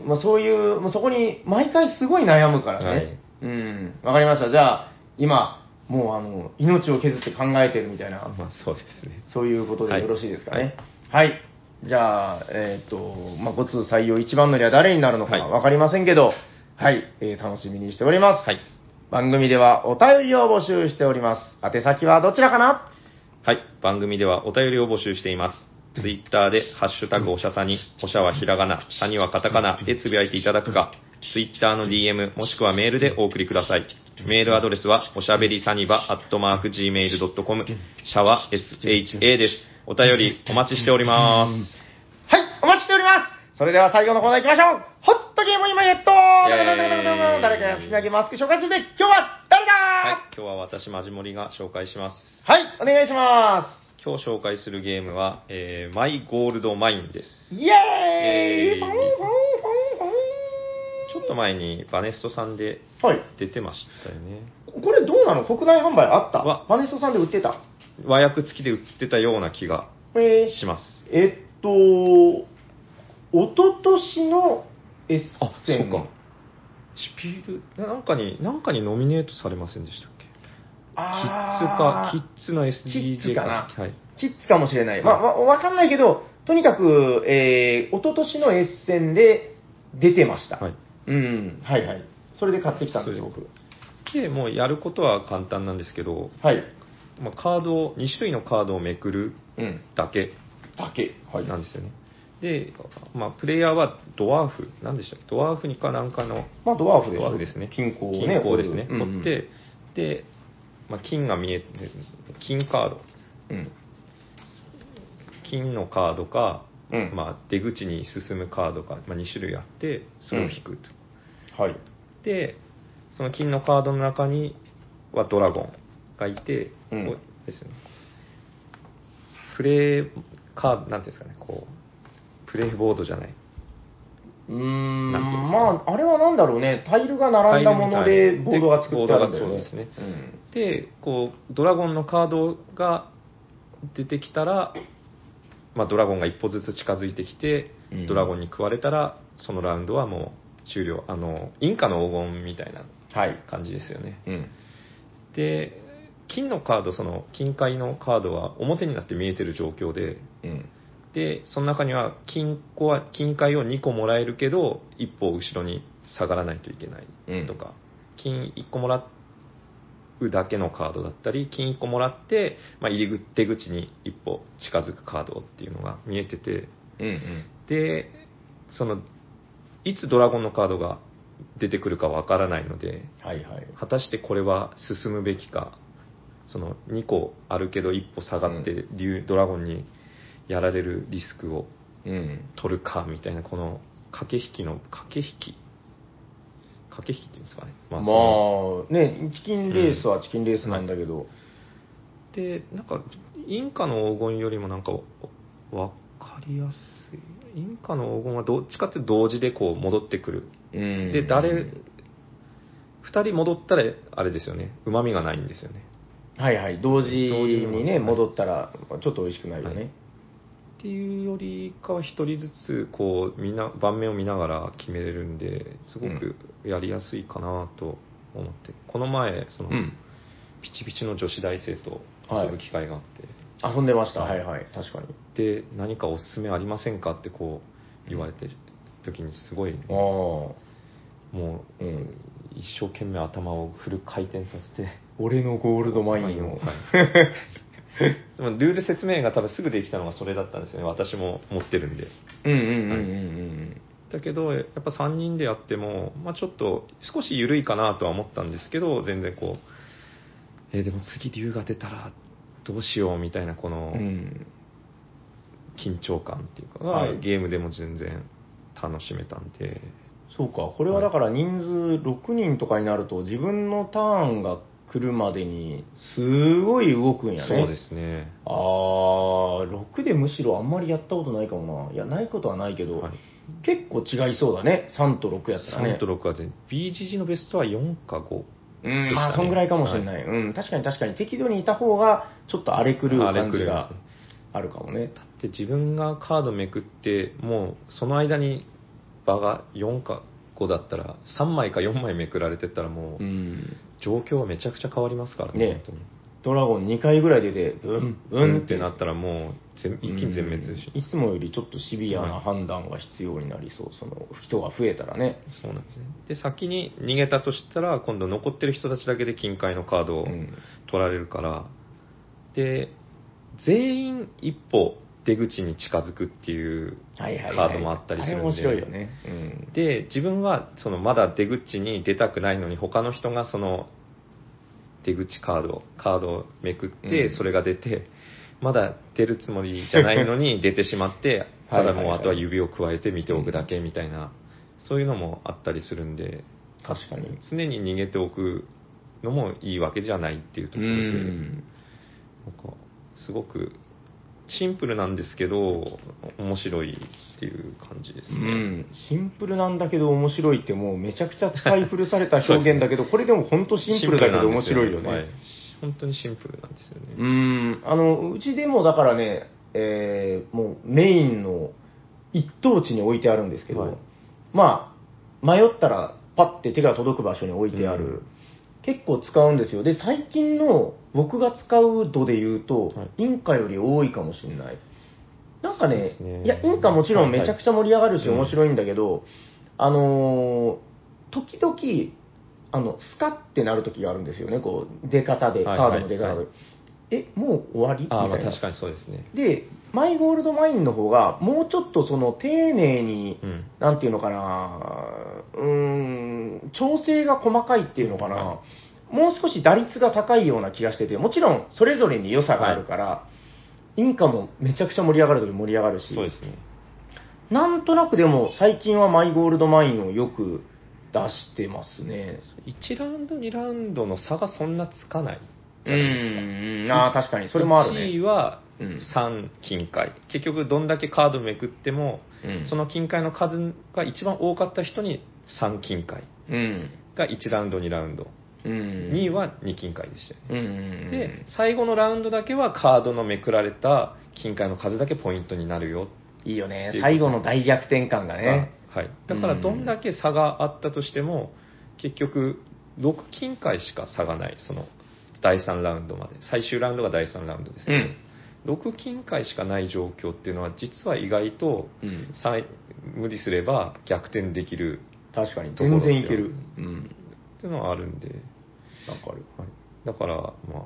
Speaker 2: まあそういう、もうそこに毎回すごい悩むからね。
Speaker 1: はい
Speaker 2: うん、わかりました。じゃあ、今、もうあの命を削って考えてるみたいな、
Speaker 1: まあそうですね
Speaker 2: そういうこと
Speaker 1: は
Speaker 2: で
Speaker 1: い
Speaker 2: よろしいですかね。はい。じゃあ、えっ、と、まあ、ご通採用一番乗りは誰になるのか
Speaker 1: はい
Speaker 2: わかりませんけど、はい、えー楽しみにしております。
Speaker 1: はい
Speaker 2: 番組ではお便りを募集しております。宛先はどちらかな
Speaker 1: はい。番組ではお便りを募集しています。ツイッターで、ハッシュタグおしゃさに、おしゃはひらがな、さにはカタカナでつぶやいていただくか、ツイッターの DM もしくはメールでお送りください。メールアドレスは、おしゃべりさにば、アットマーク gmail.com、シャワ SHA です。お便りお待ちしております。
Speaker 2: はい、お待ちしております。それでは最後のコーナー行きましょう。ホットゲーム今やっと
Speaker 1: イエーイ
Speaker 2: 誰かが好きなゲームマスク紹介して、今日は誰だ
Speaker 1: はい。今日は私、まじもりが紹介します。
Speaker 2: はい、お願いしま
Speaker 1: 今日紹介するゲームは、えーマイゴールドマインです。
Speaker 2: す。
Speaker 1: イ
Speaker 2: イエーイ
Speaker 1: エーイ
Speaker 2: ファンファンフ
Speaker 1: ちょっと前にバネストさんで
Speaker 2: ァンファンはい。
Speaker 1: 出てましたよね。
Speaker 2: これどうなの国内販売あった
Speaker 1: わ
Speaker 2: マネストさんで売ってた
Speaker 1: 和訳付きで売ってたような気が
Speaker 2: えー
Speaker 1: します。
Speaker 2: えっと、一昨年のエッセ
Speaker 1: シ
Speaker 2: ン。。
Speaker 1: ュピール、ななんかに、なんかにノミネートされませんでしたっけキッズか
Speaker 2: あー、
Speaker 1: キッズの SDJ
Speaker 2: キッズかな
Speaker 1: はい。
Speaker 2: キッズかもしれない。まあ、わわかんないけど、とにかく、えー、一昨年のエッセンで出てました。
Speaker 1: はい。
Speaker 2: うん、はいはい。それで買ってきたんです、
Speaker 1: そうで
Speaker 2: 僕。
Speaker 1: で、もうやることは簡単なんですけど、
Speaker 2: はい。
Speaker 1: まあ、カードを、2種類のカードをめくる
Speaker 2: うん。
Speaker 1: だけ
Speaker 2: だけ。はい。
Speaker 1: なんですよね。で、まあ、プレイヤーはドワーフ、なんでしたっけドワーフにかなんかの
Speaker 2: まあ、ドワーフで
Speaker 1: ドワーフですね。
Speaker 2: 金庫をね。
Speaker 1: 金庫ですね。
Speaker 2: 掘る
Speaker 1: 掘っ、て、で、まあ、金が見えて、金カード。
Speaker 2: うん。
Speaker 1: 金のカードか、
Speaker 2: うん。うん、
Speaker 1: まあ、出口に進むカードか、まあ、2種類あってそれを引くと、
Speaker 2: あ。はい。
Speaker 1: でその金のカードの中にはドラゴンがいて、
Speaker 2: うん
Speaker 1: こうですねプレイカードなんていうんですかねこうプレイボードじゃないう
Speaker 2: ーん。
Speaker 1: なんていうんですかね
Speaker 2: まあ、あれはなんだろうね。タイルが並んだもの
Speaker 1: タ
Speaker 2: で、
Speaker 1: イルみ
Speaker 2: ボ
Speaker 1: たいな
Speaker 2: ードが作ってあるんだよね。
Speaker 1: ボードがそうですでこうドラゴンのカードが出てきたら、まあ、ドラゴンが一歩ずつ近づいてきて、
Speaker 2: うん
Speaker 1: ドラゴンに食われたらそのラウンドはもう終了あのインカの黄金みたいな
Speaker 2: うん。はい。
Speaker 1: 感じですよね
Speaker 2: うん。
Speaker 1: で金のカードその金塊のカードは表になって見えてる状況で
Speaker 2: うん。
Speaker 1: でその中には金庫は金塊を2個もらえるけど1歩後ろに下がらないといけないとか、金1個もらうだけのカードだったり金1個もらって、まあ、入り口出口に1歩近づくカードっていうのが見えてて
Speaker 2: うん。うん。
Speaker 1: でそのいつドラゴンのカードが出てくるかわからないので
Speaker 2: はいはい。
Speaker 1: 果たしてこれは進むべきかその2個あるけど1歩下がって、竜ドラゴンにやられるリスクを
Speaker 2: うん。
Speaker 1: 取るかみたいなこの駆け引きの駆け引き駆け引きっていうんですかね
Speaker 2: まあ、
Speaker 1: その
Speaker 2: ね、チキンレースはチキンレースなんだけど、
Speaker 1: でなんかインカの黄金よりもなんかおわかりやすいインカの黄金はどっちかっていうと同時でこう戻ってくる
Speaker 2: うん
Speaker 1: で誰2人戻ったらあれですよねうまみがないんですよね
Speaker 2: はいはい、同時
Speaker 1: 同時に戻
Speaker 2: に
Speaker 1: る
Speaker 2: ね、
Speaker 1: はい
Speaker 2: 戻ったら、ちょっと美味しくないよね。
Speaker 1: はいっていうよりかは1人ずつこうみんな盤面を見ながら決めれるんですごくやりやすいかなと思って、この前その、
Speaker 2: うん。
Speaker 1: ピチピチの女子大生と遊ぶ機会があって、
Speaker 2: 遊んでました。はいはい。確かに。
Speaker 1: で何かおすすめありませんかってこう言われてる時にすごいね、
Speaker 2: ああ。
Speaker 1: もう
Speaker 2: うん。
Speaker 1: 一生懸命頭をフル回転させて
Speaker 2: 俺のゴールドマ インを。
Speaker 1: そのルール説明が多分すぐできたのがそれだったんですよね私も持ってるんで
Speaker 2: うんうんうんうん
Speaker 1: だけどやっぱ3人でやっても、まあ、ちょっと少し緩いかなとは思ったんですけど全然こう、えーでも次竜が出たらどうしようみたいなこ
Speaker 2: う
Speaker 1: の
Speaker 2: ん。うん。
Speaker 1: 緊張感っていうかが、
Speaker 2: はい
Speaker 1: ゲームでも全然楽しめたんで
Speaker 2: そうか。これはだから人数6人とかになると、自分のターンが来るまでに、すごい動くんやね。
Speaker 1: そうですね
Speaker 2: ああ、6でむしろあんまりやったことないかもな。いや、ないことはないけど、
Speaker 1: はい
Speaker 2: 結構違いそうだね。3と6やったらね。
Speaker 1: 3と6は全 BGG のベストは4か5
Speaker 2: う
Speaker 1: で
Speaker 2: ん、
Speaker 1: したね
Speaker 2: まあ、そんぐらいかもしれない。うん、確かに確かに。適度にいた方が、ちょっと荒れ狂う感じ
Speaker 1: あ
Speaker 2: が
Speaker 1: れ狂いますね
Speaker 2: あるかもね。
Speaker 1: だって自分がカードめくってもうその間に場が4か5だったら3枚か4枚めくられてったらも
Speaker 2: う。
Speaker 1: うん状況はめちゃくちゃ変わりますからね
Speaker 2: ね
Speaker 1: 本当に
Speaker 2: ドラゴン2回ぐらい出て、うん、
Speaker 1: う
Speaker 2: うんん
Speaker 1: っ
Speaker 2: ってて
Speaker 1: な
Speaker 2: な
Speaker 1: ったらもう全一気に全滅ですし、
Speaker 2: うんいつもよりちょっとシビアな判断が必要になりそう。その、人が増えたらね。
Speaker 1: そうなんですねで先に逃げたとしたら今度残ってる人たちだけで金塊のカードを
Speaker 2: うん。
Speaker 1: 取られるから、で全員一歩出口に近づくっていう
Speaker 2: はいはいはい。
Speaker 1: カードもあったりするんで
Speaker 2: あれ面白いよね。うん。
Speaker 1: で自分はそのまだ出口に出たくないのに他の人がその出口カードカードをめくって、
Speaker 2: うん
Speaker 1: それが出てまだ出るつもりじゃないの に出てしまって
Speaker 2: は
Speaker 1: た
Speaker 2: い
Speaker 1: だ
Speaker 2: はいはい
Speaker 1: もうあとは指をくわえて見ておくだけみたいな、そういうのもあったりするんで
Speaker 2: 確かに。
Speaker 1: 常に逃げておくのもいいわけじゃないっていうところで、
Speaker 2: う
Speaker 1: な
Speaker 2: ん。
Speaker 1: んかすごくシンプルなんですけど面白いっていう感じです
Speaker 2: う
Speaker 1: ね。
Speaker 2: ん、シンプルなんだけど面白いってもうめちゃくちゃ使い古された表現だけ ど、これでも本当シンプルだけど面白いよね。
Speaker 1: はい本当にシンプルなんですよね。
Speaker 2: うーん、あの、うちでもだからね、えーもうメインの一等地に置いてあるんですけど、
Speaker 1: はい
Speaker 2: まあ、迷ったらパッて手が届く場所に置いてある、
Speaker 1: うん
Speaker 2: 結構使うんですよ。で、最近の僕が使う度で言うと、
Speaker 1: はい
Speaker 2: インカより多いかもしれない。なんか
Speaker 1: そうで
Speaker 2: ね、
Speaker 1: すね
Speaker 2: いや、インカもちろんめちゃくちゃ盛り上がる
Speaker 1: は
Speaker 2: し
Speaker 1: いはい
Speaker 2: 面白いんだけど、あのー時々、あの、スカってなる時があるんですよね、こう、出方で、カ
Speaker 1: はい
Speaker 2: ードの出
Speaker 1: は
Speaker 2: 方
Speaker 1: いはい
Speaker 2: で。え、もう終わりみた
Speaker 1: ああ、
Speaker 2: い
Speaker 1: まあ
Speaker 2: な。
Speaker 1: 確かにそうですね。
Speaker 2: で、マイゴールドマインの方が、もうちょっとその丁寧に、
Speaker 1: うん。
Speaker 2: なんていうのかな、うーん、調整が細かいっていうのかな、
Speaker 1: は
Speaker 2: もう少し打率が高いような気がしてて、もちろんそれぞれに良さがあるから、インカもめちゃくちゃ盛り上がるとき盛り上がるし、
Speaker 1: そうですね。
Speaker 2: なんとなくでも最近はマイゴールドマインをよく出してますね。
Speaker 1: 1ラウンド、2ラウンドの差がそんなつかないじ
Speaker 2: う
Speaker 1: ゃないですか。
Speaker 2: ん、ああ、確かに、それもある
Speaker 1: 1
Speaker 2: ね。
Speaker 1: 位は
Speaker 2: うん
Speaker 1: 3金塊。結局どんだけカードめくっても、
Speaker 2: うん
Speaker 1: その金塊の数が一番多かった人に3金塊
Speaker 2: うん。
Speaker 1: が1ラウンド、2ラウンド。
Speaker 2: うん。
Speaker 1: 2位、は2金塊でしたよね。
Speaker 2: うんうんうん、
Speaker 1: で、最後のラウンドだけはカードのめくられた金塊の数だけポイントになるよ
Speaker 2: いいよね
Speaker 1: ってい。う
Speaker 2: 最後の大逆転感がね。
Speaker 1: はい、だからどんだけ差があったとしても、結局6金塊しか差がないその第3ラウンドまで最終ラウンドが第3ラウンドですけ
Speaker 2: うん
Speaker 1: ど、6金塊しかない状況っていうのは実は意外と
Speaker 2: うん。
Speaker 1: さ無理すれば逆転できる
Speaker 2: 確かに、全然いける。うん。
Speaker 1: っていうのはあるんで、
Speaker 2: なんかある。
Speaker 1: はい、だからまあ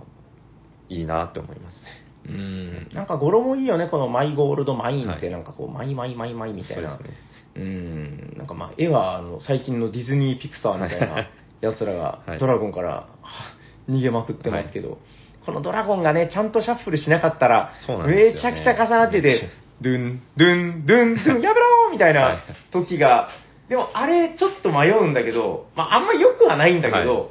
Speaker 1: いいなと思いますね
Speaker 2: うん。なんか語呂もいいよね、このマイゴールドマインっ
Speaker 1: は
Speaker 2: て、
Speaker 1: い
Speaker 2: なんかこう、マイマイマイマイみたいな。
Speaker 1: そうですね
Speaker 2: うん。なんかまあ、絵は、あの、最近のディズニーピクサーみたいな奴らが
Speaker 1: はい、
Speaker 2: ドラゴンから、はぁ逃げまくってますけど、このドラゴンがね、ちゃんとシャッフルしなかったら、
Speaker 1: そうなんで
Speaker 2: め
Speaker 1: す
Speaker 2: ち
Speaker 1: よ
Speaker 2: ゃ
Speaker 1: ね
Speaker 2: くちゃ重なって
Speaker 1: めっち
Speaker 2: て
Speaker 1: ゃ、
Speaker 2: ドゥン、ドゥン、ドゥン、ドゥン、やめろーみたい
Speaker 1: はい
Speaker 2: な時が、でもあれちょっと迷うんだけど、まああんま良くはないんだけど、
Speaker 1: は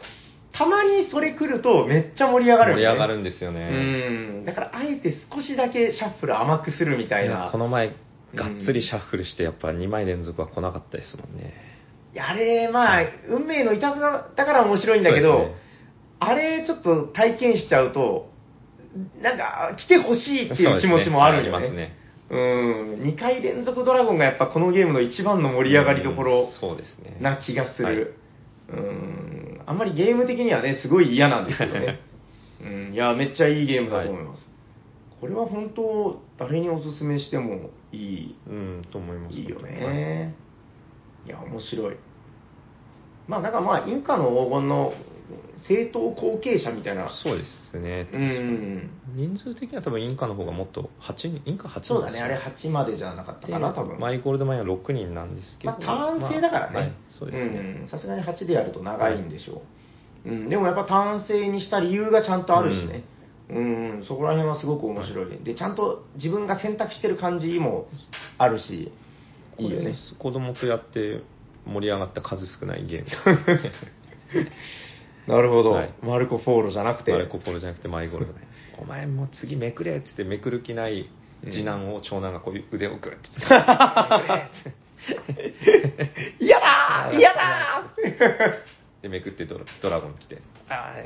Speaker 2: たまにそれ来るとめっちゃ盛り上がる
Speaker 1: 盛
Speaker 2: よね、
Speaker 1: り上がるんですよね、
Speaker 2: うん。だからあえて少しだけシャッフル甘くするみたい
Speaker 1: いや
Speaker 2: な
Speaker 1: こ。の前がっつりシャッフルしてやっぱ2枚連続は来なかったですもんね、
Speaker 2: いやあれ、まあ、運命のいたずらだから面白いんだけど、
Speaker 1: そうですね
Speaker 2: あれちょっと体験しちゃうと、なんか来てほしいっていう気持ちもある
Speaker 1: そ
Speaker 2: よね。
Speaker 1: うですね
Speaker 2: うん、2回連続ドラゴンがやっぱこのゲームの一番の盛り上がりどころ
Speaker 1: うんそうですね
Speaker 2: な気がする。うん、あんまりゲーム的にはね、すごい嫌なんですけどね。うん、いや、めっちゃいいゲームだと思います。これは本当誰におすすめしてもいい
Speaker 1: うんと思います
Speaker 2: いいよね、い、や面白いまあなんかまあインカの黄金の正統後継者みたいな
Speaker 1: そうですね
Speaker 2: うんうん
Speaker 1: 人数的には多分インカの方がもっと8人インカ8人
Speaker 2: そうだねあれ8までじゃなかったかな多分
Speaker 1: マイゴールドマインは6人なんですけど、
Speaker 2: まあ、ターン制だからね、
Speaker 1: まあはいそうですね、
Speaker 2: うんさすがに8でやると長いんでしょう、うん、でもやっぱターン制にした理由がちゃんとあるしね、うんそこら辺はすごく面白い、でちゃんと自分が選択してる感じもあるし、いいよ
Speaker 1: これ
Speaker 2: ね、
Speaker 1: 子供とやって盛り上がった数少ないゲームです
Speaker 2: なるほ
Speaker 1: はい
Speaker 2: マルコ・フォーロじゃなく
Speaker 1: マルコポロじゃなくてマイゴールドね お前もう次めくれっつってめくる気ない次男を長男がこう腕をグッ てつか
Speaker 2: 嫌だ ー嫌だ
Speaker 1: でめくってドラドラゴン来て「ああ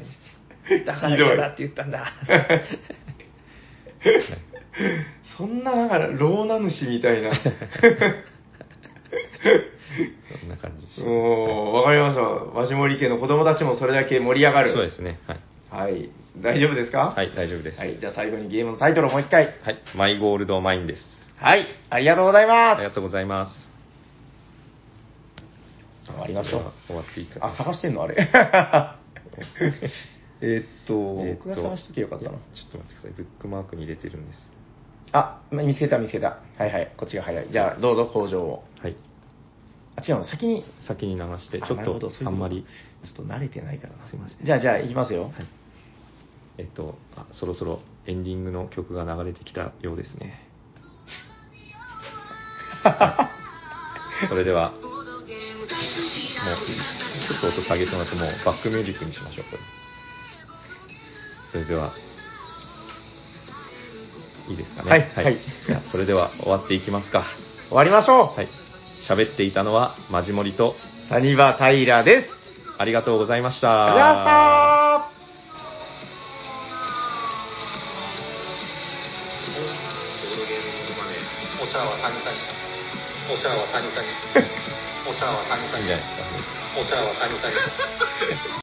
Speaker 1: だから
Speaker 2: ひどい
Speaker 1: 嫌だって言ったんだ」
Speaker 2: ーそんななんか老名主みた いな
Speaker 1: そんな感じでした
Speaker 2: もうわかりましたわし森家の子供たちもそれだけ盛り上がる
Speaker 1: そうですねはい、
Speaker 2: はい大丈夫ですか
Speaker 1: はい、大丈夫です、
Speaker 2: はい、じゃあ最後にゲームのタイトルをもう一回
Speaker 1: はい、マイゴールドマインです
Speaker 2: はいありがとうございま
Speaker 1: あ
Speaker 2: す
Speaker 1: りがとうございます
Speaker 2: 終わりましょう
Speaker 1: 終わっていいか
Speaker 2: あ
Speaker 1: な
Speaker 2: 探してんのあれ えっと
Speaker 1: えっ
Speaker 2: 僕が探しとけよかった
Speaker 1: い
Speaker 2: な
Speaker 1: やちょっと待ってくださいブックマークに入れてるんです
Speaker 2: あ見つけた見つけたはいはいこっちが早いじゃあどうぞ工場を
Speaker 1: はい
Speaker 2: あ違うの先に
Speaker 1: 先に流して
Speaker 2: あ
Speaker 1: ちょ
Speaker 2: な
Speaker 1: っ
Speaker 2: るほど
Speaker 1: と
Speaker 2: そういう
Speaker 1: あ
Speaker 2: こと
Speaker 1: んまり
Speaker 2: ちょっと慣れてないからな
Speaker 1: すいません
Speaker 2: じゃあじゃあいきますよ、
Speaker 1: はいえっとあそろそろエンディングの曲が流れてきたようですねそれではもうちょっと音下げてもらってもうバックミュージックにしましょうこれそれではいいですかね
Speaker 2: はいはい
Speaker 1: じゃあそれでは終わっていきますか
Speaker 2: 終わりましょう、
Speaker 1: はい喋っていたのはマジモリと
Speaker 2: サニバタイラです
Speaker 1: ありがとうございました
Speaker 2: ありがとうございました
Speaker 3: おしゃは三人三人おしゃは三人三人おしゃは三人
Speaker 1: いい
Speaker 3: 三
Speaker 1: んじゃない
Speaker 3: 人
Speaker 1: ですか
Speaker 3: おしゃは三人三人